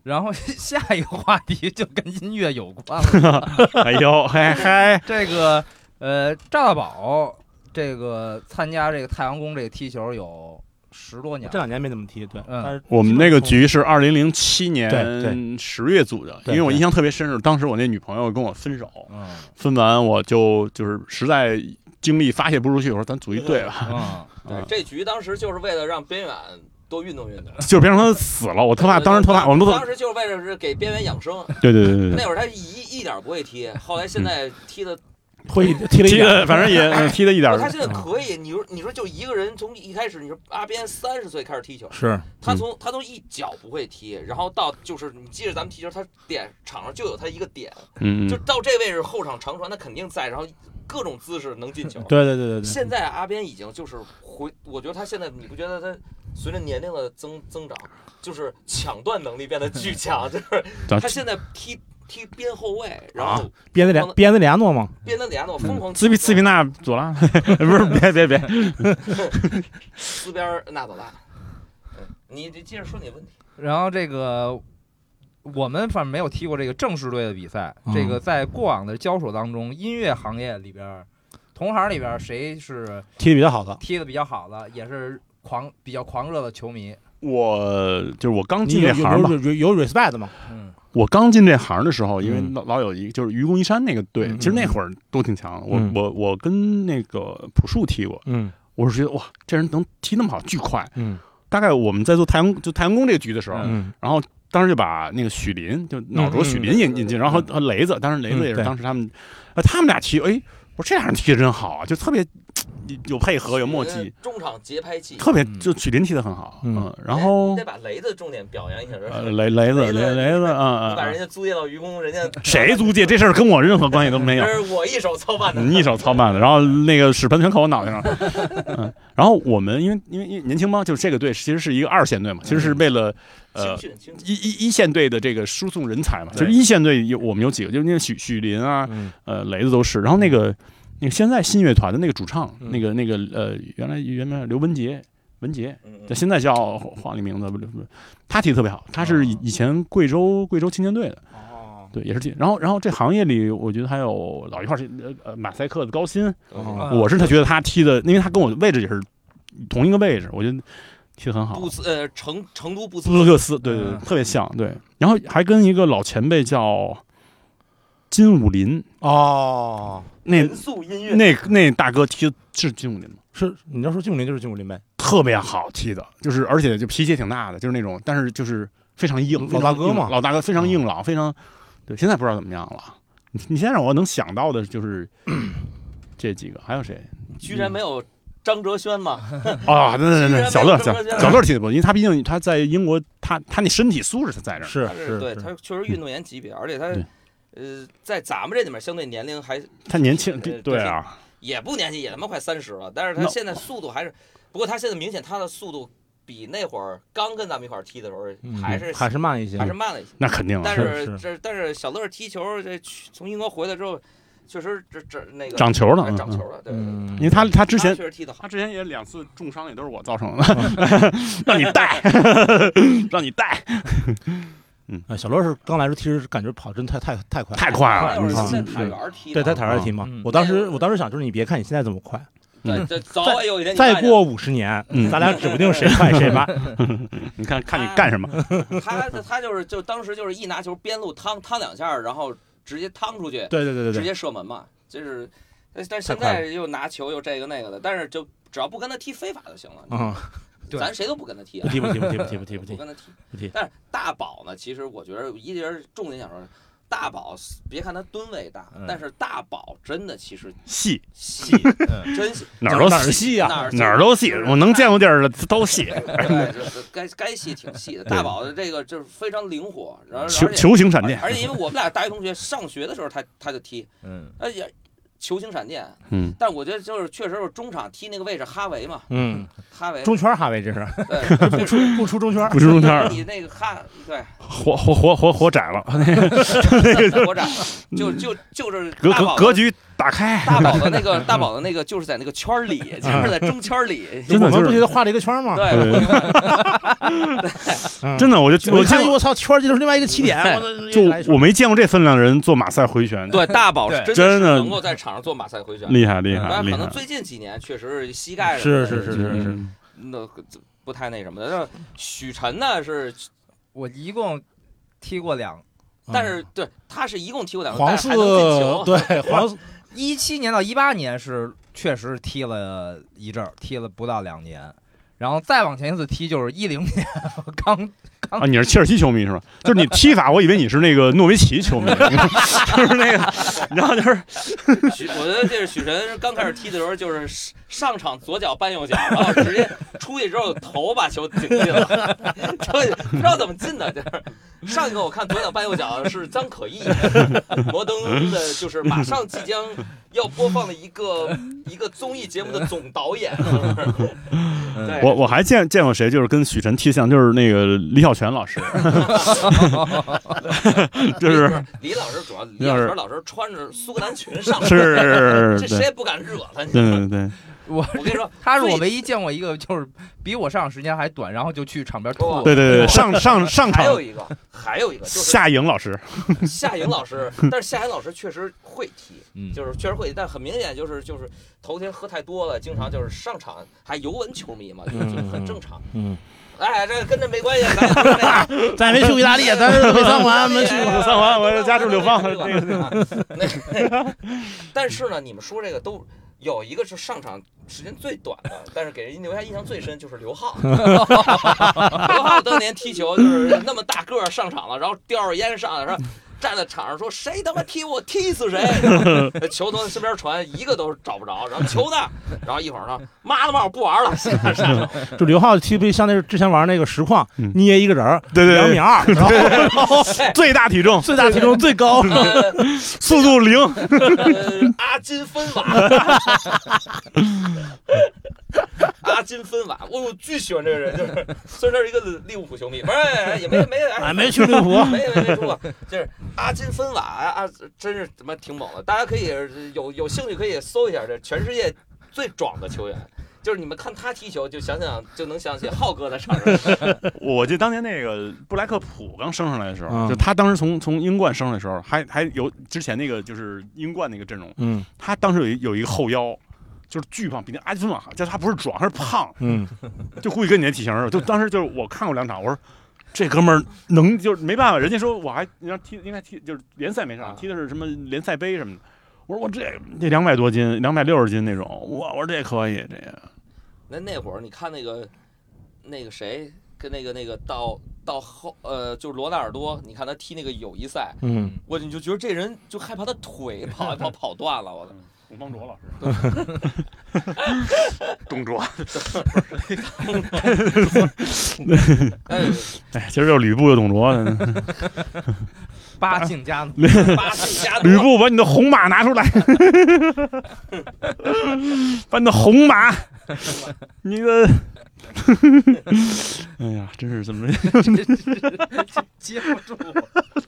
Speaker 1: 然后下一个话题就跟音乐有关了，
Speaker 5: 哎呦，嗨嗨，
Speaker 1: 这个呃，赵大宝这个参加这个太阳宫这个踢球有十多年
Speaker 3: 这，两年没怎么踢，对，
Speaker 1: 嗯
Speaker 3: 但是
Speaker 5: 我们那个
Speaker 3: 基
Speaker 5: 局是二零零七
Speaker 3: 对
Speaker 5: 年
Speaker 3: 对
Speaker 5: 十月组的，
Speaker 3: 对
Speaker 5: 因为我印象特别深是当时我那女朋友跟我分手，
Speaker 1: 嗯
Speaker 5: 分完我就就是实在精力发泄不出去，我说咱组一队吧，
Speaker 1: 嗯，
Speaker 5: 对
Speaker 4: 这局当时就是为了让边远多运动运 动。
Speaker 5: 就是别让他死了，我特怕，当时特怕，我们都
Speaker 4: 当时就是为了是给边缘养生。
Speaker 5: 对对 对对对
Speaker 4: 那会儿他一一点不会踢，后来现在踢的，
Speaker 3: 会踢了一
Speaker 5: 踢
Speaker 3: 点，
Speaker 5: 的 反正也嗯踢的一点儿
Speaker 4: 他现在可以。你说你说就一个人从一开始，你说阿边三十岁开始踢球，
Speaker 3: 是
Speaker 4: 他
Speaker 5: 嗯
Speaker 4: 从他从一脚不会踢，然后到就是你记着咱们踢球，他点场上就有他一个点，
Speaker 5: 嗯
Speaker 4: 就
Speaker 5: 嗯
Speaker 4: 到这位置后场长传，他肯定在，然后各种姿势能进球。
Speaker 3: 对对对对对，
Speaker 4: 现在阿边已经就是回，我觉得他现在你不觉得他随着年龄的增增长，就是抢断能力变得巨
Speaker 5: 嗯
Speaker 4: 强，就是
Speaker 5: 咱
Speaker 4: 他现在踢踢边后卫，然
Speaker 5: 啊
Speaker 4: 后
Speaker 3: 边子
Speaker 4: 放
Speaker 3: 连
Speaker 4: 了
Speaker 3: 边子连诺嘛，
Speaker 4: 边德里亚诺疯狂
Speaker 5: 斯皮斯皮纳佐拉 不是别别别，
Speaker 4: 撕边儿纳佐拉。嗯你你接着说你的问题，
Speaker 1: 然后这个我们反正没有踢过这个正式队的比赛，
Speaker 3: 嗯
Speaker 1: 这个在过往的交手当中，音乐行业里边儿，同行里边儿谁是
Speaker 3: 踢的比较好的，
Speaker 1: 踢的比较好的，也是狂比较狂热的球迷，
Speaker 5: 我就是我刚
Speaker 3: 你
Speaker 5: 进
Speaker 3: 有
Speaker 5: 这
Speaker 3: 有
Speaker 5: 行吧，
Speaker 3: 有有有 respect 嘛，
Speaker 1: 嗯
Speaker 5: 我刚进这行的时候，因为
Speaker 3: 嗯
Speaker 5: 老老有一个就是愚公移山那个队，
Speaker 3: 嗯
Speaker 5: 其实那会儿都挺强的。我
Speaker 3: 嗯
Speaker 5: 我我跟那个朴树踢过，
Speaker 3: 嗯
Speaker 5: 我是觉得哇，这人能踢那么好，巨快。
Speaker 3: 嗯
Speaker 5: 大概我们在做太阳就太阳宫这个局的时候，
Speaker 3: 嗯
Speaker 5: 然后当时就把那个许林就脑浊许林引进去，然后和雷子，当时雷子也是
Speaker 3: 对
Speaker 5: 当时他们，啊他们俩踢，哎，我说这俩人踢的真好啊，就特别有配合有默契，
Speaker 4: 呃中场节拍器，哎
Speaker 5: 特别
Speaker 1: 嗯
Speaker 5: 就许林踢的很好，
Speaker 3: 嗯
Speaker 5: 嗯，然后
Speaker 4: 你得把雷子重点表扬一下，是吧
Speaker 5: 呃雷雷子
Speaker 4: 雷
Speaker 5: 雷
Speaker 4: 子
Speaker 5: 雷子
Speaker 4: 你
Speaker 5: 啊
Speaker 4: 把
Speaker 5: 啊
Speaker 4: 人，家租借到愚公，人家
Speaker 5: 谁租借这事儿跟我任何关系都没有
Speaker 4: 这。是我一手操办的，
Speaker 5: 你一手操办的，然后那个屎盆全扣我脑袋上，嗯，然后我们因为因为因为年轻嘛，就是这个队其实是一个二线队嘛，其实是为了呃
Speaker 4: 青训青训
Speaker 5: 一一一线队的这个输送人才嘛，就是一线队有我们有几个，就是那个许许林啊，
Speaker 3: 嗯
Speaker 5: 呃，雷子都是，然后那个那个现在新乐团的那个主唱，
Speaker 3: 嗯
Speaker 5: 那个那个呃，原来原来刘文杰，文杰，
Speaker 4: 嗯
Speaker 5: 但现在叫换了一名字，不不，他踢得特别好，他是以以前贵州贵州青年队的，
Speaker 3: 哦
Speaker 5: 对，也是踢，然后然后这行业里，我觉得还有老一块儿是呃呃马赛克的高薪，
Speaker 4: 嗯
Speaker 3: 哦
Speaker 5: 我是他觉得他踢的，因为他跟我位置也是同一个位置，我觉得踢得很好
Speaker 4: 布。斯呃成成都布斯
Speaker 5: 布斯克斯，对对对，
Speaker 1: 嗯
Speaker 5: 特别像，对，然后还跟一个老前辈叫金武林，
Speaker 3: 哦，
Speaker 5: 那
Speaker 4: 元素音乐，
Speaker 5: 那那大哥踢的是金武林吗？
Speaker 3: 是你要说金武林就是金武林呗，
Speaker 5: 特别好踢的，就是而且就脾气也挺大的，就是那种，但是就是非常硬，
Speaker 3: 老大哥嘛
Speaker 5: 非常硬老大哥非常硬朗，非常对。现在不知道怎么样了。你你现在让我能想到的就是这几个，还有谁
Speaker 4: 居然没有张哲轩吗？
Speaker 5: 啊？对
Speaker 4: 居
Speaker 5: 对对，
Speaker 4: 然没
Speaker 5: 对
Speaker 4: 有
Speaker 5: 小乐
Speaker 4: 这
Speaker 5: 小
Speaker 4: 么多人
Speaker 5: 小乐踢的不错，因为他毕竟他在英国，他他那身体素质是在这儿。
Speaker 3: 是
Speaker 4: 他是对，他确实运动员级别，而且他
Speaker 5: 对
Speaker 4: 呃在咱们这里面相对年龄还
Speaker 5: 他年轻，
Speaker 4: 对
Speaker 5: 对啊，
Speaker 4: 也不年轻，也他妈快三十了，但是他
Speaker 5: 那
Speaker 4: 现在速度还是，不过他现在明显他的速度比那会儿刚跟咱们一块儿踢的时候
Speaker 3: 嗯
Speaker 4: 还是、
Speaker 3: 还是慢一些，
Speaker 4: 还是慢了一些。
Speaker 5: 那肯定啊
Speaker 4: 但，
Speaker 3: 是是
Speaker 4: 这但是小乐踢球这去从英国回来之后，确实这这那个哎
Speaker 5: 长球了，
Speaker 3: 啊
Speaker 5: 嗯
Speaker 4: 长球
Speaker 5: 嗯
Speaker 4: 了，对对对。
Speaker 3: 嗯，
Speaker 5: 因为他他之
Speaker 4: 他
Speaker 5: 前
Speaker 4: 确实踢得好
Speaker 5: 他，之前也两次重伤，也都是我造成的， 让你带，让你带，
Speaker 3: 啊小罗是刚来时候，其实是感觉跑真太太太快了，嗯
Speaker 5: 太快
Speaker 4: 那
Speaker 5: 了，嗯
Speaker 4: 会儿
Speaker 5: 你知道吗
Speaker 4: 在塔园踢
Speaker 3: 对，
Speaker 4: 的，
Speaker 3: 他塔尔提嘛
Speaker 1: 嗯。
Speaker 3: 我当时我当时想，就是你别看你现在这么快，
Speaker 4: 对，
Speaker 5: 嗯
Speaker 4: 这早晚有一天你
Speaker 3: 再
Speaker 4: 看见
Speaker 3: 过五十年
Speaker 5: 嗯，
Speaker 3: 咱俩指不定谁快谁慢。
Speaker 5: 你看看你干什么？
Speaker 4: 他他就是就当时就是一拿球边路趟趟两下，然后直接趟出去，
Speaker 3: 对对对对
Speaker 4: 直
Speaker 3: 对，
Speaker 4: 接射门嘛，就是，但
Speaker 3: 太
Speaker 4: 但现
Speaker 3: 快
Speaker 4: 在又拿球又这个那个的，但是就只要不跟他踢非法就行了，
Speaker 3: 嗯，
Speaker 1: 对
Speaker 4: 咱谁都不跟他踢
Speaker 3: 不
Speaker 4: 啊，
Speaker 3: 踢不踢不踢不踢不踢不
Speaker 4: 不
Speaker 3: 踢，
Speaker 4: 跟他踢
Speaker 3: 不踢
Speaker 4: 但是大宝呢，其实我觉得一人重点想说，大宝别看他吨位大
Speaker 1: 嗯，
Speaker 4: 但是大宝真的其实
Speaker 5: 细
Speaker 4: 细，真细，
Speaker 5: 哪儿都
Speaker 3: 哪儿
Speaker 5: 细，
Speaker 3: 细啊？
Speaker 4: 哪儿
Speaker 5: 哪儿都嗯细，
Speaker 4: 就是
Speaker 5: 我能见过地儿的都细。
Speaker 4: 对，就是该该细挺细的。大宝的这个就是非常灵活，然后
Speaker 5: 球
Speaker 4: 而且
Speaker 5: 球形闪电，
Speaker 4: 而且因为我们俩大学同学上学的时候他他就踢，
Speaker 1: 嗯
Speaker 4: 而且球星闪电，
Speaker 5: 嗯，
Speaker 4: 但我觉得就是确实是中场踢那个位置，哈维嘛，
Speaker 3: 嗯，
Speaker 4: 哈维，
Speaker 3: 中圈哈维这是
Speaker 4: 对，不出
Speaker 3: 不出中圈，
Speaker 5: 不是中圈，
Speaker 4: 你那个哈，对，
Speaker 5: 活哎活活活活窄了，
Speaker 4: 我长，就就就是
Speaker 5: 格
Speaker 4: 大
Speaker 5: 格
Speaker 4: 宝
Speaker 5: 格局打开，
Speaker 4: 大宝的那个大宝的那个就是在那个圈儿里，就是在中圈儿里。
Speaker 5: 真的
Speaker 3: 我
Speaker 5: 就
Speaker 3: 们不
Speaker 5: 是
Speaker 3: 觉得画了一个圈吗？
Speaker 4: 对，
Speaker 3: 嗯
Speaker 5: 真的，我就
Speaker 3: 我
Speaker 5: 我
Speaker 3: 一看，
Speaker 5: 见
Speaker 3: 哎
Speaker 5: 过
Speaker 3: 我操，圈儿就是另外一个起点，
Speaker 4: 对
Speaker 3: 我操又来一
Speaker 5: 就
Speaker 3: 圈
Speaker 5: 我没见过这分量的人做马赛回旋，
Speaker 4: 对，大宝是
Speaker 1: 对
Speaker 4: 真的
Speaker 5: 真的
Speaker 4: 是能够在场上做马赛回旋，
Speaker 5: 厉害厉害
Speaker 4: 但
Speaker 5: 厉
Speaker 4: 可
Speaker 5: 害
Speaker 4: 能，最近几年确实膝盖
Speaker 3: 是
Speaker 4: 什么的
Speaker 3: 是
Speaker 5: 是是
Speaker 3: 嗯
Speaker 4: 那个不太那什么的。那许晨呢是，
Speaker 1: 我一共踢过两
Speaker 3: 嗯
Speaker 4: 但是对他是一共踢过两个，
Speaker 3: 黄
Speaker 4: 但是
Speaker 3: 四
Speaker 4: 还能进球。
Speaker 3: 对黄四
Speaker 1: 一七年到一八年是确实踢了一阵儿，踢了不到两年，然后再往前一次踢就是一零年， 我刚
Speaker 5: 啊！你是切尔西球迷是吧？就是你踢法，我以为你是那个诺维奇球迷， 就是那个，然后就是
Speaker 4: 许，我觉得这是许晨刚开始踢的时候，就是上上场左脚绊右脚，然后直接出去之后头把球顶进了，这不知道怎么进的。就是上一个我看左脚绊右脚是张可意，摩登的，就是马上即将要播放的一个一个综艺节目的总导演。 对
Speaker 5: 嗯我我还见见过谁，就是跟许晨踢像，就是那个李小泉老师， 就是
Speaker 4: 李老师主要李
Speaker 5: 李老
Speaker 4: 老
Speaker 5: 师
Speaker 4: 师老师穿着苏格兰裙上，
Speaker 5: 是，
Speaker 4: 这谁
Speaker 5: 对
Speaker 4: 也不敢惹他。你知道吗
Speaker 5: 对对对，
Speaker 1: 我
Speaker 4: 我跟你说，
Speaker 1: 他是我
Speaker 4: 最
Speaker 1: 唯一见过一个就是比我上场时间还短，然后就去场边吐
Speaker 4: 哇。
Speaker 5: 对对对，上上上
Speaker 4: 还
Speaker 5: 场
Speaker 4: 有一个，还有一个就是
Speaker 5: 夏颖老师，
Speaker 4: 夏颖老师，但是夏颖老师确实会踢，
Speaker 1: 嗯
Speaker 4: 就是确实会踢，但很明显就是就是头天喝太多了，经常就是上场还尤文球迷嘛，就
Speaker 3: 嗯
Speaker 4: 就很正常。
Speaker 3: 嗯，
Speaker 4: 哎，这跟这没关系，咱也不是那样
Speaker 3: 咱也没去过意 大利，咱是北三环没去过。
Speaker 5: 过三环我是家住柳芳
Speaker 4: 这 个。那但是呢，你们说这个都有一个是上场时间最短的，但是给人留下印象最深就是刘浩。刘浩当年踢球就是那么大个儿上场了，然后叼着烟上来，然后站在场上说：“谁他妈踢我，踢死谁！” 球从身边传，一个都找不着。然后球呢？然后一会儿呢，妈了妈，我不玩了，现在上场。
Speaker 3: 就刘浩踢不像那之前玩那个实况
Speaker 5: 嗯，
Speaker 3: 捏一个人儿
Speaker 5: 对对
Speaker 3: 两
Speaker 5: 对
Speaker 3: 米二，然后
Speaker 5: 最大体 重，
Speaker 3: 最大体重最高，
Speaker 4: 呃
Speaker 5: 速度零，
Speaker 4: 呃，阿金芬瓦， 阿金芬瓦，我我巨喜欢这个人，就是虽然他是一个利物浦球迷，不是也没没
Speaker 3: 哎，没去利物浦。
Speaker 4: 没没没说过，就是阿金芬瓦啊，真是他妈挺猛的，大家可以有有兴趣可以搜一下，这全世界最壮的球员。就是你们看他踢球，就想想就能想起浩哥的场上，
Speaker 5: 我记得当年那个布莱克普刚升上来的时候，
Speaker 3: 嗯
Speaker 5: 就他当时从从英冠升上来的时候，还还有之前那个就是英冠那个阵容，
Speaker 3: 嗯
Speaker 5: 他当时有一有一个后腰。就是巨胖，比那阿基森瓦，就是他不是壮，他是胖，
Speaker 3: 嗯，
Speaker 5: 就估计跟你那体型似的。就当时就是我看过两场，我说这哥们儿能，就是没办法，人家说我还你让踢应该踢就是联赛没
Speaker 4: 啊
Speaker 5: 上，踢的是什么联赛杯什么的。我说我这这两百多斤，两百六十斤那种，我我说这可以，这个
Speaker 4: 那那会儿你看那个那个谁跟那个那个到到后呃就是罗纳尔多，你看他踢那个友谊赛，
Speaker 3: 嗯，
Speaker 4: 我你就觉得这人就害怕他腿 跑一跑跑断了，我操！
Speaker 5: 董方卓老师，董卓，
Speaker 4: 哎，
Speaker 5: 哎，其实就是吕布的董 卓，
Speaker 1: 八姓家奴，
Speaker 4: 巴西加
Speaker 5: 吕
Speaker 4: 多，
Speaker 5: 布把你的红马拿出来，把你的红马，你的， 哎呀，真是怎么
Speaker 1: 接不住。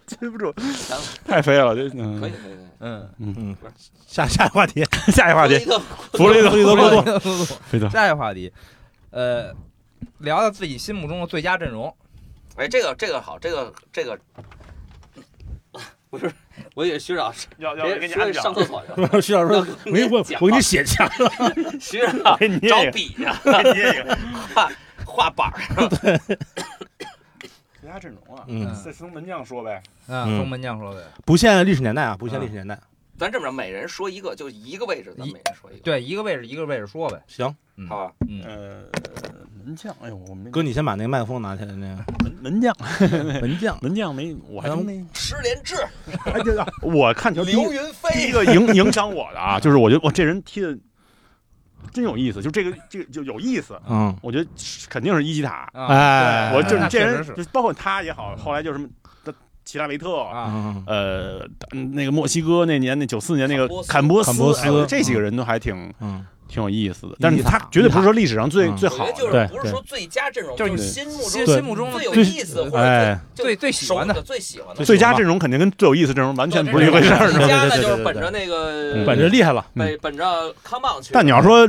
Speaker 5: 接不住， 太飞了，这嗯
Speaker 4: 哎可以可以可以。
Speaker 1: 嗯，
Speaker 3: 下下一个话题，
Speaker 5: 下一话
Speaker 4: 弗
Speaker 5: 题
Speaker 4: 雷，德
Speaker 5: 弗雷德弗雷德过渡，飞德
Speaker 1: 下一个话题，呃，聊聊自己心目中的最佳阵容。
Speaker 4: 哎，这个这个好，这个这个不是，我以为徐老师
Speaker 5: 要
Speaker 4: 别说上厕所去了，
Speaker 3: 徐老师 说， 我给你我我给你写下了，
Speaker 4: 徐老
Speaker 5: 给哎你
Speaker 4: 师找笔呀， 画画板儿。
Speaker 5: 其他阵容啊，
Speaker 3: 嗯，
Speaker 5: 再从门将说呗，
Speaker 1: 嗯，从门将说的，
Speaker 3: 不限历史年代啊，不限历史年代，
Speaker 4: 咱这么着，每人说一个，就一个位置，咱
Speaker 1: 一
Speaker 4: 每人说一个，
Speaker 1: 对，一个位置一个位置说呗。
Speaker 3: 行，
Speaker 1: 嗯
Speaker 4: 好吧？
Speaker 1: 嗯，
Speaker 5: 呃，门将，哎呦，我没
Speaker 3: 哥，你先把那个麦克风拿起来，那个
Speaker 5: 门门将，
Speaker 3: 门将，
Speaker 5: 门将没，我还真没，
Speaker 4: 施连志、
Speaker 5: 哎，对了， 我看球第一
Speaker 4: 刘云
Speaker 5: 第
Speaker 4: 飞，
Speaker 5: 一个影 影响我的啊，就是我觉得我这人踢的真有意思，就这个这个就有意思，
Speaker 3: 嗯，
Speaker 5: 我觉得肯定是伊基塔，
Speaker 1: 啊
Speaker 3: 哎
Speaker 1: 对
Speaker 5: 我就是
Speaker 1: 那
Speaker 5: 这
Speaker 1: 确
Speaker 5: 人
Speaker 1: 实，是
Speaker 5: 就包括他也好，后来就是什么的齐拉维特。
Speaker 1: 啊，
Speaker 3: 嗯，
Speaker 5: 呃，那个墨西哥那年，那九四年那个
Speaker 4: 坎波斯
Speaker 5: 坎波
Speaker 3: 坎波
Speaker 5: 斯，
Speaker 3: 斯
Speaker 5: 哎我觉得这几个人都还挺
Speaker 3: 嗯，
Speaker 5: 挺有意思的。但是
Speaker 3: 意
Speaker 5: 他
Speaker 3: 塔
Speaker 5: 绝对不是
Speaker 3: 意塔
Speaker 5: 说历史上最
Speaker 3: 嗯
Speaker 5: 最
Speaker 4: 我觉
Speaker 5: 好
Speaker 4: 得
Speaker 5: 的，
Speaker 4: 就是
Speaker 3: 对
Speaker 4: 不是
Speaker 3: 对
Speaker 4: 说最佳阵容，
Speaker 1: 就是
Speaker 4: 就
Speaker 1: 你
Speaker 4: 是心目
Speaker 1: 心
Speaker 4: 中
Speaker 1: 心目中的
Speaker 4: 最有
Speaker 3: 最
Speaker 4: 意思，或者
Speaker 3: 哎，
Speaker 4: 最
Speaker 1: 最最喜欢的
Speaker 4: 手最喜欢的。
Speaker 5: 最佳阵容肯定跟最有意思阵容完全不是一回事儿。
Speaker 4: 最佳呢，
Speaker 3: 对对对对对
Speaker 4: 就是本着那个
Speaker 5: 嗯
Speaker 3: 本着厉害了，
Speaker 4: 本本着康棒去的。
Speaker 5: 但你要说，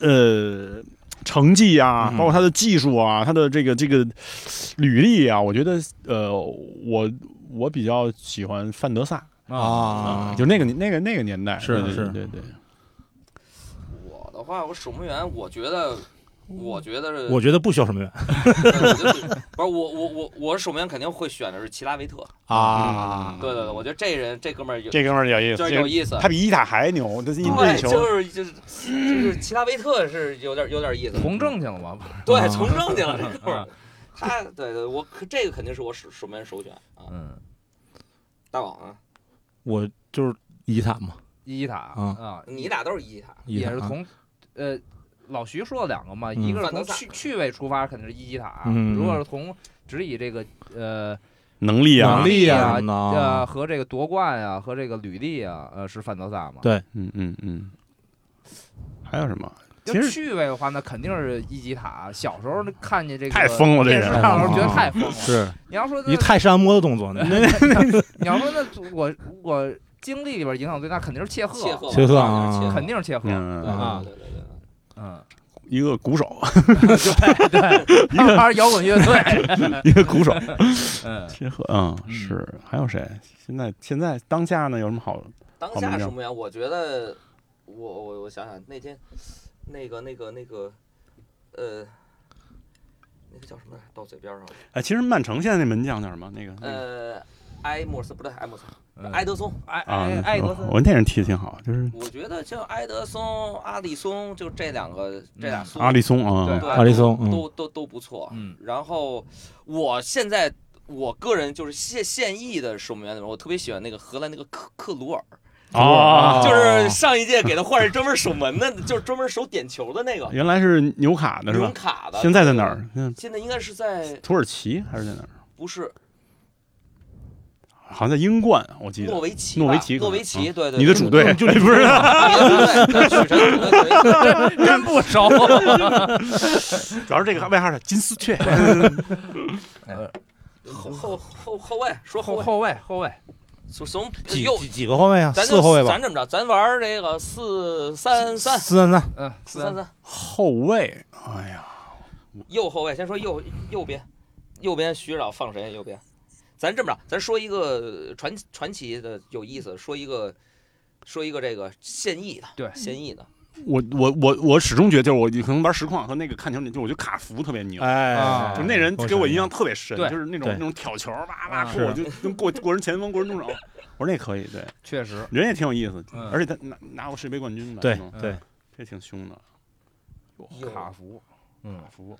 Speaker 5: 呃，成绩啊，
Speaker 3: 嗯
Speaker 5: 包括他的技术啊，他的这个这个履历啊，我觉得，呃，我我比较喜欢范德萨
Speaker 3: 啊
Speaker 5: 就那个那个那个年代，
Speaker 3: 是
Speaker 5: 对对
Speaker 3: 是
Speaker 5: 对对，
Speaker 4: 我的话，我守门员，我觉得，我觉得是，
Speaker 3: 我觉得不需要什么人，
Speaker 4: 我觉得是 不是我我我我守门员肯定会选的是齐拉维特。
Speaker 5: 啊
Speaker 4: 对对
Speaker 1: 嗯
Speaker 4: 对，我觉得这人这哥们儿有
Speaker 5: 这哥们儿有意思，
Speaker 4: 就是有意思。
Speaker 5: 他比伊塔还牛，他一
Speaker 4: 对，
Speaker 5: 任球
Speaker 4: 就是就是就是齐拉维特是有点有点意思，
Speaker 1: 从政啊去了嘛，
Speaker 4: 对从政去了这哥 们儿， 他对对，我可这个肯定是我守守门员首选啊，
Speaker 1: 嗯，
Speaker 4: 大宝啊，
Speaker 3: 我就是伊塔嘛，
Speaker 1: 伊塔
Speaker 3: 嗯
Speaker 1: 啊，
Speaker 4: 你俩都是一塔，
Speaker 3: 伊
Speaker 1: 也
Speaker 3: 塔
Speaker 1: 是
Speaker 3: 啊
Speaker 1: 从呃老徐说了两个嘛，
Speaker 3: 嗯
Speaker 1: 一个是
Speaker 4: 范德
Speaker 1: 从
Speaker 4: 萨
Speaker 1: 趣趣味出发，肯定是伊塔。
Speaker 3: 嗯
Speaker 1: 如果是从只以这个呃
Speaker 5: 能力啊
Speaker 1: 能，力啊
Speaker 3: 什么的
Speaker 1: 呃和这个夺冠啊和这个履历啊，呃是范德萨嘛。
Speaker 3: 对
Speaker 5: 嗯嗯嗯，还有什么？
Speaker 1: 要
Speaker 5: 其实
Speaker 1: 趣味的话，那肯定是伊吉塔。小时候看见这个
Speaker 5: 太疯了这
Speaker 1: 电
Speaker 5: 人
Speaker 1: 视上的时候觉得太疯了。
Speaker 3: 是
Speaker 1: 你要说那
Speaker 3: 一泰山摸的动作呢，
Speaker 1: 你要说那我我经历里边影响最大，肯定是切赫，
Speaker 4: 切赫吧，
Speaker 3: 切赫啊
Speaker 4: 啊，
Speaker 1: 肯定是切赫。
Speaker 4: 对
Speaker 5: 嗯，
Speaker 1: 啊
Speaker 4: 对对对对，
Speaker 1: 嗯，
Speaker 5: 一个 鼓手，
Speaker 1: 一个还是摇滚乐队。
Speaker 5: 一个鼓手，
Speaker 1: 嗯，
Speaker 5: 切赫，嗯，
Speaker 1: 嗯
Speaker 5: 是，还有谁？现在现在当下呢有什么好？
Speaker 4: 当
Speaker 5: 好
Speaker 4: 下
Speaker 5: 门将
Speaker 4: 守门员，我觉得我我我想想那天那个那个那个呃。那个叫什么来着？到嘴边上了。
Speaker 5: 哎，其实曼城现在那门将叫什么？那个那个
Speaker 4: 呃，埃莫斯不对，埃莫斯，
Speaker 1: 嗯
Speaker 4: 埃德松，
Speaker 1: 埃
Speaker 4: 哎
Speaker 5: 啊
Speaker 1: 埃，埃德森
Speaker 5: 我我那人踢的挺好，就是
Speaker 4: 我觉得像埃德松、阿里松，就这两个这俩苏
Speaker 5: 阿里松啊，
Speaker 1: 对
Speaker 4: 对
Speaker 3: 阿里松嗯
Speaker 4: 都都都不错。
Speaker 1: 嗯
Speaker 4: 然后我现在我个人就是现现役的守门员里面，我特别喜欢那个荷兰那个克克鲁尔，
Speaker 5: 哦
Speaker 4: 就是上一届给他换是专门守门的，就是专门守点球的 那个
Speaker 5: 原来是纽卡的是
Speaker 4: 纽
Speaker 5: 吧？
Speaker 4: 卡的。
Speaker 5: 现在在哪？儿？现在
Speaker 4: 现在应该是在
Speaker 5: 土耳其还是在哪儿？
Speaker 4: 不是
Speaker 5: 好像在英冠，我记
Speaker 4: 诺
Speaker 5: 得。
Speaker 4: 维奇吧，
Speaker 5: 诺维奇可能啊
Speaker 4: 诺维奇，对对，
Speaker 5: 你的主啊队就不是？
Speaker 4: 对，对对对许晨对 对对
Speaker 1: 真不 熟。
Speaker 5: 主要是这个外号是金丝雀。
Speaker 4: 后后后后卫，说
Speaker 1: 后
Speaker 4: 后卫，
Speaker 1: 后卫后卫，
Speaker 4: 从从呃
Speaker 3: 几
Speaker 4: 右
Speaker 3: 几几个后卫啊？
Speaker 4: 咱
Speaker 3: 四后卫吧
Speaker 4: 咱，这么着，咱玩儿这个四三三
Speaker 3: 四三三，
Speaker 1: 嗯，
Speaker 4: 四三三，
Speaker 5: 后卫，哎呀，
Speaker 4: 右后卫先说右右边，右边徐指导放谁？右边，咱这么着，咱说一个传传奇的有意思，说一个说一个这个现役的，
Speaker 1: 对
Speaker 4: 现役的，
Speaker 5: 我我我我始终觉得就是我可能玩实况和那个看球，就我觉得卡福特别牛。
Speaker 1: 啊
Speaker 3: 哎，
Speaker 5: 就那人给我印象特别深，
Speaker 1: 对
Speaker 5: 就是那种
Speaker 3: 对
Speaker 5: 那种挑球，哇哇
Speaker 1: 啊
Speaker 5: 过，就能过过人前锋，过人中场。我说那可以，对，
Speaker 1: 确实，
Speaker 5: 人也挺有意思
Speaker 1: 嗯，
Speaker 5: 而且他拿拿过世界杯冠军吧？
Speaker 3: 对
Speaker 5: 那种
Speaker 3: 对，
Speaker 5: 这挺凶的。
Speaker 4: 右
Speaker 1: 卡福，嗯
Speaker 5: 卡，福，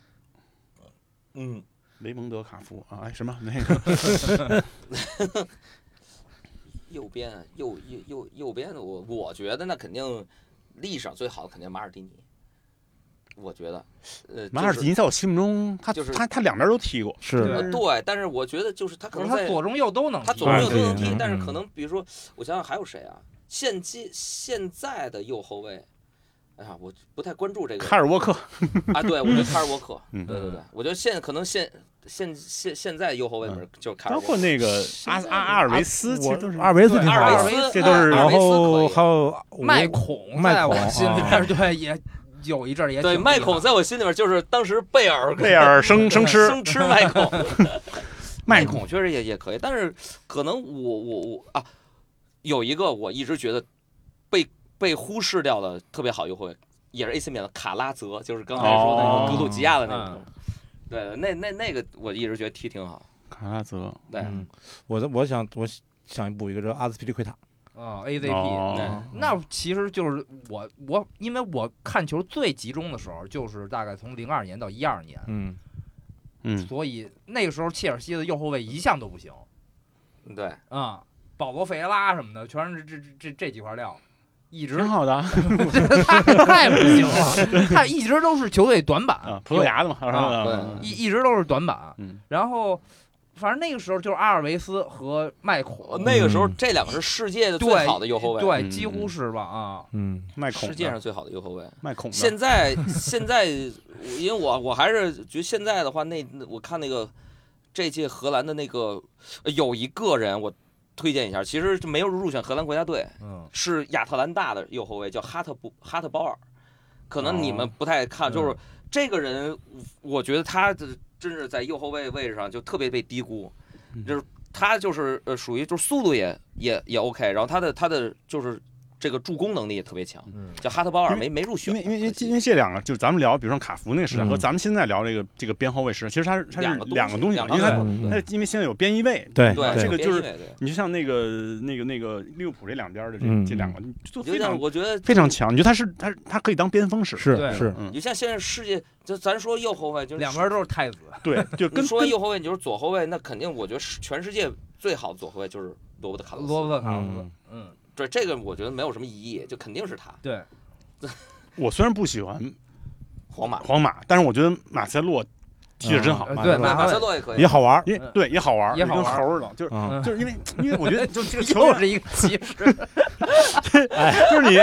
Speaker 4: 嗯，
Speaker 5: 雷蒙德·卡福啊，哎，什么那 个
Speaker 4: 右边右右右右边的，我我觉得那肯定历史上最好的肯定马尔蒂尼，我觉得，呃，
Speaker 5: 马尔蒂
Speaker 4: 尼。
Speaker 5: 尼，在我心目中，他
Speaker 4: 就是
Speaker 5: 他他两边都踢过，
Speaker 1: 对
Speaker 3: 是
Speaker 4: 呃对，但是我觉得就是他可
Speaker 1: 可是
Speaker 4: 能
Speaker 1: 他
Speaker 4: 在
Speaker 1: 左中右都能踢，
Speaker 4: 他左
Speaker 3: 马
Speaker 4: 右
Speaker 3: 尔
Speaker 4: 都
Speaker 3: 蒂
Speaker 4: 能
Speaker 3: 尼
Speaker 4: 踢
Speaker 3: 嗯，
Speaker 4: 但是可
Speaker 3: 嗯
Speaker 4: 能比如说，我想想还有谁啊？现今现在的右后卫，哎呀，我不太关注这个
Speaker 5: 卡尔沃克，
Speaker 4: 啊。对，我觉得卡尔沃克，
Speaker 5: 嗯
Speaker 4: 对对对，我觉得现可能现现现现在右后卫里面就是卡尔
Speaker 5: 嗯包
Speaker 4: 沃克，
Speaker 5: 括那个阿阿阿尔维斯，其实都是
Speaker 3: 阿尔维斯挺
Speaker 4: 阿
Speaker 3: 好
Speaker 4: 尔
Speaker 3: 的，
Speaker 4: 维斯，
Speaker 5: 这都是
Speaker 4: 哎
Speaker 3: 然
Speaker 4: 阿尔维斯
Speaker 3: 后
Speaker 4: 可以
Speaker 3: 还有
Speaker 1: 麦孔，
Speaker 3: 麦
Speaker 1: 在我
Speaker 3: 孔
Speaker 1: 心里边儿对也有一阵儿也
Speaker 4: 对
Speaker 1: 挺
Speaker 4: 麦
Speaker 1: 厉害
Speaker 4: 孔在我心里面就是当时贝尔
Speaker 5: 贝尔生生吃
Speaker 4: 生吃麦 孔，
Speaker 5: 麦
Speaker 1: 嗯
Speaker 5: 孔
Speaker 4: 孔确实也也可以，但是可能我我我啊，有一个我一直觉得被被忽视掉的特别好右后卫，也是 AC 米兰的卡拉泽，就是刚才说的那
Speaker 5: 哦
Speaker 4: 个格鲁吉亚的那个，
Speaker 1: 嗯
Speaker 4: 对，那那那个我一直觉得踢挺好，
Speaker 5: 卡拉泽，
Speaker 4: 对，
Speaker 3: 嗯，我的我想我想补一个这阿兹皮利奎塔，
Speaker 1: 啊 AZP，
Speaker 3: 嗯
Speaker 5: 哦，
Speaker 1: 那其实就是我我因为我看球最集中的时候就是大概从零二年到一二年，
Speaker 3: 嗯，
Speaker 5: 嗯，
Speaker 1: 所以那个时候切尔西的右后卫一向都不行
Speaker 4: 对，
Speaker 1: 啊，保罗费耶拉什么的全是这这这这几块料。一直
Speaker 5: 挺好的啊
Speaker 1: 太太不行了，他一直都是球队短板
Speaker 5: 啊
Speaker 4: 啊
Speaker 5: 啊，葡萄牙的嘛，是吧？
Speaker 1: 一一直都是短板。
Speaker 5: 嗯
Speaker 1: 然后反正那个时候就是阿尔维斯和麦
Speaker 4: 呃
Speaker 1: 孔，
Speaker 4: 那个时候这两个是世界的
Speaker 1: 嗯
Speaker 4: 最
Speaker 1: 对
Speaker 4: 好的右后卫，
Speaker 1: 对
Speaker 5: 嗯
Speaker 1: 几乎是吧啊，
Speaker 3: 嗯，
Speaker 5: 卖孔的
Speaker 4: 世界上最好的右后卫。
Speaker 5: 卖孔的，
Speaker 4: 现在现在，因为我我还是觉得现在的话，那那我看那个这届荷兰的那个呃有一个人我。推荐一下，其实就没有入选荷兰国家队，
Speaker 1: 嗯，
Speaker 4: 是亚特兰大的右后卫，叫哈特布哈特鲍尔。可能你们
Speaker 5: 哦
Speaker 4: 不太看，就是
Speaker 1: 嗯
Speaker 4: 这个人，我觉得他这真是在右后卫位置上就特别被低估，
Speaker 3: 嗯
Speaker 4: 就是他就是呃属于就是速度也也也 OK，然后他的他的就是这个助攻能力也特别强，叫哈特鲍尔
Speaker 5: 嗯因
Speaker 4: 没没入选
Speaker 5: 因为因为因为
Speaker 4: 可惜
Speaker 5: 因为这两个，就是咱们聊，比如说卡福那个时代
Speaker 3: 嗯
Speaker 5: 和咱们现在聊这个这个边后卫时代，其实它是它
Speaker 4: 两
Speaker 5: 是
Speaker 4: 个
Speaker 5: 两个东西，
Speaker 4: 两
Speaker 5: 因为它
Speaker 3: 东西
Speaker 4: 对
Speaker 3: 嗯
Speaker 5: 它因为现在有边翼位，
Speaker 3: 对
Speaker 4: 对
Speaker 5: 这个就是
Speaker 4: 边翼位对
Speaker 5: 你就像那个那个那个利物浦这两边的这
Speaker 3: 嗯
Speaker 5: 这两个，
Speaker 4: 有
Speaker 5: 就非
Speaker 4: 点
Speaker 5: 常
Speaker 4: 我觉得
Speaker 5: 非常强，你觉得他是他他可以当边锋使，嗯
Speaker 1: 对
Speaker 3: 是是，
Speaker 4: 你像现在世界，就咱说右后卫，就是
Speaker 1: 两边都是太子，
Speaker 5: 对，就跟
Speaker 4: 你说
Speaker 5: 跟
Speaker 4: 右后卫，你就是左后卫，那肯定我觉得是全世界最好的左后卫就是罗伯特卡洛斯。
Speaker 1: 罗伯特卡洛斯
Speaker 3: 嗯，
Speaker 1: 嗯，
Speaker 4: 这这个我觉得没有什么疑义，就肯定是他。
Speaker 1: 对，
Speaker 5: 我虽然不喜欢
Speaker 4: 皇马，
Speaker 5: 皇马，但是我觉得马塞洛踢的真好，
Speaker 1: 呃
Speaker 3: 嗯
Speaker 5: 马
Speaker 1: 对
Speaker 5: 塞洛
Speaker 1: 马
Speaker 4: 马塞洛也可以
Speaker 3: 也。好玩儿
Speaker 5: 也对也好玩儿，
Speaker 1: 也好玩
Speaker 5: 跟
Speaker 1: 儿
Speaker 5: 猴儿似的，就是。
Speaker 3: 啊
Speaker 1: 嗯
Speaker 5: 就是因为，因为我 觉得，就这个球
Speaker 1: 又是一个骑 士，
Speaker 5: 就是你，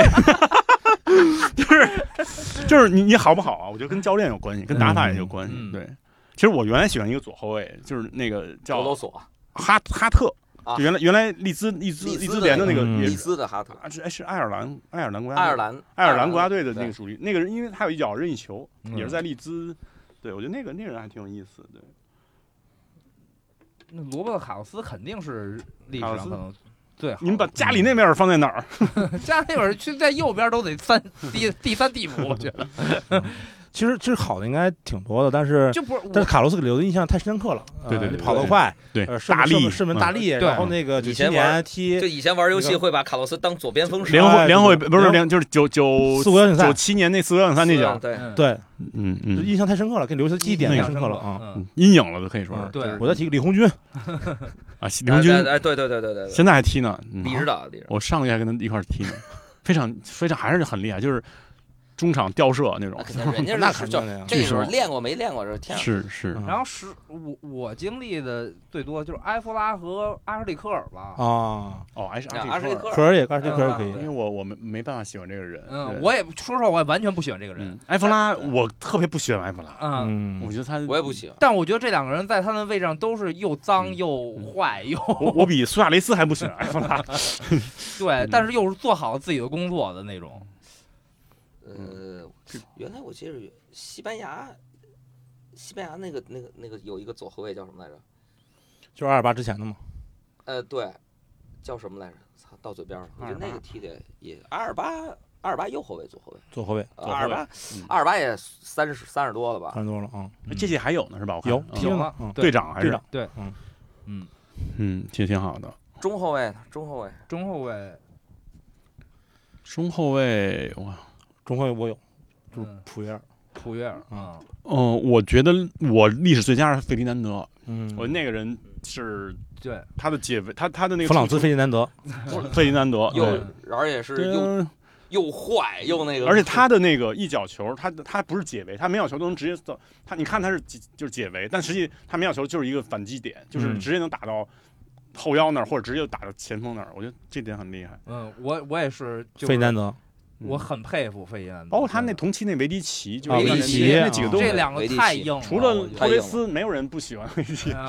Speaker 5: 就是就是你你好不好啊？我觉得跟教练有关系，跟打法也有关系。
Speaker 1: 嗯嗯
Speaker 5: 对，其实我原来喜欢一个左后卫，就是那个
Speaker 4: 格罗
Speaker 5: 叫
Speaker 4: 索、
Speaker 5: 哈哈特，
Speaker 4: 啊
Speaker 5: 就原来原来利兹利兹
Speaker 4: 利兹
Speaker 5: 兹联的那个
Speaker 3: 那个
Speaker 5: 也
Speaker 4: 利
Speaker 5: 是
Speaker 4: 兹的哈特、
Speaker 5: 啊是哎是爱尔兰爱尔兰国家
Speaker 4: 爱
Speaker 5: 队
Speaker 4: 尔兰、
Speaker 5: 爱尔兰国家队的那个
Speaker 4: 对
Speaker 5: 属于那个人，因为他有一脚任意球，
Speaker 1: 嗯
Speaker 5: 也是在利兹。对，我觉得那个那个人还挺有意思。对，
Speaker 1: 那罗伯特卡洛斯肯定是历史
Speaker 5: 卡洛
Speaker 1: 上
Speaker 5: 斯
Speaker 1: 可能最好的。
Speaker 5: 你们把家里那边放在哪儿？
Speaker 1: 加内尔去在右边都得三第第三第五，我觉得
Speaker 3: 其实其实好的应该挺多的，但是
Speaker 1: 就不是
Speaker 3: 但
Speaker 1: 我
Speaker 3: 是卡洛斯给留的印象太深刻了。呃
Speaker 5: 对对对
Speaker 3: 你跑得
Speaker 5: 对
Speaker 3: 快，
Speaker 5: 对
Speaker 3: 呃，射
Speaker 5: 大
Speaker 3: 门
Speaker 5: 力嗯
Speaker 3: 射门大力，
Speaker 1: 对
Speaker 3: 然后那个九
Speaker 4: 以
Speaker 3: 七
Speaker 4: 前玩
Speaker 3: 年踢
Speaker 4: 就以前玩游
Speaker 3: 那
Speaker 4: 戏
Speaker 3: 个
Speaker 4: 会把卡洛斯当左边锋使，
Speaker 5: 联
Speaker 3: 哎
Speaker 5: 会联会不
Speaker 3: 联
Speaker 5: 是啊联就是九九
Speaker 3: 四国小比赛
Speaker 5: 九，七年那四幺两三那脚，
Speaker 4: 对，
Speaker 1: 嗯
Speaker 3: 对，
Speaker 5: 嗯
Speaker 3: 就
Speaker 5: 嗯，
Speaker 3: 印象太深刻了，给留下记忆点
Speaker 5: 那
Speaker 3: 太
Speaker 5: 个
Speaker 3: 深刻了啊。
Speaker 1: 嗯，
Speaker 5: 阴影了都可以说是
Speaker 3: 嗯。
Speaker 1: 对
Speaker 3: 我再提个李红军，
Speaker 5: 啊，西林军
Speaker 4: 哎，对对对对对对，
Speaker 5: 现在还踢呢，嗯
Speaker 4: 李指导，李指
Speaker 5: 我上个月还跟他一块儿踢呢， 非常非常还是很厉害，就是中场吊射哦那种
Speaker 4: 导，，肯定人
Speaker 3: 那
Speaker 4: 家是
Speaker 3: 肯
Speaker 4: 就
Speaker 3: 定的呀
Speaker 4: 这
Speaker 5: 巨
Speaker 4: 时候
Speaker 5: 手
Speaker 4: 练过没练过，这天啊，
Speaker 5: 是是
Speaker 3: 嗯
Speaker 1: 然后十我我经历的最多就是埃弗拉和阿什利科尔吧，
Speaker 3: 啊，
Speaker 5: 哦，还是
Speaker 4: 啊
Speaker 5: 阿
Speaker 4: 阿什利
Speaker 5: 利
Speaker 4: 科
Speaker 5: 科
Speaker 4: 尔
Speaker 3: 科尔也，二十科尔可
Speaker 5: 嗯尔，因
Speaker 3: 以
Speaker 5: 为我我没没办法喜欢这个人，
Speaker 1: 嗯，
Speaker 5: 对
Speaker 1: 我也说实话，我也完全不喜欢这个人
Speaker 5: 嗯，埃弗拉我特别不喜欢埃弗拉，
Speaker 1: 啊。
Speaker 5: 我
Speaker 3: 嗯，
Speaker 5: 觉得他
Speaker 4: 我也不，喜欢。
Speaker 1: 但我觉得这两个人在他们位置上都是又脏
Speaker 5: 嗯
Speaker 1: 又坏又
Speaker 3: 嗯
Speaker 5: 我我比苏亚雷斯还不喜欢埃弗拉，
Speaker 3: 嗯
Speaker 1: 对，但是又是做好自己的工作的那种。
Speaker 4: 呃，原来我记得西班牙，西班牙那个那个那个有一个左后卫叫什么来着？
Speaker 3: 就是二十八之前的嘛。
Speaker 4: 呃，对，叫什么来着？操，到嘴边儿了。我觉得那
Speaker 5: 阿尔
Speaker 4: 个
Speaker 5: 巴
Speaker 4: 踢的也阿尔巴，阿尔巴右后卫、左后卫，
Speaker 3: 左后卫，
Speaker 4: 呃
Speaker 5: 左后
Speaker 4: 阿尔
Speaker 5: 卫
Speaker 4: 巴
Speaker 5: 嗯，
Speaker 4: 阿尔巴也三十三十多了吧？
Speaker 3: 看多了啊，
Speaker 5: 这届还有呢是吧？我看
Speaker 3: 有
Speaker 5: 嗯
Speaker 3: 踢
Speaker 1: 有啊
Speaker 3: 了
Speaker 1: 了
Speaker 3: 呢，嗯，
Speaker 5: 队长还是
Speaker 3: 队长
Speaker 1: 对，
Speaker 3: 嗯
Speaker 1: 嗯，
Speaker 5: 嗯，踢得挺好的。
Speaker 4: 中后卫，中后卫，
Speaker 1: 中后卫，
Speaker 5: 中后卫哇，
Speaker 3: 中后卫我有，就是
Speaker 1: 嗯，
Speaker 3: 普约尔，
Speaker 1: 普约尔啊，
Speaker 5: 嗯，我觉得我历史最佳是费迪南德，
Speaker 3: 嗯，
Speaker 5: 我那个人是
Speaker 1: 对，
Speaker 5: 他的解围，他他的那个
Speaker 3: 弗朗兹费迪南德，
Speaker 5: 费迪南德
Speaker 4: 又
Speaker 5: 嗯对
Speaker 4: 然后也是
Speaker 5: 对
Speaker 4: 又
Speaker 5: 啊
Speaker 4: 又坏又那个，
Speaker 5: 而且他的那个一脚球，他他不是解围，他每脚球都能直接到他，你看他是解就是解围，但实际他每脚球就是一个反击点，就是
Speaker 3: 嗯
Speaker 5: 直接能打到后腰那儿，或者直接打到前锋那儿。我觉得这点很厉害。嗯
Speaker 1: 嗯，我我也是，就
Speaker 3: 费迪嗯南
Speaker 1: 是
Speaker 3: 德，
Speaker 1: 我很佩服费迪嗯南德，
Speaker 5: 包括他那
Speaker 1: 真的
Speaker 5: 同期那维迪奇，就
Speaker 3: 啊
Speaker 5: 是
Speaker 3: 维
Speaker 5: 那
Speaker 3: 迪奇哦
Speaker 5: 那几个都
Speaker 3: 啊
Speaker 1: 这两个
Speaker 4: 维迪
Speaker 1: 太
Speaker 4: 奇
Speaker 1: 硬了，
Speaker 5: 除了
Speaker 1: 我觉
Speaker 5: 托
Speaker 1: 得
Speaker 5: 雷斯，没有人不喜欢维迪奇
Speaker 1: 啊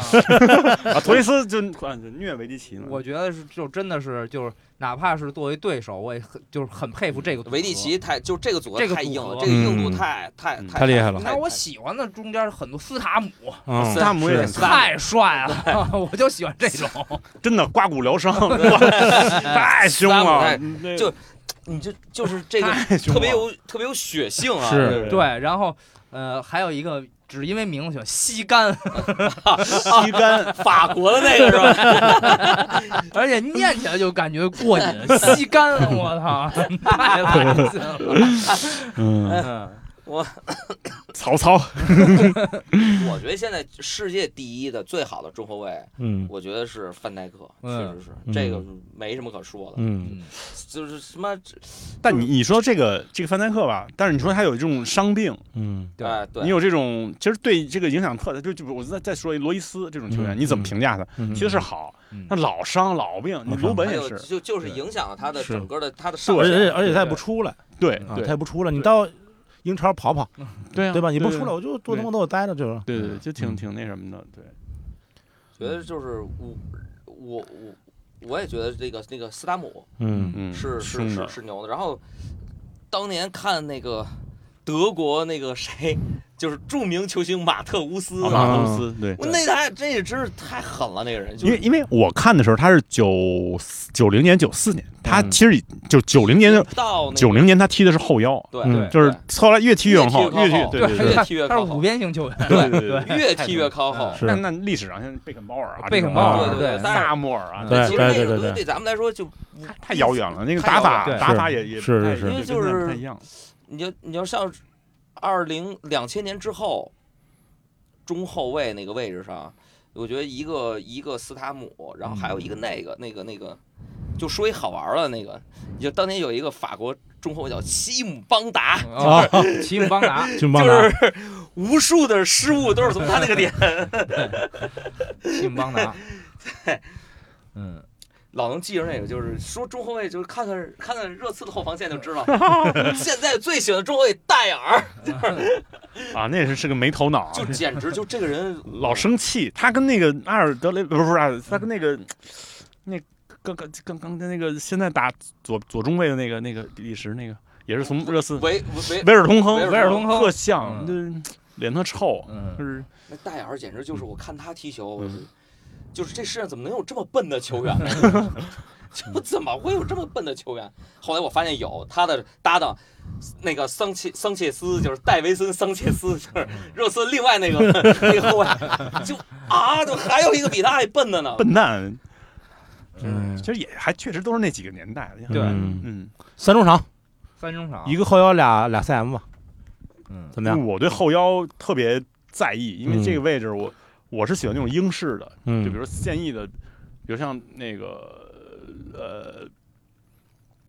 Speaker 5: 啊。托雷斯就 啊虐维迪奇嘛。
Speaker 1: 嗯我觉得是就真的是就是，哪怕是作为对手，我也很就是很佩服这个组合
Speaker 4: 维蒂。奇太就这个组
Speaker 1: 这
Speaker 4: 合
Speaker 1: 个
Speaker 4: 太
Speaker 1: 组
Speaker 4: 硬了，
Speaker 1: 合
Speaker 4: 这个硬度
Speaker 3: 嗯
Speaker 4: 太太
Speaker 5: 嗯
Speaker 4: 太
Speaker 3: 太厉害了
Speaker 1: 那我喜欢的中间很多斯塔姆
Speaker 3: 嗯，
Speaker 5: 斯塔姆也
Speaker 3: 是
Speaker 5: 很
Speaker 4: 斯塔姆
Speaker 1: 太帅了， 我就喜欢这种。
Speaker 5: 真的刮骨疗伤，哇太凶了嗯
Speaker 4: 太，
Speaker 5: 那
Speaker 4: 就你就就是这个
Speaker 5: 太凶了
Speaker 4: 特别有特别有血性啊，
Speaker 3: 是
Speaker 4: 这个
Speaker 1: 对，然后呃还有一个只因为名字喜欢吸干，
Speaker 5: 吸干。
Speaker 4: 法国的那个是吧？
Speaker 1: 而且念起来就感觉过瘾，吸干，我操， 太恶心了。
Speaker 5: 嗯，
Speaker 1: 嗯
Speaker 5: 曹操
Speaker 4: 我我觉得现在世界第一的最好的中后卫，
Speaker 3: 嗯
Speaker 4: 我觉得是范戴克，确
Speaker 1: 嗯
Speaker 4: 实是
Speaker 3: 嗯
Speaker 4: 这个没什么可说的，
Speaker 3: 嗯，
Speaker 1: 嗯
Speaker 4: 就是什么
Speaker 5: 但你你说这个这个范戴克吧，但是你说他有这种伤病，
Speaker 3: 嗯，
Speaker 1: 对
Speaker 4: 哎对
Speaker 5: 你，有这种其实对这个影响特大。就就我再再说一罗伊斯这种球员，
Speaker 3: 嗯
Speaker 5: 你怎么评价他？
Speaker 3: 嗯
Speaker 5: 其实是好
Speaker 1: 嗯，
Speaker 5: 他老伤老病，你
Speaker 3: 老伤
Speaker 5: 卢本
Speaker 4: 还
Speaker 5: 也
Speaker 4: 有
Speaker 5: 是，
Speaker 4: 就就是
Speaker 5: 对
Speaker 4: 影响了他的
Speaker 3: 是
Speaker 4: 整个的他的上
Speaker 3: 而且
Speaker 4: 限。
Speaker 3: 而且他也不出来
Speaker 5: 对
Speaker 3: 啊，他
Speaker 5: 对
Speaker 3: 也不出来，你
Speaker 4: 对
Speaker 3: 到英超跑跑，
Speaker 5: 对啊
Speaker 3: 对吧？你不
Speaker 5: 对
Speaker 3: 出来，我就多
Speaker 5: 对
Speaker 3: 多多我待着就是。
Speaker 5: 对对对，就挺
Speaker 3: 嗯
Speaker 5: 挺那什么的，对，
Speaker 4: 觉得就是我我我我也觉得这个那个斯达姆
Speaker 3: 嗯
Speaker 5: 嗯，
Speaker 4: 是是
Speaker 5: 凶的
Speaker 4: 是是牛的。然后当年看那个德国那个谁，就是著名球星马特乌斯，
Speaker 5: 啊
Speaker 3: 马
Speaker 5: 马
Speaker 3: 特
Speaker 5: 特
Speaker 3: 乌
Speaker 5: 乌斯，对，
Speaker 4: 我那他这也真是太狠了，那个人就
Speaker 5: 因为因为我看的时候他是九九零年九四年，他
Speaker 3: 嗯
Speaker 5: 其实已就九零年
Speaker 4: 到
Speaker 5: 九零年他踢的是后腰，
Speaker 4: 对
Speaker 3: 嗯
Speaker 4: 对，
Speaker 5: 就是后来越踢
Speaker 4: 越
Speaker 5: 往后，
Speaker 4: 踢越
Speaker 5: 越
Speaker 4: 靠
Speaker 5: 踢
Speaker 4: 后
Speaker 5: 对对
Speaker 4: 对
Speaker 5: 对
Speaker 4: 越踢越
Speaker 1: 他
Speaker 4: 靠
Speaker 1: 是五
Speaker 4: 后，
Speaker 1: 边型球员，
Speaker 5: 对对对。
Speaker 4: 越踢越靠后
Speaker 1: 嗯。
Speaker 3: 是
Speaker 5: 那那历史上像贝肯鲍尔啊，
Speaker 1: 贝肯鲍
Speaker 3: 尔
Speaker 5: 这种
Speaker 1: 对
Speaker 4: 对
Speaker 5: 纳莫尔啊，
Speaker 1: 对
Speaker 4: 其实那
Speaker 3: 对对
Speaker 4: 个东
Speaker 3: 对
Speaker 4: 西对咱们来说就不
Speaker 5: 太遥远了，那个
Speaker 4: 太遥
Speaker 5: 打法
Speaker 1: 远了
Speaker 5: 打
Speaker 3: 对
Speaker 5: 法也也
Speaker 3: 是
Speaker 5: 不太
Speaker 3: 是是
Speaker 5: 也
Speaker 4: 因为
Speaker 5: 跟咱
Speaker 4: 就是
Speaker 5: 不太一样，
Speaker 4: 你就你要像二零两千年之后，中后卫那个位置上，我觉得一个一个斯塔姆，然后还有一个那个那个那个，就说一好玩儿的那个，你就当年有一个法国中后卫叫西姆邦达，
Speaker 1: 啊， 齐姆邦达，
Speaker 3: 军
Speaker 4: 就
Speaker 3: 棒啊
Speaker 4: 是无数的失误都是从他那个点。
Speaker 1: 齐姆邦达，嗯，
Speaker 4: 老能记着那个，就是说中后卫，就是看看看看热刺的后防线就知道。现在最喜欢的中后卫戴尔，
Speaker 5: 啊，那是是个没头脑啊，
Speaker 4: 就简直就这个人
Speaker 5: 老生气。他跟那个阿尔德雷不是不是阿尔，他跟那个那刚刚刚刚跟那个现在打左左中卫的那个那个比利时那个也是从热刺
Speaker 4: 维维维
Speaker 5: 维尔通亨
Speaker 4: 维尔
Speaker 1: 通亨
Speaker 5: 特像，就
Speaker 1: 嗯
Speaker 5: 脸特臭，
Speaker 1: 嗯
Speaker 5: 就是
Speaker 4: 那戴尔简直就是，我看他踢球，我就
Speaker 5: 嗯
Speaker 4: 就是这世上怎么能有这么笨的球 员呢？ 就怎么会有这么笨的球员？后来我发现有他的搭档，那个桑切桑切斯，就是戴维森桑切斯，
Speaker 1: 嗯
Speaker 4: 就是热刺另外 那个那个后卫，就啊，就还有一个比他还笨的呢。
Speaker 5: 笨蛋。
Speaker 3: 嗯
Speaker 5: 其实也还确实都是那几个年代的。
Speaker 1: 对
Speaker 3: 嗯
Speaker 5: 嗯，
Speaker 3: 三中场，
Speaker 1: 三中场，
Speaker 3: 一个后腰俩俩 CM 吧，
Speaker 1: 嗯
Speaker 3: 怎么样？
Speaker 5: 我对后腰特别在意，因为
Speaker 3: 嗯
Speaker 5: 这个位置我我是喜欢那种英式的，
Speaker 3: 嗯，
Speaker 5: 就比如现役的，比如像那个呃，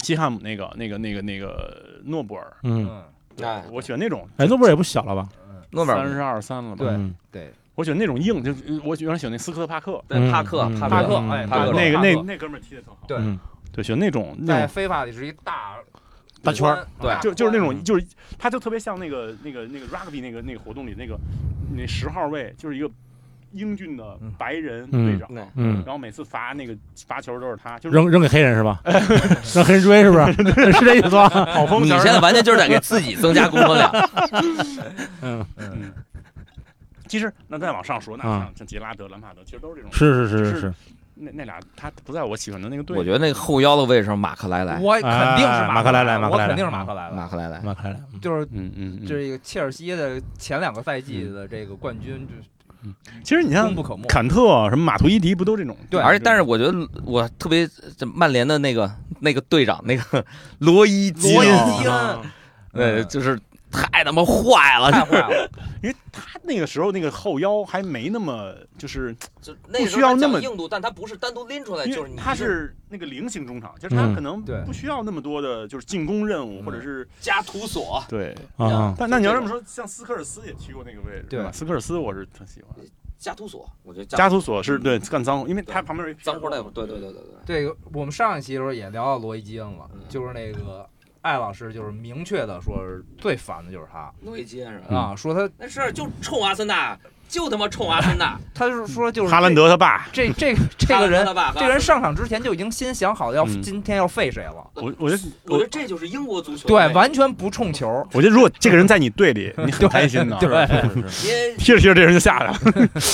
Speaker 5: 西汉姆那个那个那个那个诺布尔，
Speaker 3: 嗯，
Speaker 1: 嗯，
Speaker 4: 哎，
Speaker 5: 我喜欢那种
Speaker 3: 哎，诺贝尔也不小了吧？
Speaker 1: 诺贝
Speaker 5: 三
Speaker 1: 尔
Speaker 5: 十二三了吧？
Speaker 1: 对
Speaker 3: 嗯
Speaker 1: 对，
Speaker 5: 我喜欢那种硬，就是我原来喜欢那斯科特帕克，
Speaker 4: 对帕克
Speaker 3: 嗯
Speaker 4: 帕
Speaker 1: 帕
Speaker 4: 克
Speaker 1: 克，
Speaker 3: 嗯
Speaker 1: 哎，
Speaker 3: 帕
Speaker 1: 帕克，
Speaker 5: 那个
Speaker 1: 帕克
Speaker 5: 那那哥们儿踢的特好，
Speaker 1: 对
Speaker 3: 嗯
Speaker 5: 对，喜欢那种那
Speaker 1: 在
Speaker 5: 种。
Speaker 1: 非法里是一大
Speaker 5: 大圈儿啊
Speaker 1: 宽
Speaker 4: 对
Speaker 1: 大
Speaker 5: 就就是那种，
Speaker 1: 宽
Speaker 5: 就是他就特别像那个那个那个 rugby 那个那个活动里那个那十号位，就是一个英俊的
Speaker 1: 嗯
Speaker 5: 白人队长，
Speaker 4: 那
Speaker 3: 嗯，
Speaker 5: 然后每次罚那个罚球都是他，就是
Speaker 3: 扔扔给黑人是吧？让黑人追是不是？是这意思吧？
Speaker 5: 跑风
Speaker 4: 你
Speaker 5: 球儿
Speaker 4: 现在完全就是在给自己增加工作量。
Speaker 3: 嗯，
Speaker 1: 嗯
Speaker 5: 其实那再往上说，那
Speaker 3: 啊
Speaker 5: 像像杰拉德、兰帕德，其实都是这种。
Speaker 3: 是是是是
Speaker 5: 是
Speaker 3: 是，
Speaker 5: 那那俩他不在我喜欢的那个队。
Speaker 4: 我觉得那个后腰的位置上，马克莱莱，
Speaker 1: 我肯定是
Speaker 3: 哎马克莱莱马
Speaker 1: 我
Speaker 3: 克莱莱
Speaker 1: 肯定是马克莱
Speaker 4: 马
Speaker 1: 莱，
Speaker 4: 克莱莱，
Speaker 3: 马克莱莱，
Speaker 1: 就是
Speaker 5: 嗯嗯，嗯
Speaker 1: 这个切尔西的前两个赛季的这个冠军，就是
Speaker 5: 其实你像
Speaker 1: 功不可没。
Speaker 5: 坎特、啊什么马图伊迪不都这种？
Speaker 1: 对
Speaker 4: 而且，但是我觉得我特别这曼联的那个那个队长，那个 罗伊基哦
Speaker 1: 罗伊
Speaker 5: 啊
Speaker 4: 恩，
Speaker 1: 基啊恩
Speaker 4: 对，
Speaker 1: 嗯
Speaker 4: 就是太他妈坏了，
Speaker 1: 太坏了，
Speaker 5: 因为他那个时候那个后腰还没那么就是，
Speaker 4: 就那时候
Speaker 5: 不需要那么
Speaker 4: 他讲硬度，但他不是单独拎出来，
Speaker 5: 因
Speaker 4: 就是
Speaker 5: 为
Speaker 4: 你
Speaker 5: 他呃是那个菱形中场，其实他
Speaker 3: 嗯
Speaker 5: 可能
Speaker 1: 对
Speaker 5: 不需要那么多的就是进攻任务
Speaker 1: 嗯
Speaker 5: 或者是
Speaker 4: 加图索，
Speaker 5: 对。
Speaker 3: 啊，
Speaker 5: 但那你要这么说，像斯科尔斯也踢过那个位置，
Speaker 1: 对
Speaker 5: 吧？斯科尔斯我是特喜欢。
Speaker 4: 加图索，我觉得加
Speaker 5: 加图索是嗯对干脏活，因为他旁边有一皮
Speaker 4: 脏活累
Speaker 5: 尔
Speaker 4: 活，
Speaker 5: 洛
Speaker 4: 对对对对对，
Speaker 1: 这个我们上一期的时候也聊到罗伊基恩了
Speaker 4: 嗯，
Speaker 1: 就是那个艾老师就是明确的说是最烦的就是他
Speaker 4: 诺伊基恩是吧？
Speaker 1: 啊，说他
Speaker 4: 那是就冲阿森纳，就他妈冲阿森纳，
Speaker 1: 他是说就是
Speaker 5: 哈兰德他爸，
Speaker 1: 这这这 这个人
Speaker 4: 他爸
Speaker 1: 这个人，上场之前就已经先想好要
Speaker 5: 嗯
Speaker 1: 今天要废谁了，
Speaker 5: 我我 觉得
Speaker 4: 我觉得这就是英国足球的魅
Speaker 1: 对，
Speaker 4: 力
Speaker 1: 完全不冲球，
Speaker 5: 我觉得如果这个人在你队 里，你很开心的。
Speaker 1: 对对
Speaker 4: 因为
Speaker 5: 踢着踢着这人就下来了。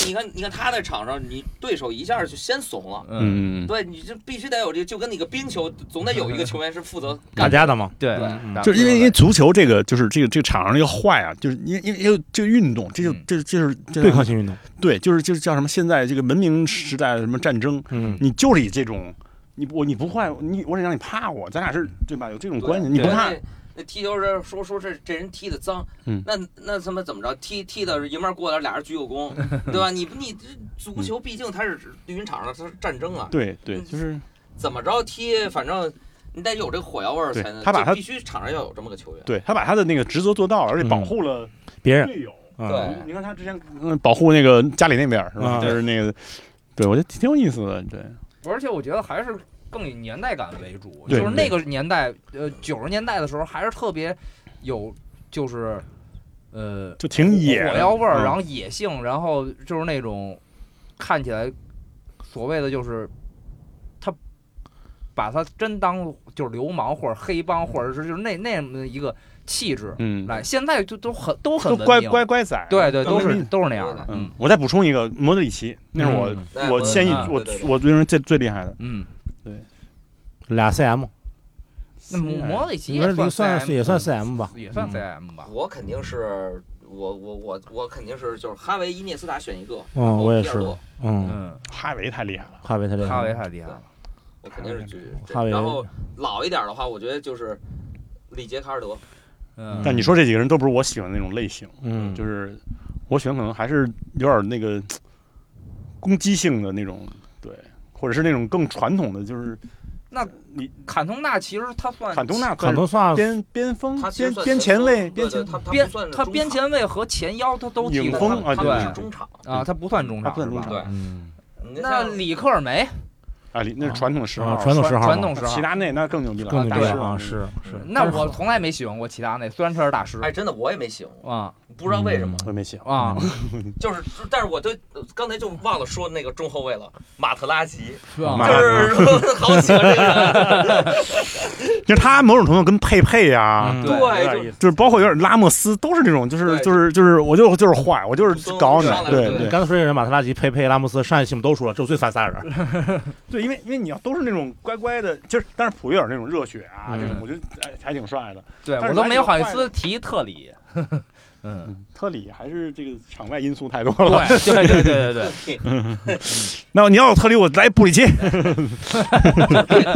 Speaker 4: 你看你看他在场上，你对手一下就先怂了。
Speaker 1: 嗯，
Speaker 4: 对，你就必须得有这个，就跟那个冰球，总得有一个球员是负责
Speaker 3: 打架的嘛，
Speaker 1: 对
Speaker 4: 嗯
Speaker 5: 就是因为因为足球这个就是这个这个场上这个坏啊，就是因为因为因为这个运动，这就
Speaker 1: 嗯
Speaker 5: 这就是这
Speaker 3: 对抗性运动，
Speaker 5: 对，就是就是叫什么？现在这个文明时代的什么战争，
Speaker 3: 嗯，
Speaker 5: 你就是以这种。你我你不坏，你我得让你怕我，咱俩是对吧？有这种关系，你不
Speaker 1: 对
Speaker 5: 怕
Speaker 4: 对那踢球时候说说这这人踢的脏，
Speaker 5: 嗯
Speaker 4: 那那他妈怎么着？踢踢到迎面过来，俩人鞠个 躬，对吧？你不你这足球毕竟它是绿茵场上，它是战争啊，
Speaker 5: 对嗯对，就是
Speaker 4: 怎么着踢，反正你得有这火药味儿
Speaker 5: 对
Speaker 4: 才能。
Speaker 5: 他把
Speaker 4: 就
Speaker 5: 他
Speaker 4: 必须场上要有这么个球员，
Speaker 5: 对他把他的那个职责做到了，而且保
Speaker 3: 嗯
Speaker 5: 护了
Speaker 3: 别人，
Speaker 5: 队友。
Speaker 3: 嗯
Speaker 4: 对
Speaker 5: 你看他之前嗯保护那个家里那边儿是吧？
Speaker 3: 啊
Speaker 5: 就是那个，对我觉得挺有意思的。对，
Speaker 1: 而且我觉得还是更以年代感为主，就
Speaker 5: 对
Speaker 1: 是那个年代，呃，九十年代的时候还是特别有，就是呃
Speaker 5: 就挺野，
Speaker 1: 火药味儿，
Speaker 5: 嗯
Speaker 1: 然后野性，然后就是那种看起来所谓的就是他把他真当就是流氓或者黑帮，或者是就是那那么一个气质
Speaker 5: 嗯，
Speaker 1: 来。现在就都很都很
Speaker 5: 都
Speaker 1: 文
Speaker 5: 乖
Speaker 1: 明
Speaker 5: 乖乖仔，
Speaker 1: 哦对对，都
Speaker 5: 文
Speaker 1: 是
Speaker 5: 明
Speaker 1: 都是那样的，
Speaker 5: 嗯
Speaker 1: 嗯，
Speaker 5: 我再补充一个莫德里奇，那是我
Speaker 4: 哎
Speaker 5: 我现役
Speaker 1: 啊
Speaker 5: 我
Speaker 4: 对对对
Speaker 5: 我认为最最厉害的。
Speaker 1: 嗯。
Speaker 3: 俩 CM，
Speaker 1: 那摩里奇
Speaker 3: 你
Speaker 1: 也
Speaker 3: 说算
Speaker 1: 算 CM
Speaker 3: 也算
Speaker 1: 嗯
Speaker 3: CM 吧？
Speaker 1: 也算
Speaker 5: 嗯
Speaker 1: CM 吧。
Speaker 4: 我肯定是我我我我肯定是就是哈维、伊涅斯塔选一个，
Speaker 3: 嗯，我也
Speaker 4: 第二
Speaker 3: 是
Speaker 4: 多，
Speaker 3: 嗯，
Speaker 1: 嗯，
Speaker 5: 哈维太厉害了，
Speaker 3: 哈维他这个
Speaker 1: 哈维太厉害了。
Speaker 4: 我肯定是这这
Speaker 3: 哈维
Speaker 4: 然后老一点的话，我觉得就是里杰卡尔德，
Speaker 1: 嗯，
Speaker 5: 但你说这几个人都不是我喜欢的那种类型，
Speaker 3: 嗯，
Speaker 5: 就是我喜欢可能还是有点那个攻击性的那种，对，或者是那种更传统的，就是
Speaker 1: 那
Speaker 5: 你
Speaker 1: 坎通纳其实他算
Speaker 5: 坎通纳
Speaker 3: 坎通算
Speaker 5: 边边锋
Speaker 4: 他其实
Speaker 5: 边
Speaker 4: 算
Speaker 5: 边前卫
Speaker 4: 对对
Speaker 5: 边前
Speaker 4: 他他
Speaker 1: 边
Speaker 4: 不算是
Speaker 1: 他
Speaker 4: 中
Speaker 1: 边
Speaker 4: 场
Speaker 1: 前卫和前腰他都踢
Speaker 5: 影
Speaker 1: 过
Speaker 5: 锋
Speaker 4: 他
Speaker 5: 啊
Speaker 4: 不是
Speaker 1: 对
Speaker 4: 中场，
Speaker 1: 啊，他不算中场
Speaker 5: 他不算中
Speaker 1: 是吧
Speaker 5: 场
Speaker 4: 对，
Speaker 3: 嗯
Speaker 4: 你
Speaker 1: 那
Speaker 4: 像
Speaker 1: 里克尔梅
Speaker 5: 啊，里那是传统十号
Speaker 3: 啊，传统十号嘛
Speaker 1: 传统十
Speaker 5: 齐
Speaker 1: 号。
Speaker 5: 达内那更牛逼了，
Speaker 3: 更厉
Speaker 5: 大
Speaker 3: 害
Speaker 5: 师
Speaker 3: 啊，是是。
Speaker 1: 那
Speaker 3: 但是
Speaker 1: 我从来没喜欢过齐达内，虽然他是大师
Speaker 4: 哎，真的我也没喜欢过，
Speaker 1: 啊
Speaker 4: 不知道为什么，
Speaker 5: 我没写，
Speaker 1: 啊，
Speaker 4: 就是，但是我对刚才就忘了说那个中后卫了，马特拉齐，
Speaker 1: 是吧
Speaker 5: 马
Speaker 4: 就是说好喜欢这个人，
Speaker 5: 就是他某种程度跟佩佩呀，
Speaker 3: 嗯
Speaker 1: 对
Speaker 4: 对，
Speaker 2: 有
Speaker 4: 就
Speaker 2: 点
Speaker 4: 是
Speaker 2: 意思。
Speaker 5: 就是包括有点拉莫斯，都是这种，就是
Speaker 4: 对
Speaker 5: 就是就是，我就就是坏，我就是搞你
Speaker 4: 上，来
Speaker 5: 对
Speaker 4: 就
Speaker 5: 对
Speaker 3: 你刚才说这人马特拉齐、佩佩、拉莫斯、上一期我们都说了，这我最烦仨人。
Speaker 5: 对，因为因为你要都是那种乖乖的，就是但是普约尔那种热血啊，
Speaker 3: 嗯
Speaker 5: 这种我觉得哎还挺帅的。
Speaker 1: 对
Speaker 5: 但是
Speaker 1: 我都没好意思提特 里。嗯，
Speaker 5: 特里还是这个场外因素太多了。
Speaker 1: 对对对 对对对，
Speaker 5: 那你要有特里，我来布里奇，
Speaker 4: 太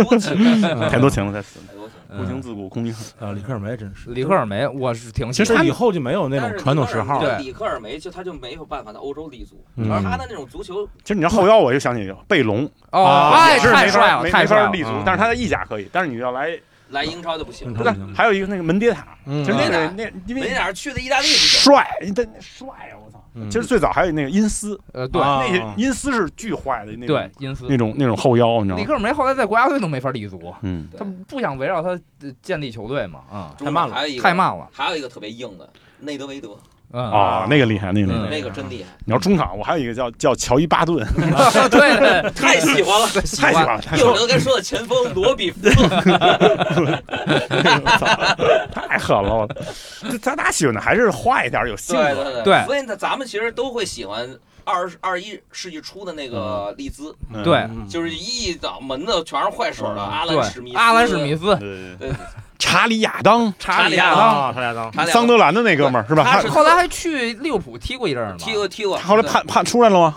Speaker 4: 多情了，
Speaker 5: 太多情了，太死了，
Speaker 4: 太多情了。
Speaker 5: 不
Speaker 1: 嗯
Speaker 5: 情自古空明恨。
Speaker 3: 啊，里克尔梅真是，
Speaker 1: 里克尔梅我是挺喜
Speaker 5: 其实
Speaker 1: 欢
Speaker 5: 他
Speaker 3: 以后就没有那
Speaker 4: 但
Speaker 3: 种
Speaker 4: 是
Speaker 3: 传统十号
Speaker 4: 里克
Speaker 3: 了。
Speaker 4: 尔里克尔梅就他就没有办法在欧洲立足，
Speaker 3: 嗯
Speaker 4: 而他的那种足球，
Speaker 5: 其实你要后腰，我就想起贝隆，
Speaker 1: 哦，
Speaker 3: 啊
Speaker 1: 哎，
Speaker 5: 也是
Speaker 1: 太
Speaker 5: 没法
Speaker 1: 帅了，
Speaker 5: 没
Speaker 1: 太
Speaker 5: 没
Speaker 1: 帅
Speaker 5: 法
Speaker 1: 了。
Speaker 5: 立足
Speaker 3: 嗯，
Speaker 5: 但是他在意甲可以，但是你要来，
Speaker 4: 来英超就不行
Speaker 3: 嗯。
Speaker 5: 但还有一个那个门迭塔，
Speaker 3: 嗯
Speaker 5: 其实那
Speaker 4: 门迭
Speaker 5: 个
Speaker 4: 塔
Speaker 5: 那因
Speaker 4: 没
Speaker 5: 为
Speaker 4: 哪儿去的意大利不行，
Speaker 5: 帅，但那帅啊，我操！
Speaker 3: 嗯
Speaker 5: 其实最早还有那个因斯，
Speaker 1: 呃，对
Speaker 3: 啊
Speaker 5: 那些因斯是巨坏的那种
Speaker 1: 对，因斯
Speaker 5: 那种那种后腰，你知道
Speaker 1: 里
Speaker 5: 吗？
Speaker 1: 克尔梅后来在国家队都没法立足，
Speaker 5: 嗯，
Speaker 1: 他不想围绕他呃建立球队嘛，啊、
Speaker 4: 中场
Speaker 3: 太慢了
Speaker 4: 还有一个
Speaker 1: 太，慢了，
Speaker 4: 还有一个特别硬的内德维德，
Speaker 1: 嗯，
Speaker 5: 啊，那个厉害，那个厉害。
Speaker 1: 嗯
Speaker 4: 那个真厉害，
Speaker 5: 你要中场，我还有一个叫叫乔伊巴顿，
Speaker 1: 对对，
Speaker 4: 太喜欢了。
Speaker 1: 喜
Speaker 5: 太喜
Speaker 1: 欢
Speaker 5: 欢了，太
Speaker 4: 一
Speaker 5: 喜
Speaker 4: 会
Speaker 5: 欢
Speaker 4: 儿就
Speaker 5: 了
Speaker 4: 该说的前锋罗比夫，
Speaker 5: 太狠了！我 这咱俩喜欢的还是坏一点，有性
Speaker 4: 对
Speaker 5: 格。
Speaker 4: 对对
Speaker 1: 对
Speaker 4: 所以呢，咱们其实都会喜欢二十二一世纪初的那个利兹，
Speaker 5: 嗯
Speaker 1: 对
Speaker 4: 就是一脑门子全是坏水的阿兰史密
Speaker 1: 对，
Speaker 4: 斯，
Speaker 1: 阿兰史密斯，
Speaker 5: 对
Speaker 4: 对，
Speaker 5: 查理亚当，
Speaker 1: 查
Speaker 4: 理
Speaker 1: 理
Speaker 4: 亚
Speaker 1: 亚
Speaker 3: 啊，他俩当
Speaker 4: 他俩
Speaker 5: 桑德兰的那哥们儿是吧？
Speaker 4: 他
Speaker 5: 他
Speaker 4: 是
Speaker 1: 后来还去利物浦踢过一阵儿呢，
Speaker 4: 踢过踢过，
Speaker 5: 他后来判判出来了吗？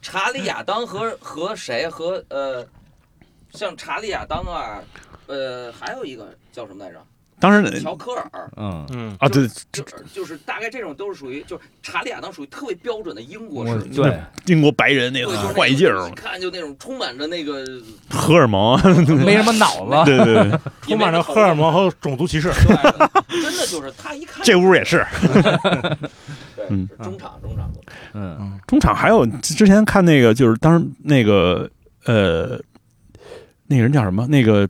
Speaker 4: 查理亚当和和谁和呃，像查理亚当啊，呃，还有一个叫什么来着？
Speaker 5: 当时
Speaker 4: 乔科尔，
Speaker 1: 嗯，
Speaker 3: 嗯，
Speaker 5: 啊，对，
Speaker 4: 就是就是大概这种都是属于就是查理亚当属于特别标准的英国
Speaker 1: 我
Speaker 4: 式。
Speaker 1: 对
Speaker 5: 英国白人那
Speaker 4: 对，
Speaker 5: 个
Speaker 4: 就是那种
Speaker 5: 坏劲儿
Speaker 4: 一，看就那种充满着那个，
Speaker 5: 荷尔蒙，啊
Speaker 1: 没什么脑子，
Speaker 5: 对对对，
Speaker 4: 也
Speaker 3: 充
Speaker 4: 没
Speaker 3: 满着
Speaker 4: 人
Speaker 3: 荷尔蒙和种族歧视。
Speaker 4: 讨论，对真的就是他一看
Speaker 5: 这屋也是。
Speaker 4: 对
Speaker 5: 嗯
Speaker 4: 是中场中场，
Speaker 1: 嗯
Speaker 5: 中场还有之前看那个，就是当时那个呃，那个人叫什么？那个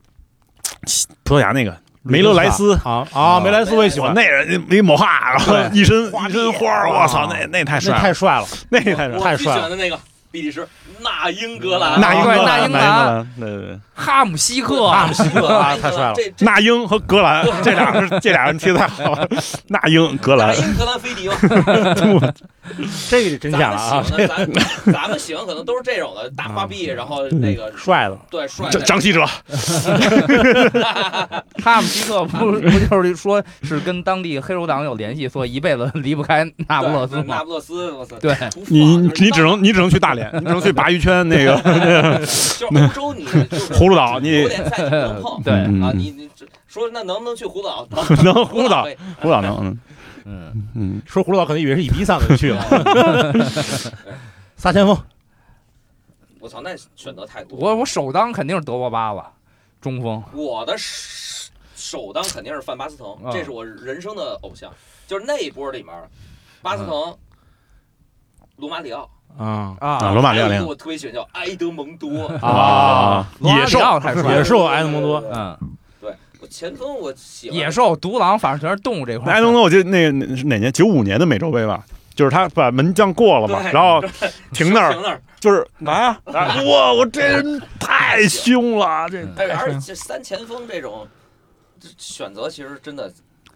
Speaker 5: 葡萄牙那个梅勒莱斯，
Speaker 3: 啊啊，梅莱斯我也喜
Speaker 5: 哇，
Speaker 3: 欢，
Speaker 5: 那人一抹哈，然后
Speaker 3: 对
Speaker 5: 一身
Speaker 3: 花
Speaker 5: 一身
Speaker 3: 臂
Speaker 5: 花儿，
Speaker 3: 哇
Speaker 5: 我操，那那太
Speaker 3: 那
Speaker 5: 帅
Speaker 3: 太
Speaker 5: 了，
Speaker 3: 帅了。
Speaker 5: 那太帅了。
Speaker 4: 我
Speaker 3: 太
Speaker 4: 最喜
Speaker 3: 帅了
Speaker 4: 欢的那个比利时那英啊格兰，
Speaker 5: 那英格
Speaker 1: 对那
Speaker 5: 兰，
Speaker 1: 英格
Speaker 5: 那
Speaker 1: 兰
Speaker 5: 英格兰，对对对，
Speaker 1: 哈姆西克，
Speaker 4: 英格
Speaker 3: 啊
Speaker 4: 兰
Speaker 3: 太帅了
Speaker 4: 这这
Speaker 5: 那英和格兰这俩人，这俩人踢得太好了。那英格
Speaker 4: 那
Speaker 5: 兰，
Speaker 4: 英格兰飞迪嘛，
Speaker 3: 这个得真假
Speaker 4: 咱
Speaker 3: 了啊，
Speaker 4: 们喜欢的咱咱们喜欢可能都是这种的大花臂，然后那个
Speaker 3: 帅的。
Speaker 4: 对帅
Speaker 5: 张
Speaker 4: 的，
Speaker 5: 张稀哲，
Speaker 1: 哈姆西克不 是不就是说是跟当地黑手党有联系，所以一辈子离不开那
Speaker 4: 那
Speaker 1: 不勒斯
Speaker 4: 那
Speaker 1: 吗？
Speaker 4: 不勒斯，我操！
Speaker 1: 对，
Speaker 4: 不放
Speaker 5: 你
Speaker 4: 就是
Speaker 5: 你只能你只能去大连，你只能去鲅鱼圈那个
Speaker 4: 就是欧洲，你就是
Speaker 5: 葫芦岛，你
Speaker 4: 有点菜你不能碰
Speaker 1: 对
Speaker 5: 嗯
Speaker 4: 啊！你你这说那能不能去胡啊岛？
Speaker 5: 能胡导
Speaker 4: 可以
Speaker 5: 胡导能，嗯
Speaker 1: 嗯，
Speaker 5: 嗯，
Speaker 3: 说葫芦岛可能以为是一比三就去了，仨前锋，
Speaker 4: 我操，那选择太多。
Speaker 1: 我我首当肯定是德国巴了，中锋。
Speaker 4: 我的首首当肯定是范巴斯滕
Speaker 1: 啊，
Speaker 4: 这是我人生的偶像，就是那一波里面，巴斯滕、
Speaker 5: 嗯
Speaker 4: 罗马里奥，
Speaker 3: 啊，
Speaker 5: 啊，
Speaker 1: 啊
Speaker 5: 罗马
Speaker 4: 还
Speaker 5: 里
Speaker 4: 有
Speaker 5: 奥
Speaker 4: 一
Speaker 5: 联
Speaker 4: 个我特别喜欢叫埃德蒙多，
Speaker 5: 啊，
Speaker 1: 罗马
Speaker 5: 野
Speaker 1: 里
Speaker 5: 兽
Speaker 1: 奥太帅
Speaker 3: 野
Speaker 1: 了，
Speaker 3: 兽埃德蒙多，
Speaker 1: 嗯，
Speaker 4: 对我前锋我喜欢
Speaker 1: 野兽、独狼，反正全是动物这块儿。
Speaker 5: 埃隆多，我记哎得那个那是哪年？九五年的美洲杯吧，就是他把门将过了嘛，
Speaker 4: 对
Speaker 5: 然后停那儿
Speaker 4: 停，那儿，
Speaker 5: 就是来啊，来哇，我这人太凶了，这
Speaker 4: 哎而且三前锋这种这选择其实真的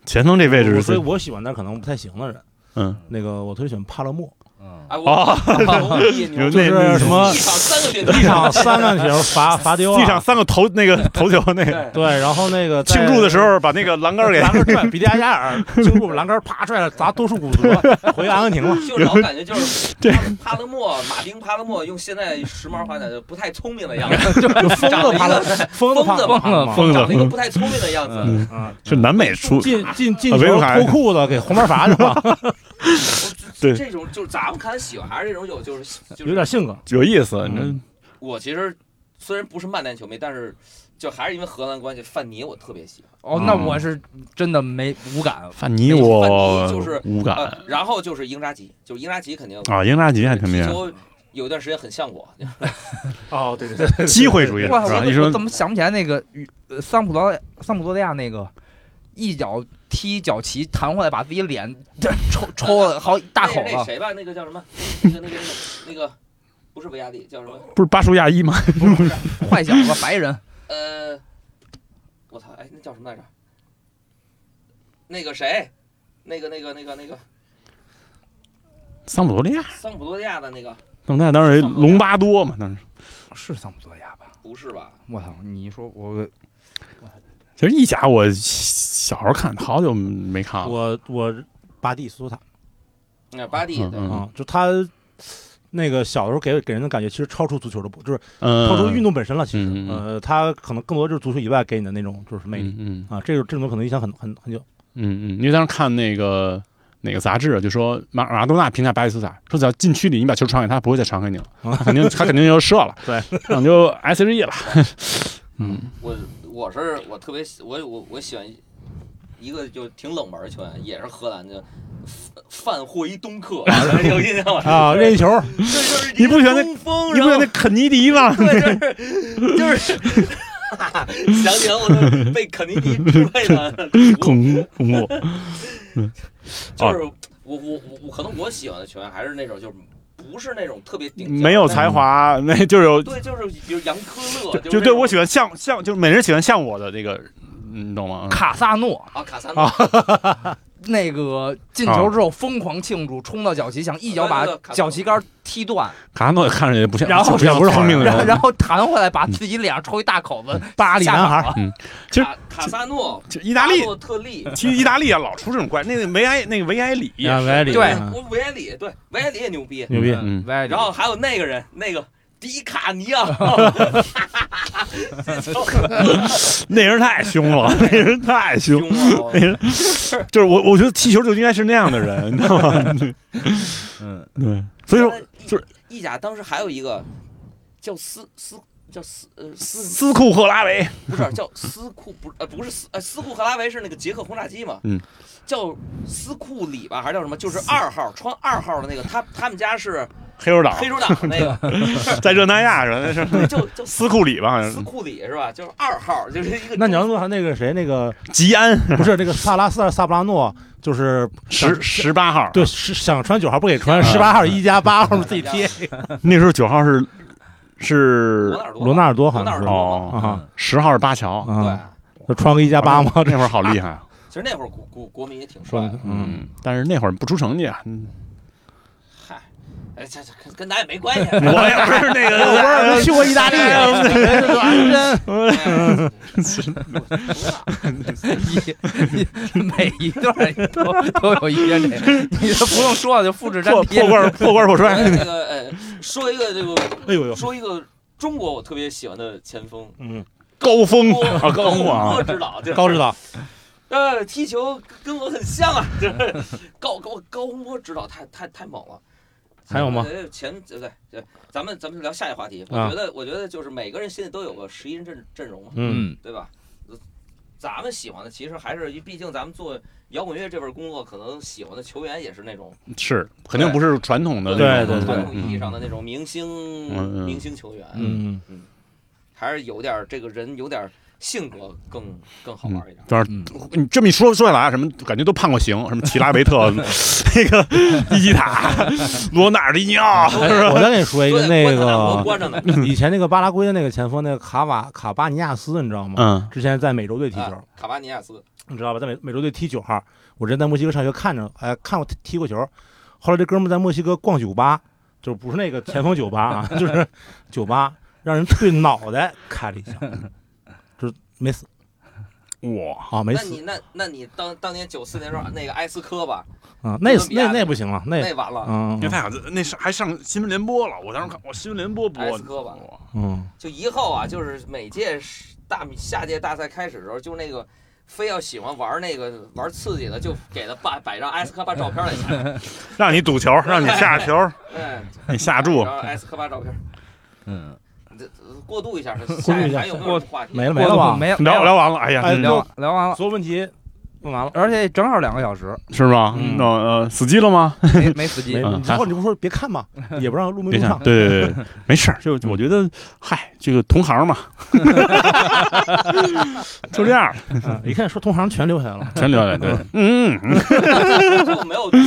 Speaker 5: 前锋这位置是
Speaker 3: 所以
Speaker 5: 最
Speaker 3: 我喜欢但可能不太行的人，
Speaker 5: 嗯，
Speaker 3: 那个我特别喜欢帕勒莫，
Speaker 1: 嗯，
Speaker 4: 哎我
Speaker 5: 哦
Speaker 4: 好别
Speaker 5: 有
Speaker 4: 扭，
Speaker 5: 那啊
Speaker 3: 就是
Speaker 5: 那
Speaker 3: 什么
Speaker 4: 一场三个点
Speaker 3: 一场三个球罚罚丢
Speaker 5: 地上
Speaker 3: 啊，
Speaker 5: 三个头那个头球那个
Speaker 4: 对，
Speaker 3: 对，然后那个在
Speaker 5: 庆祝的时候把那个栏杆给
Speaker 3: 栏杆拽，比利亚加尔庆祝栏杆啪拽了，砸多处骨折，回阿根廷了。
Speaker 4: 就是老感觉 就是
Speaker 5: 这
Speaker 4: 帕勒莫马丁帕勒莫用现在时髦话讲就不太聪明的
Speaker 1: 嗯
Speaker 4: 样
Speaker 3: 疯
Speaker 4: 子，长得
Speaker 3: 子
Speaker 4: 一
Speaker 3: 帕勒
Speaker 4: 个，
Speaker 3: 疯子帕勒，
Speaker 1: 疯子
Speaker 5: 疯
Speaker 4: 长得一个
Speaker 5: 了，
Speaker 4: 不太聪明的样子。
Speaker 5: 嗯，
Speaker 3: 啊！
Speaker 5: 是南美出
Speaker 3: 进进进
Speaker 5: 啊维
Speaker 3: 球
Speaker 5: 吾尔
Speaker 3: 脱裤子给红牌罚去了，
Speaker 5: 对
Speaker 4: 这种就是咱们看喜欢还是这种有就是就是
Speaker 3: 有点性格。
Speaker 5: 有意思，你
Speaker 4: 我其实虽然不是曼联球迷，但是就还是因为荷兰关系，范尼我特别喜欢。
Speaker 1: 哦，那我是真的没无感。
Speaker 5: 这范尼我
Speaker 4: 范尼就是
Speaker 5: 无感
Speaker 4: 呃，然后就是英扎吉，就是英扎吉肯定
Speaker 5: 啊，英扎吉还挺厉
Speaker 4: 踢
Speaker 5: 害，
Speaker 4: 球有一段时间很像我，
Speaker 3: 哦，对对对，
Speaker 5: 机会主义是
Speaker 1: 我我
Speaker 5: 吧？
Speaker 1: 怎
Speaker 5: 你
Speaker 1: 么我
Speaker 5: 说
Speaker 1: 怎么想不起来那个与呃桑普罗桑普罗利亚那个一脚踢脚旗弹回来，把自己脸抽抽了好大口啊
Speaker 4: 那哎那
Speaker 1: 子。
Speaker 4: 谁吧，那个叫什么？那个那个那个那个不是维亚蒂，叫什么？
Speaker 5: 不是巴舒亚裔吗？
Speaker 4: 不是
Speaker 1: 坏小子，白人，
Speaker 4: 呃，我操，哎，那叫什么来着？那个谁，那个那个那个那个
Speaker 5: 桑普多利亚，
Speaker 4: 桑普多利亚的那个
Speaker 5: 那那当时隆巴多嘛，当时
Speaker 1: 是桑普罗利亚吧？
Speaker 4: 不是吧？
Speaker 1: 我操！你一说
Speaker 5: 嗯
Speaker 1: 我
Speaker 5: 其实意甲我小时候看，好久没看了。
Speaker 3: 我我巴蒂苏塔
Speaker 4: 那巴蒂
Speaker 5: 嗯
Speaker 4: 对，
Speaker 5: 嗯
Speaker 3: 啊，就他那个小的时候给给人的感觉，其实超出足球的，就是
Speaker 5: 嗯，
Speaker 3: 超出运动本身了。其
Speaker 5: 嗯嗯
Speaker 3: 实，
Speaker 5: 嗯
Speaker 3: 呃，他可能更多就是足球以外给你的那种就是魅力
Speaker 5: 嗯嗯
Speaker 3: 啊。这种这种可能影响很很很久。
Speaker 5: 嗯嗯，因为当时看那个哪个杂志，就说马马拉多纳评价巴蒂斯塔，说只要禁区里你把球传给他，他不会再传给你了，他肯定他肯定就射了，
Speaker 3: 对，
Speaker 5: 然后就 S H E 了。嗯，
Speaker 4: 我我是我特别喜我我我喜欢一个就挺冷门儿球员，也是荷兰的范范霍伊东克，你 有印象吗？
Speaker 3: 啊，任意球，
Speaker 4: 对，就是
Speaker 5: 你不
Speaker 4: 觉得
Speaker 5: 觉得那
Speaker 4: 中锋，
Speaker 5: 你不觉
Speaker 4: 然后
Speaker 5: 得那啊肯尼迪吗？
Speaker 4: 对，就是就是。 想起来我都被肯尼 迪之类
Speaker 5: 啊
Speaker 4: 的
Speaker 5: 恐恐怖，
Speaker 4: 就是我我我我可能我喜欢的球员还是那种就是不是那种特别顶尖的
Speaker 5: 没有才华，没就是有，
Speaker 4: 对，就是比如杨科勒，
Speaker 5: 就对我喜欢像像就是每人喜欢像我的这个，嗯你懂吗？
Speaker 1: 卡萨诺
Speaker 4: 欢啊卡萨
Speaker 5: 啊
Speaker 4: 诺，
Speaker 1: 那个进球之后疯狂庆祝，冲到脚旗想一脚把
Speaker 4: 对对对
Speaker 1: 脚旗杆踢断，
Speaker 5: 卡诺看上去不像，
Speaker 1: 然后
Speaker 5: 不像不是聪明的
Speaker 1: 然后
Speaker 5: 人嗯
Speaker 1: 然。后弹回来把自己脸上抽一大口子。
Speaker 3: 巴黎男孩，
Speaker 5: 其实
Speaker 4: 卡卡萨诺、
Speaker 5: 就意大利
Speaker 4: 巴，洛特利，
Speaker 5: 其实意大利啊老出这种怪，那个维埃那个维埃里，
Speaker 3: 啊维埃里，
Speaker 1: 对
Speaker 3: 啊
Speaker 4: 我维埃里，对维埃里也牛逼，
Speaker 3: 牛逼。
Speaker 5: 嗯
Speaker 1: 歪理
Speaker 4: 然后还有那个人，那个迪卡尼啊 奥，
Speaker 5: 那人太凶了，那人太凶了。
Speaker 4: 凶啊
Speaker 5: 那人就是我，我觉得踢球就应该是那样的人，你知道吗？
Speaker 1: 嗯，
Speaker 5: 对，所以说就是
Speaker 4: 意甲当时还有一个叫斯斯叫斯呃斯
Speaker 5: 斯库赫拉维，
Speaker 4: 不是叫斯库不是呃不是斯呃斯库克拉维是那个捷克轰炸机嘛，
Speaker 5: 嗯，
Speaker 4: 叫斯库里吧还是叫什么？就是二号穿二号的那个，他他们家是
Speaker 5: 黑手党
Speaker 4: 黑手党的那 个，
Speaker 5: 在热那亚人是
Speaker 4: 对，就就
Speaker 5: 斯库里吧，好像
Speaker 4: 斯
Speaker 5: 是
Speaker 4: 库里是吧？就是二号，就是一个
Speaker 3: 那你要说他那个谁，那个
Speaker 5: 吉安
Speaker 3: 不是那个萨拉斯萨布拉诺，就是
Speaker 5: 十十八号，
Speaker 3: 对，是想穿九号不给
Speaker 5: 嗯
Speaker 3: 穿，十八号一加八号自己贴。
Speaker 5: 那时候九号是
Speaker 4: 罗
Speaker 5: 是
Speaker 4: 纳尔多，
Speaker 3: 罗纳尔多好
Speaker 4: 罗纳
Speaker 3: 像
Speaker 4: 尔
Speaker 3: 是
Speaker 4: 多
Speaker 5: 哦，嗯
Speaker 3: 啊
Speaker 5: 十号是巴乔，
Speaker 4: 对
Speaker 3: 啊，，就穿个一加八嘛，
Speaker 5: 那会儿好厉害啊，
Speaker 4: 其实那会儿国国国民也挺帅
Speaker 3: 说
Speaker 4: 的，
Speaker 3: 嗯，
Speaker 5: 嗯，但是那会儿不出成绩啊，嗯
Speaker 4: 嗨，哎，这这跟跟咱也没关系，
Speaker 5: 我也不是那个，我
Speaker 3: 去 过意大利，
Speaker 4: 哎
Speaker 1: 一每一段都都有一些这个，你都不用说了，就复制粘
Speaker 5: 破
Speaker 1: 贴。
Speaker 5: 破罐破罐破摔，
Speaker 4: 那个呃，说一个这个
Speaker 3: 哎呦呦，
Speaker 4: 说一个中国我特别喜欢的前锋
Speaker 3: 嗯，
Speaker 5: 高峰
Speaker 4: 郭
Speaker 5: 啊，高峰啊
Speaker 4: 郭，指导就是
Speaker 3: 高指导，
Speaker 4: 呃，踢球跟我很像啊， 就是高高高洪波指导太太太猛了。
Speaker 3: 还有吗？
Speaker 4: 呃？前对对对，咱们咱们聊下一话题。我
Speaker 3: 啊
Speaker 4: 觉得我觉得就是每个人心里都有个十一人阵阵容嘛，
Speaker 3: 嗯，
Speaker 1: 嗯，
Speaker 4: 对吧？呃咱们喜欢的其实还是，毕竟咱们做摇滚乐这份工作，可能喜欢的球员也是那种
Speaker 5: 是肯定不是传统的那
Speaker 3: 对
Speaker 5: 种
Speaker 3: 对
Speaker 4: 传
Speaker 5: 嗯
Speaker 4: 统意义上的那种明星
Speaker 5: 嗯嗯
Speaker 4: 明星球员，
Speaker 3: 嗯，
Speaker 4: 还是有点儿这个人有点儿性格更更好玩一点。
Speaker 5: 但是
Speaker 1: 嗯
Speaker 5: 你这么一说说起来啊，什么感觉都判过刑，什么齐拉维 特、那个伊基塔、罗纳尔迪尼奥， 嗯
Speaker 3: 我再给你说一啊个哎那
Speaker 4: 我
Speaker 3: 个
Speaker 4: 关着呢，
Speaker 3: 以 前那个巴拉圭的那个前锋，那个卡瓦卡巴尼亚斯，你知道吗？
Speaker 5: 嗯
Speaker 3: 之前在美洲队踢球
Speaker 4: 啊，卡巴尼亚斯，
Speaker 3: 你知道吧？在美美洲队踢九号，我之前在墨西哥上学看着，哎，看过踢踢过球。后来这哥们儿在墨西哥逛酒吧，就是不是那个前锋酒吧啊， 就是酒吧，让人对脑袋开了一 枪，就是没死
Speaker 5: 哇，
Speaker 3: 啊，没
Speaker 4: 那
Speaker 3: 死
Speaker 4: 你那那你当当年九四年时候那个埃斯科吧，
Speaker 3: 啊，那
Speaker 4: 哥伦比亚
Speaker 3: 那那不行了，那
Speaker 4: 那完了，
Speaker 3: 嗯
Speaker 5: 那太好，那是还上新闻联播了，我当时看我新闻联播播
Speaker 4: 埃斯科吧
Speaker 5: 哇
Speaker 3: 嗯
Speaker 4: 就以后啊，就是每届是大下届大赛开始的时候，就那个非要喜欢玩那个玩刺激的，就给他爸摆张埃斯科巴照片来 下，
Speaker 5: 让你赌球，让你下球，
Speaker 4: 嗯，
Speaker 5: 让你下 注，
Speaker 4: 然后埃斯科巴照片，
Speaker 1: 嗯，
Speaker 4: 这呃过渡一下，
Speaker 3: 过
Speaker 4: 下
Speaker 3: 渡一
Speaker 4: 一
Speaker 3: 下
Speaker 4: 还有没有什么话题？
Speaker 3: 没了没了
Speaker 1: 吧？
Speaker 3: 吧？
Speaker 1: 没有
Speaker 5: 聊
Speaker 1: 没有
Speaker 5: 聊完了，哎呀，
Speaker 3: 哎
Speaker 5: 真的
Speaker 1: 聊聊完了，
Speaker 3: 所有问题问完了，
Speaker 1: 而且正好两个小时，
Speaker 5: 是吗？
Speaker 3: 嗯
Speaker 5: 那呃，死机了吗？
Speaker 1: 没没死机
Speaker 3: 没，
Speaker 5: 嗯
Speaker 3: 你之后你不说别看嘛，也不让录没
Speaker 5: 别
Speaker 3: 录
Speaker 5: 想
Speaker 3: 上，，
Speaker 5: 对对 对，没事儿，就我觉得，嗨，这个同行嘛，就这样，
Speaker 3: 嗯一看说同行全留下 来了，
Speaker 5: 全聊聊，对，嗯，嗯
Speaker 4: 就没有得这，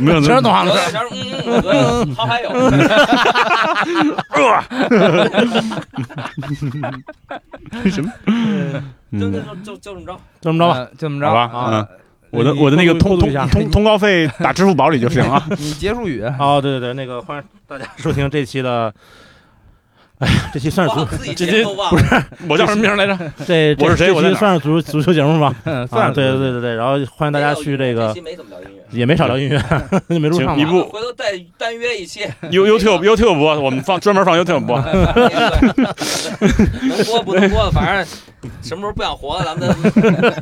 Speaker 5: 没有
Speaker 3: 全是 同行
Speaker 4: 有
Speaker 3: 留下来
Speaker 4: 点像嗯，嗯，好还有，
Speaker 5: 什么，
Speaker 4: 就就
Speaker 5: 嗯，
Speaker 4: 就就这么着，
Speaker 3: 就这么
Speaker 1: 呃就这么
Speaker 3: 着吧。
Speaker 1: 着，
Speaker 5: 好吧，
Speaker 3: 啊
Speaker 5: 嗯。我的我的那个通
Speaker 3: 过渡一
Speaker 5: 通
Speaker 3: 下
Speaker 5: 通通告费打支付宝里就行 啊。
Speaker 1: 你结束语，
Speaker 3: 哦，对对对，那个欢迎大家收听这期的，哎呀，这期算是
Speaker 4: 忘
Speaker 3: 足
Speaker 4: 了自己
Speaker 3: 这
Speaker 4: 节
Speaker 3: 这
Speaker 4: 目忘了，
Speaker 5: 我叫什么名儿 来着？
Speaker 3: 这这
Speaker 5: 我是谁
Speaker 3: 这
Speaker 5: 我在
Speaker 3: 期
Speaker 5: 哪儿
Speaker 3: 算是足足球节目 吧？
Speaker 1: 嗯
Speaker 3: 啊，
Speaker 1: 算
Speaker 3: 对
Speaker 1: 是
Speaker 3: 对对对，然后欢迎大家去这
Speaker 4: 这
Speaker 3: 个，
Speaker 4: 期没怎么聊音乐。啊
Speaker 3: 也没少聊音 乐，没录上
Speaker 5: 行一
Speaker 3: 嘛。
Speaker 5: 不
Speaker 4: 回头再单约一期，
Speaker 5: You YouTube YouTube 播，我们放专门放 YouTube 播。
Speaker 4: 能播不能播，反正什么时候不想活了，咱们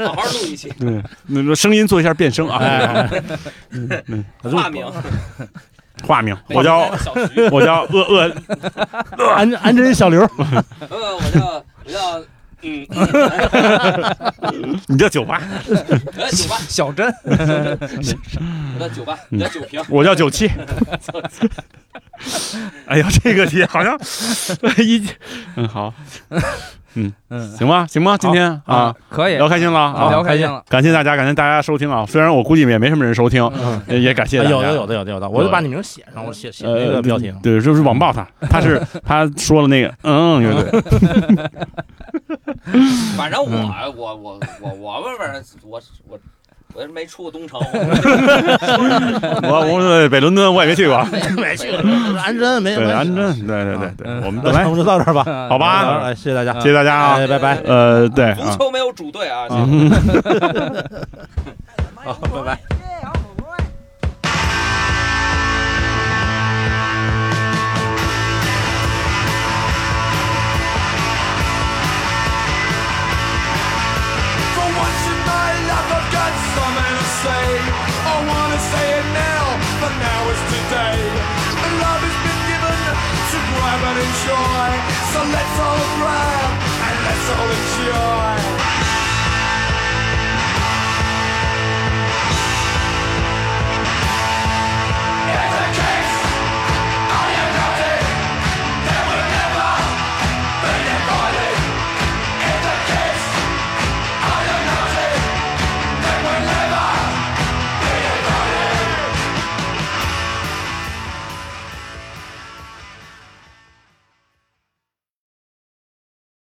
Speaker 4: 好好录一 期，
Speaker 5: 对， 那个声音做一下变声
Speaker 3: 哎
Speaker 5: 啊，
Speaker 3: 哎，
Speaker 4: 化名。
Speaker 5: 化名，我 叫
Speaker 4: 小徐，
Speaker 5: 我叫恶恶，
Speaker 3: 哎安安真小刘，
Speaker 4: 呃，我叫我叫嗯，
Speaker 5: 你叫酒吧，
Speaker 4: 我叫九八，
Speaker 1: 小珍，
Speaker 4: 我叫九八，我叫九平，
Speaker 5: 我叫九七。哎呀， 这个题好像一，嗯好，
Speaker 1: 嗯，
Speaker 5: 行吧行吧，今天啊。，
Speaker 1: 可以
Speaker 5: 聊开心了
Speaker 1: 啊
Speaker 5: 啊！
Speaker 1: 聊开心了，
Speaker 5: 感谢大家，感谢大家收听啊！虽然我估计也没什么人收听，
Speaker 3: 嗯
Speaker 5: 也也感谢
Speaker 3: 有
Speaker 5: 大家。呃
Speaker 3: 的有的有的有的，我就把你名写上，我写写那个标题上。
Speaker 5: 对，就是网暴他，他是他说了那个嗯乐队，
Speaker 3: 嗯
Speaker 4: 反正我我我我我外边我我我是没出过东城，
Speaker 5: 我我对北伦敦我也没去过，
Speaker 4: 嗯 没去过，
Speaker 3: 安真没
Speaker 5: 对，
Speaker 3: 关
Speaker 5: 安
Speaker 3: 系，
Speaker 5: 贞，对对对对，
Speaker 1: 嗯
Speaker 5: 我们
Speaker 3: 那
Speaker 5: 本来
Speaker 3: 我们就到这儿吧，
Speaker 1: 好
Speaker 5: 好吧
Speaker 3: 哎，谢谢大家，
Speaker 5: 谢谢大家啊，
Speaker 3: 哎，拜拜。
Speaker 5: 呃，对
Speaker 4: 足
Speaker 5: 啊，
Speaker 4: 球没有主队啊，
Speaker 5: 嗯，
Speaker 3: 好，拜拜。
Speaker 6: For once in my life I've got something to say I wanna say it now, but now is today Love has been given to grab and enjoy So let's all grab and let's all enjoy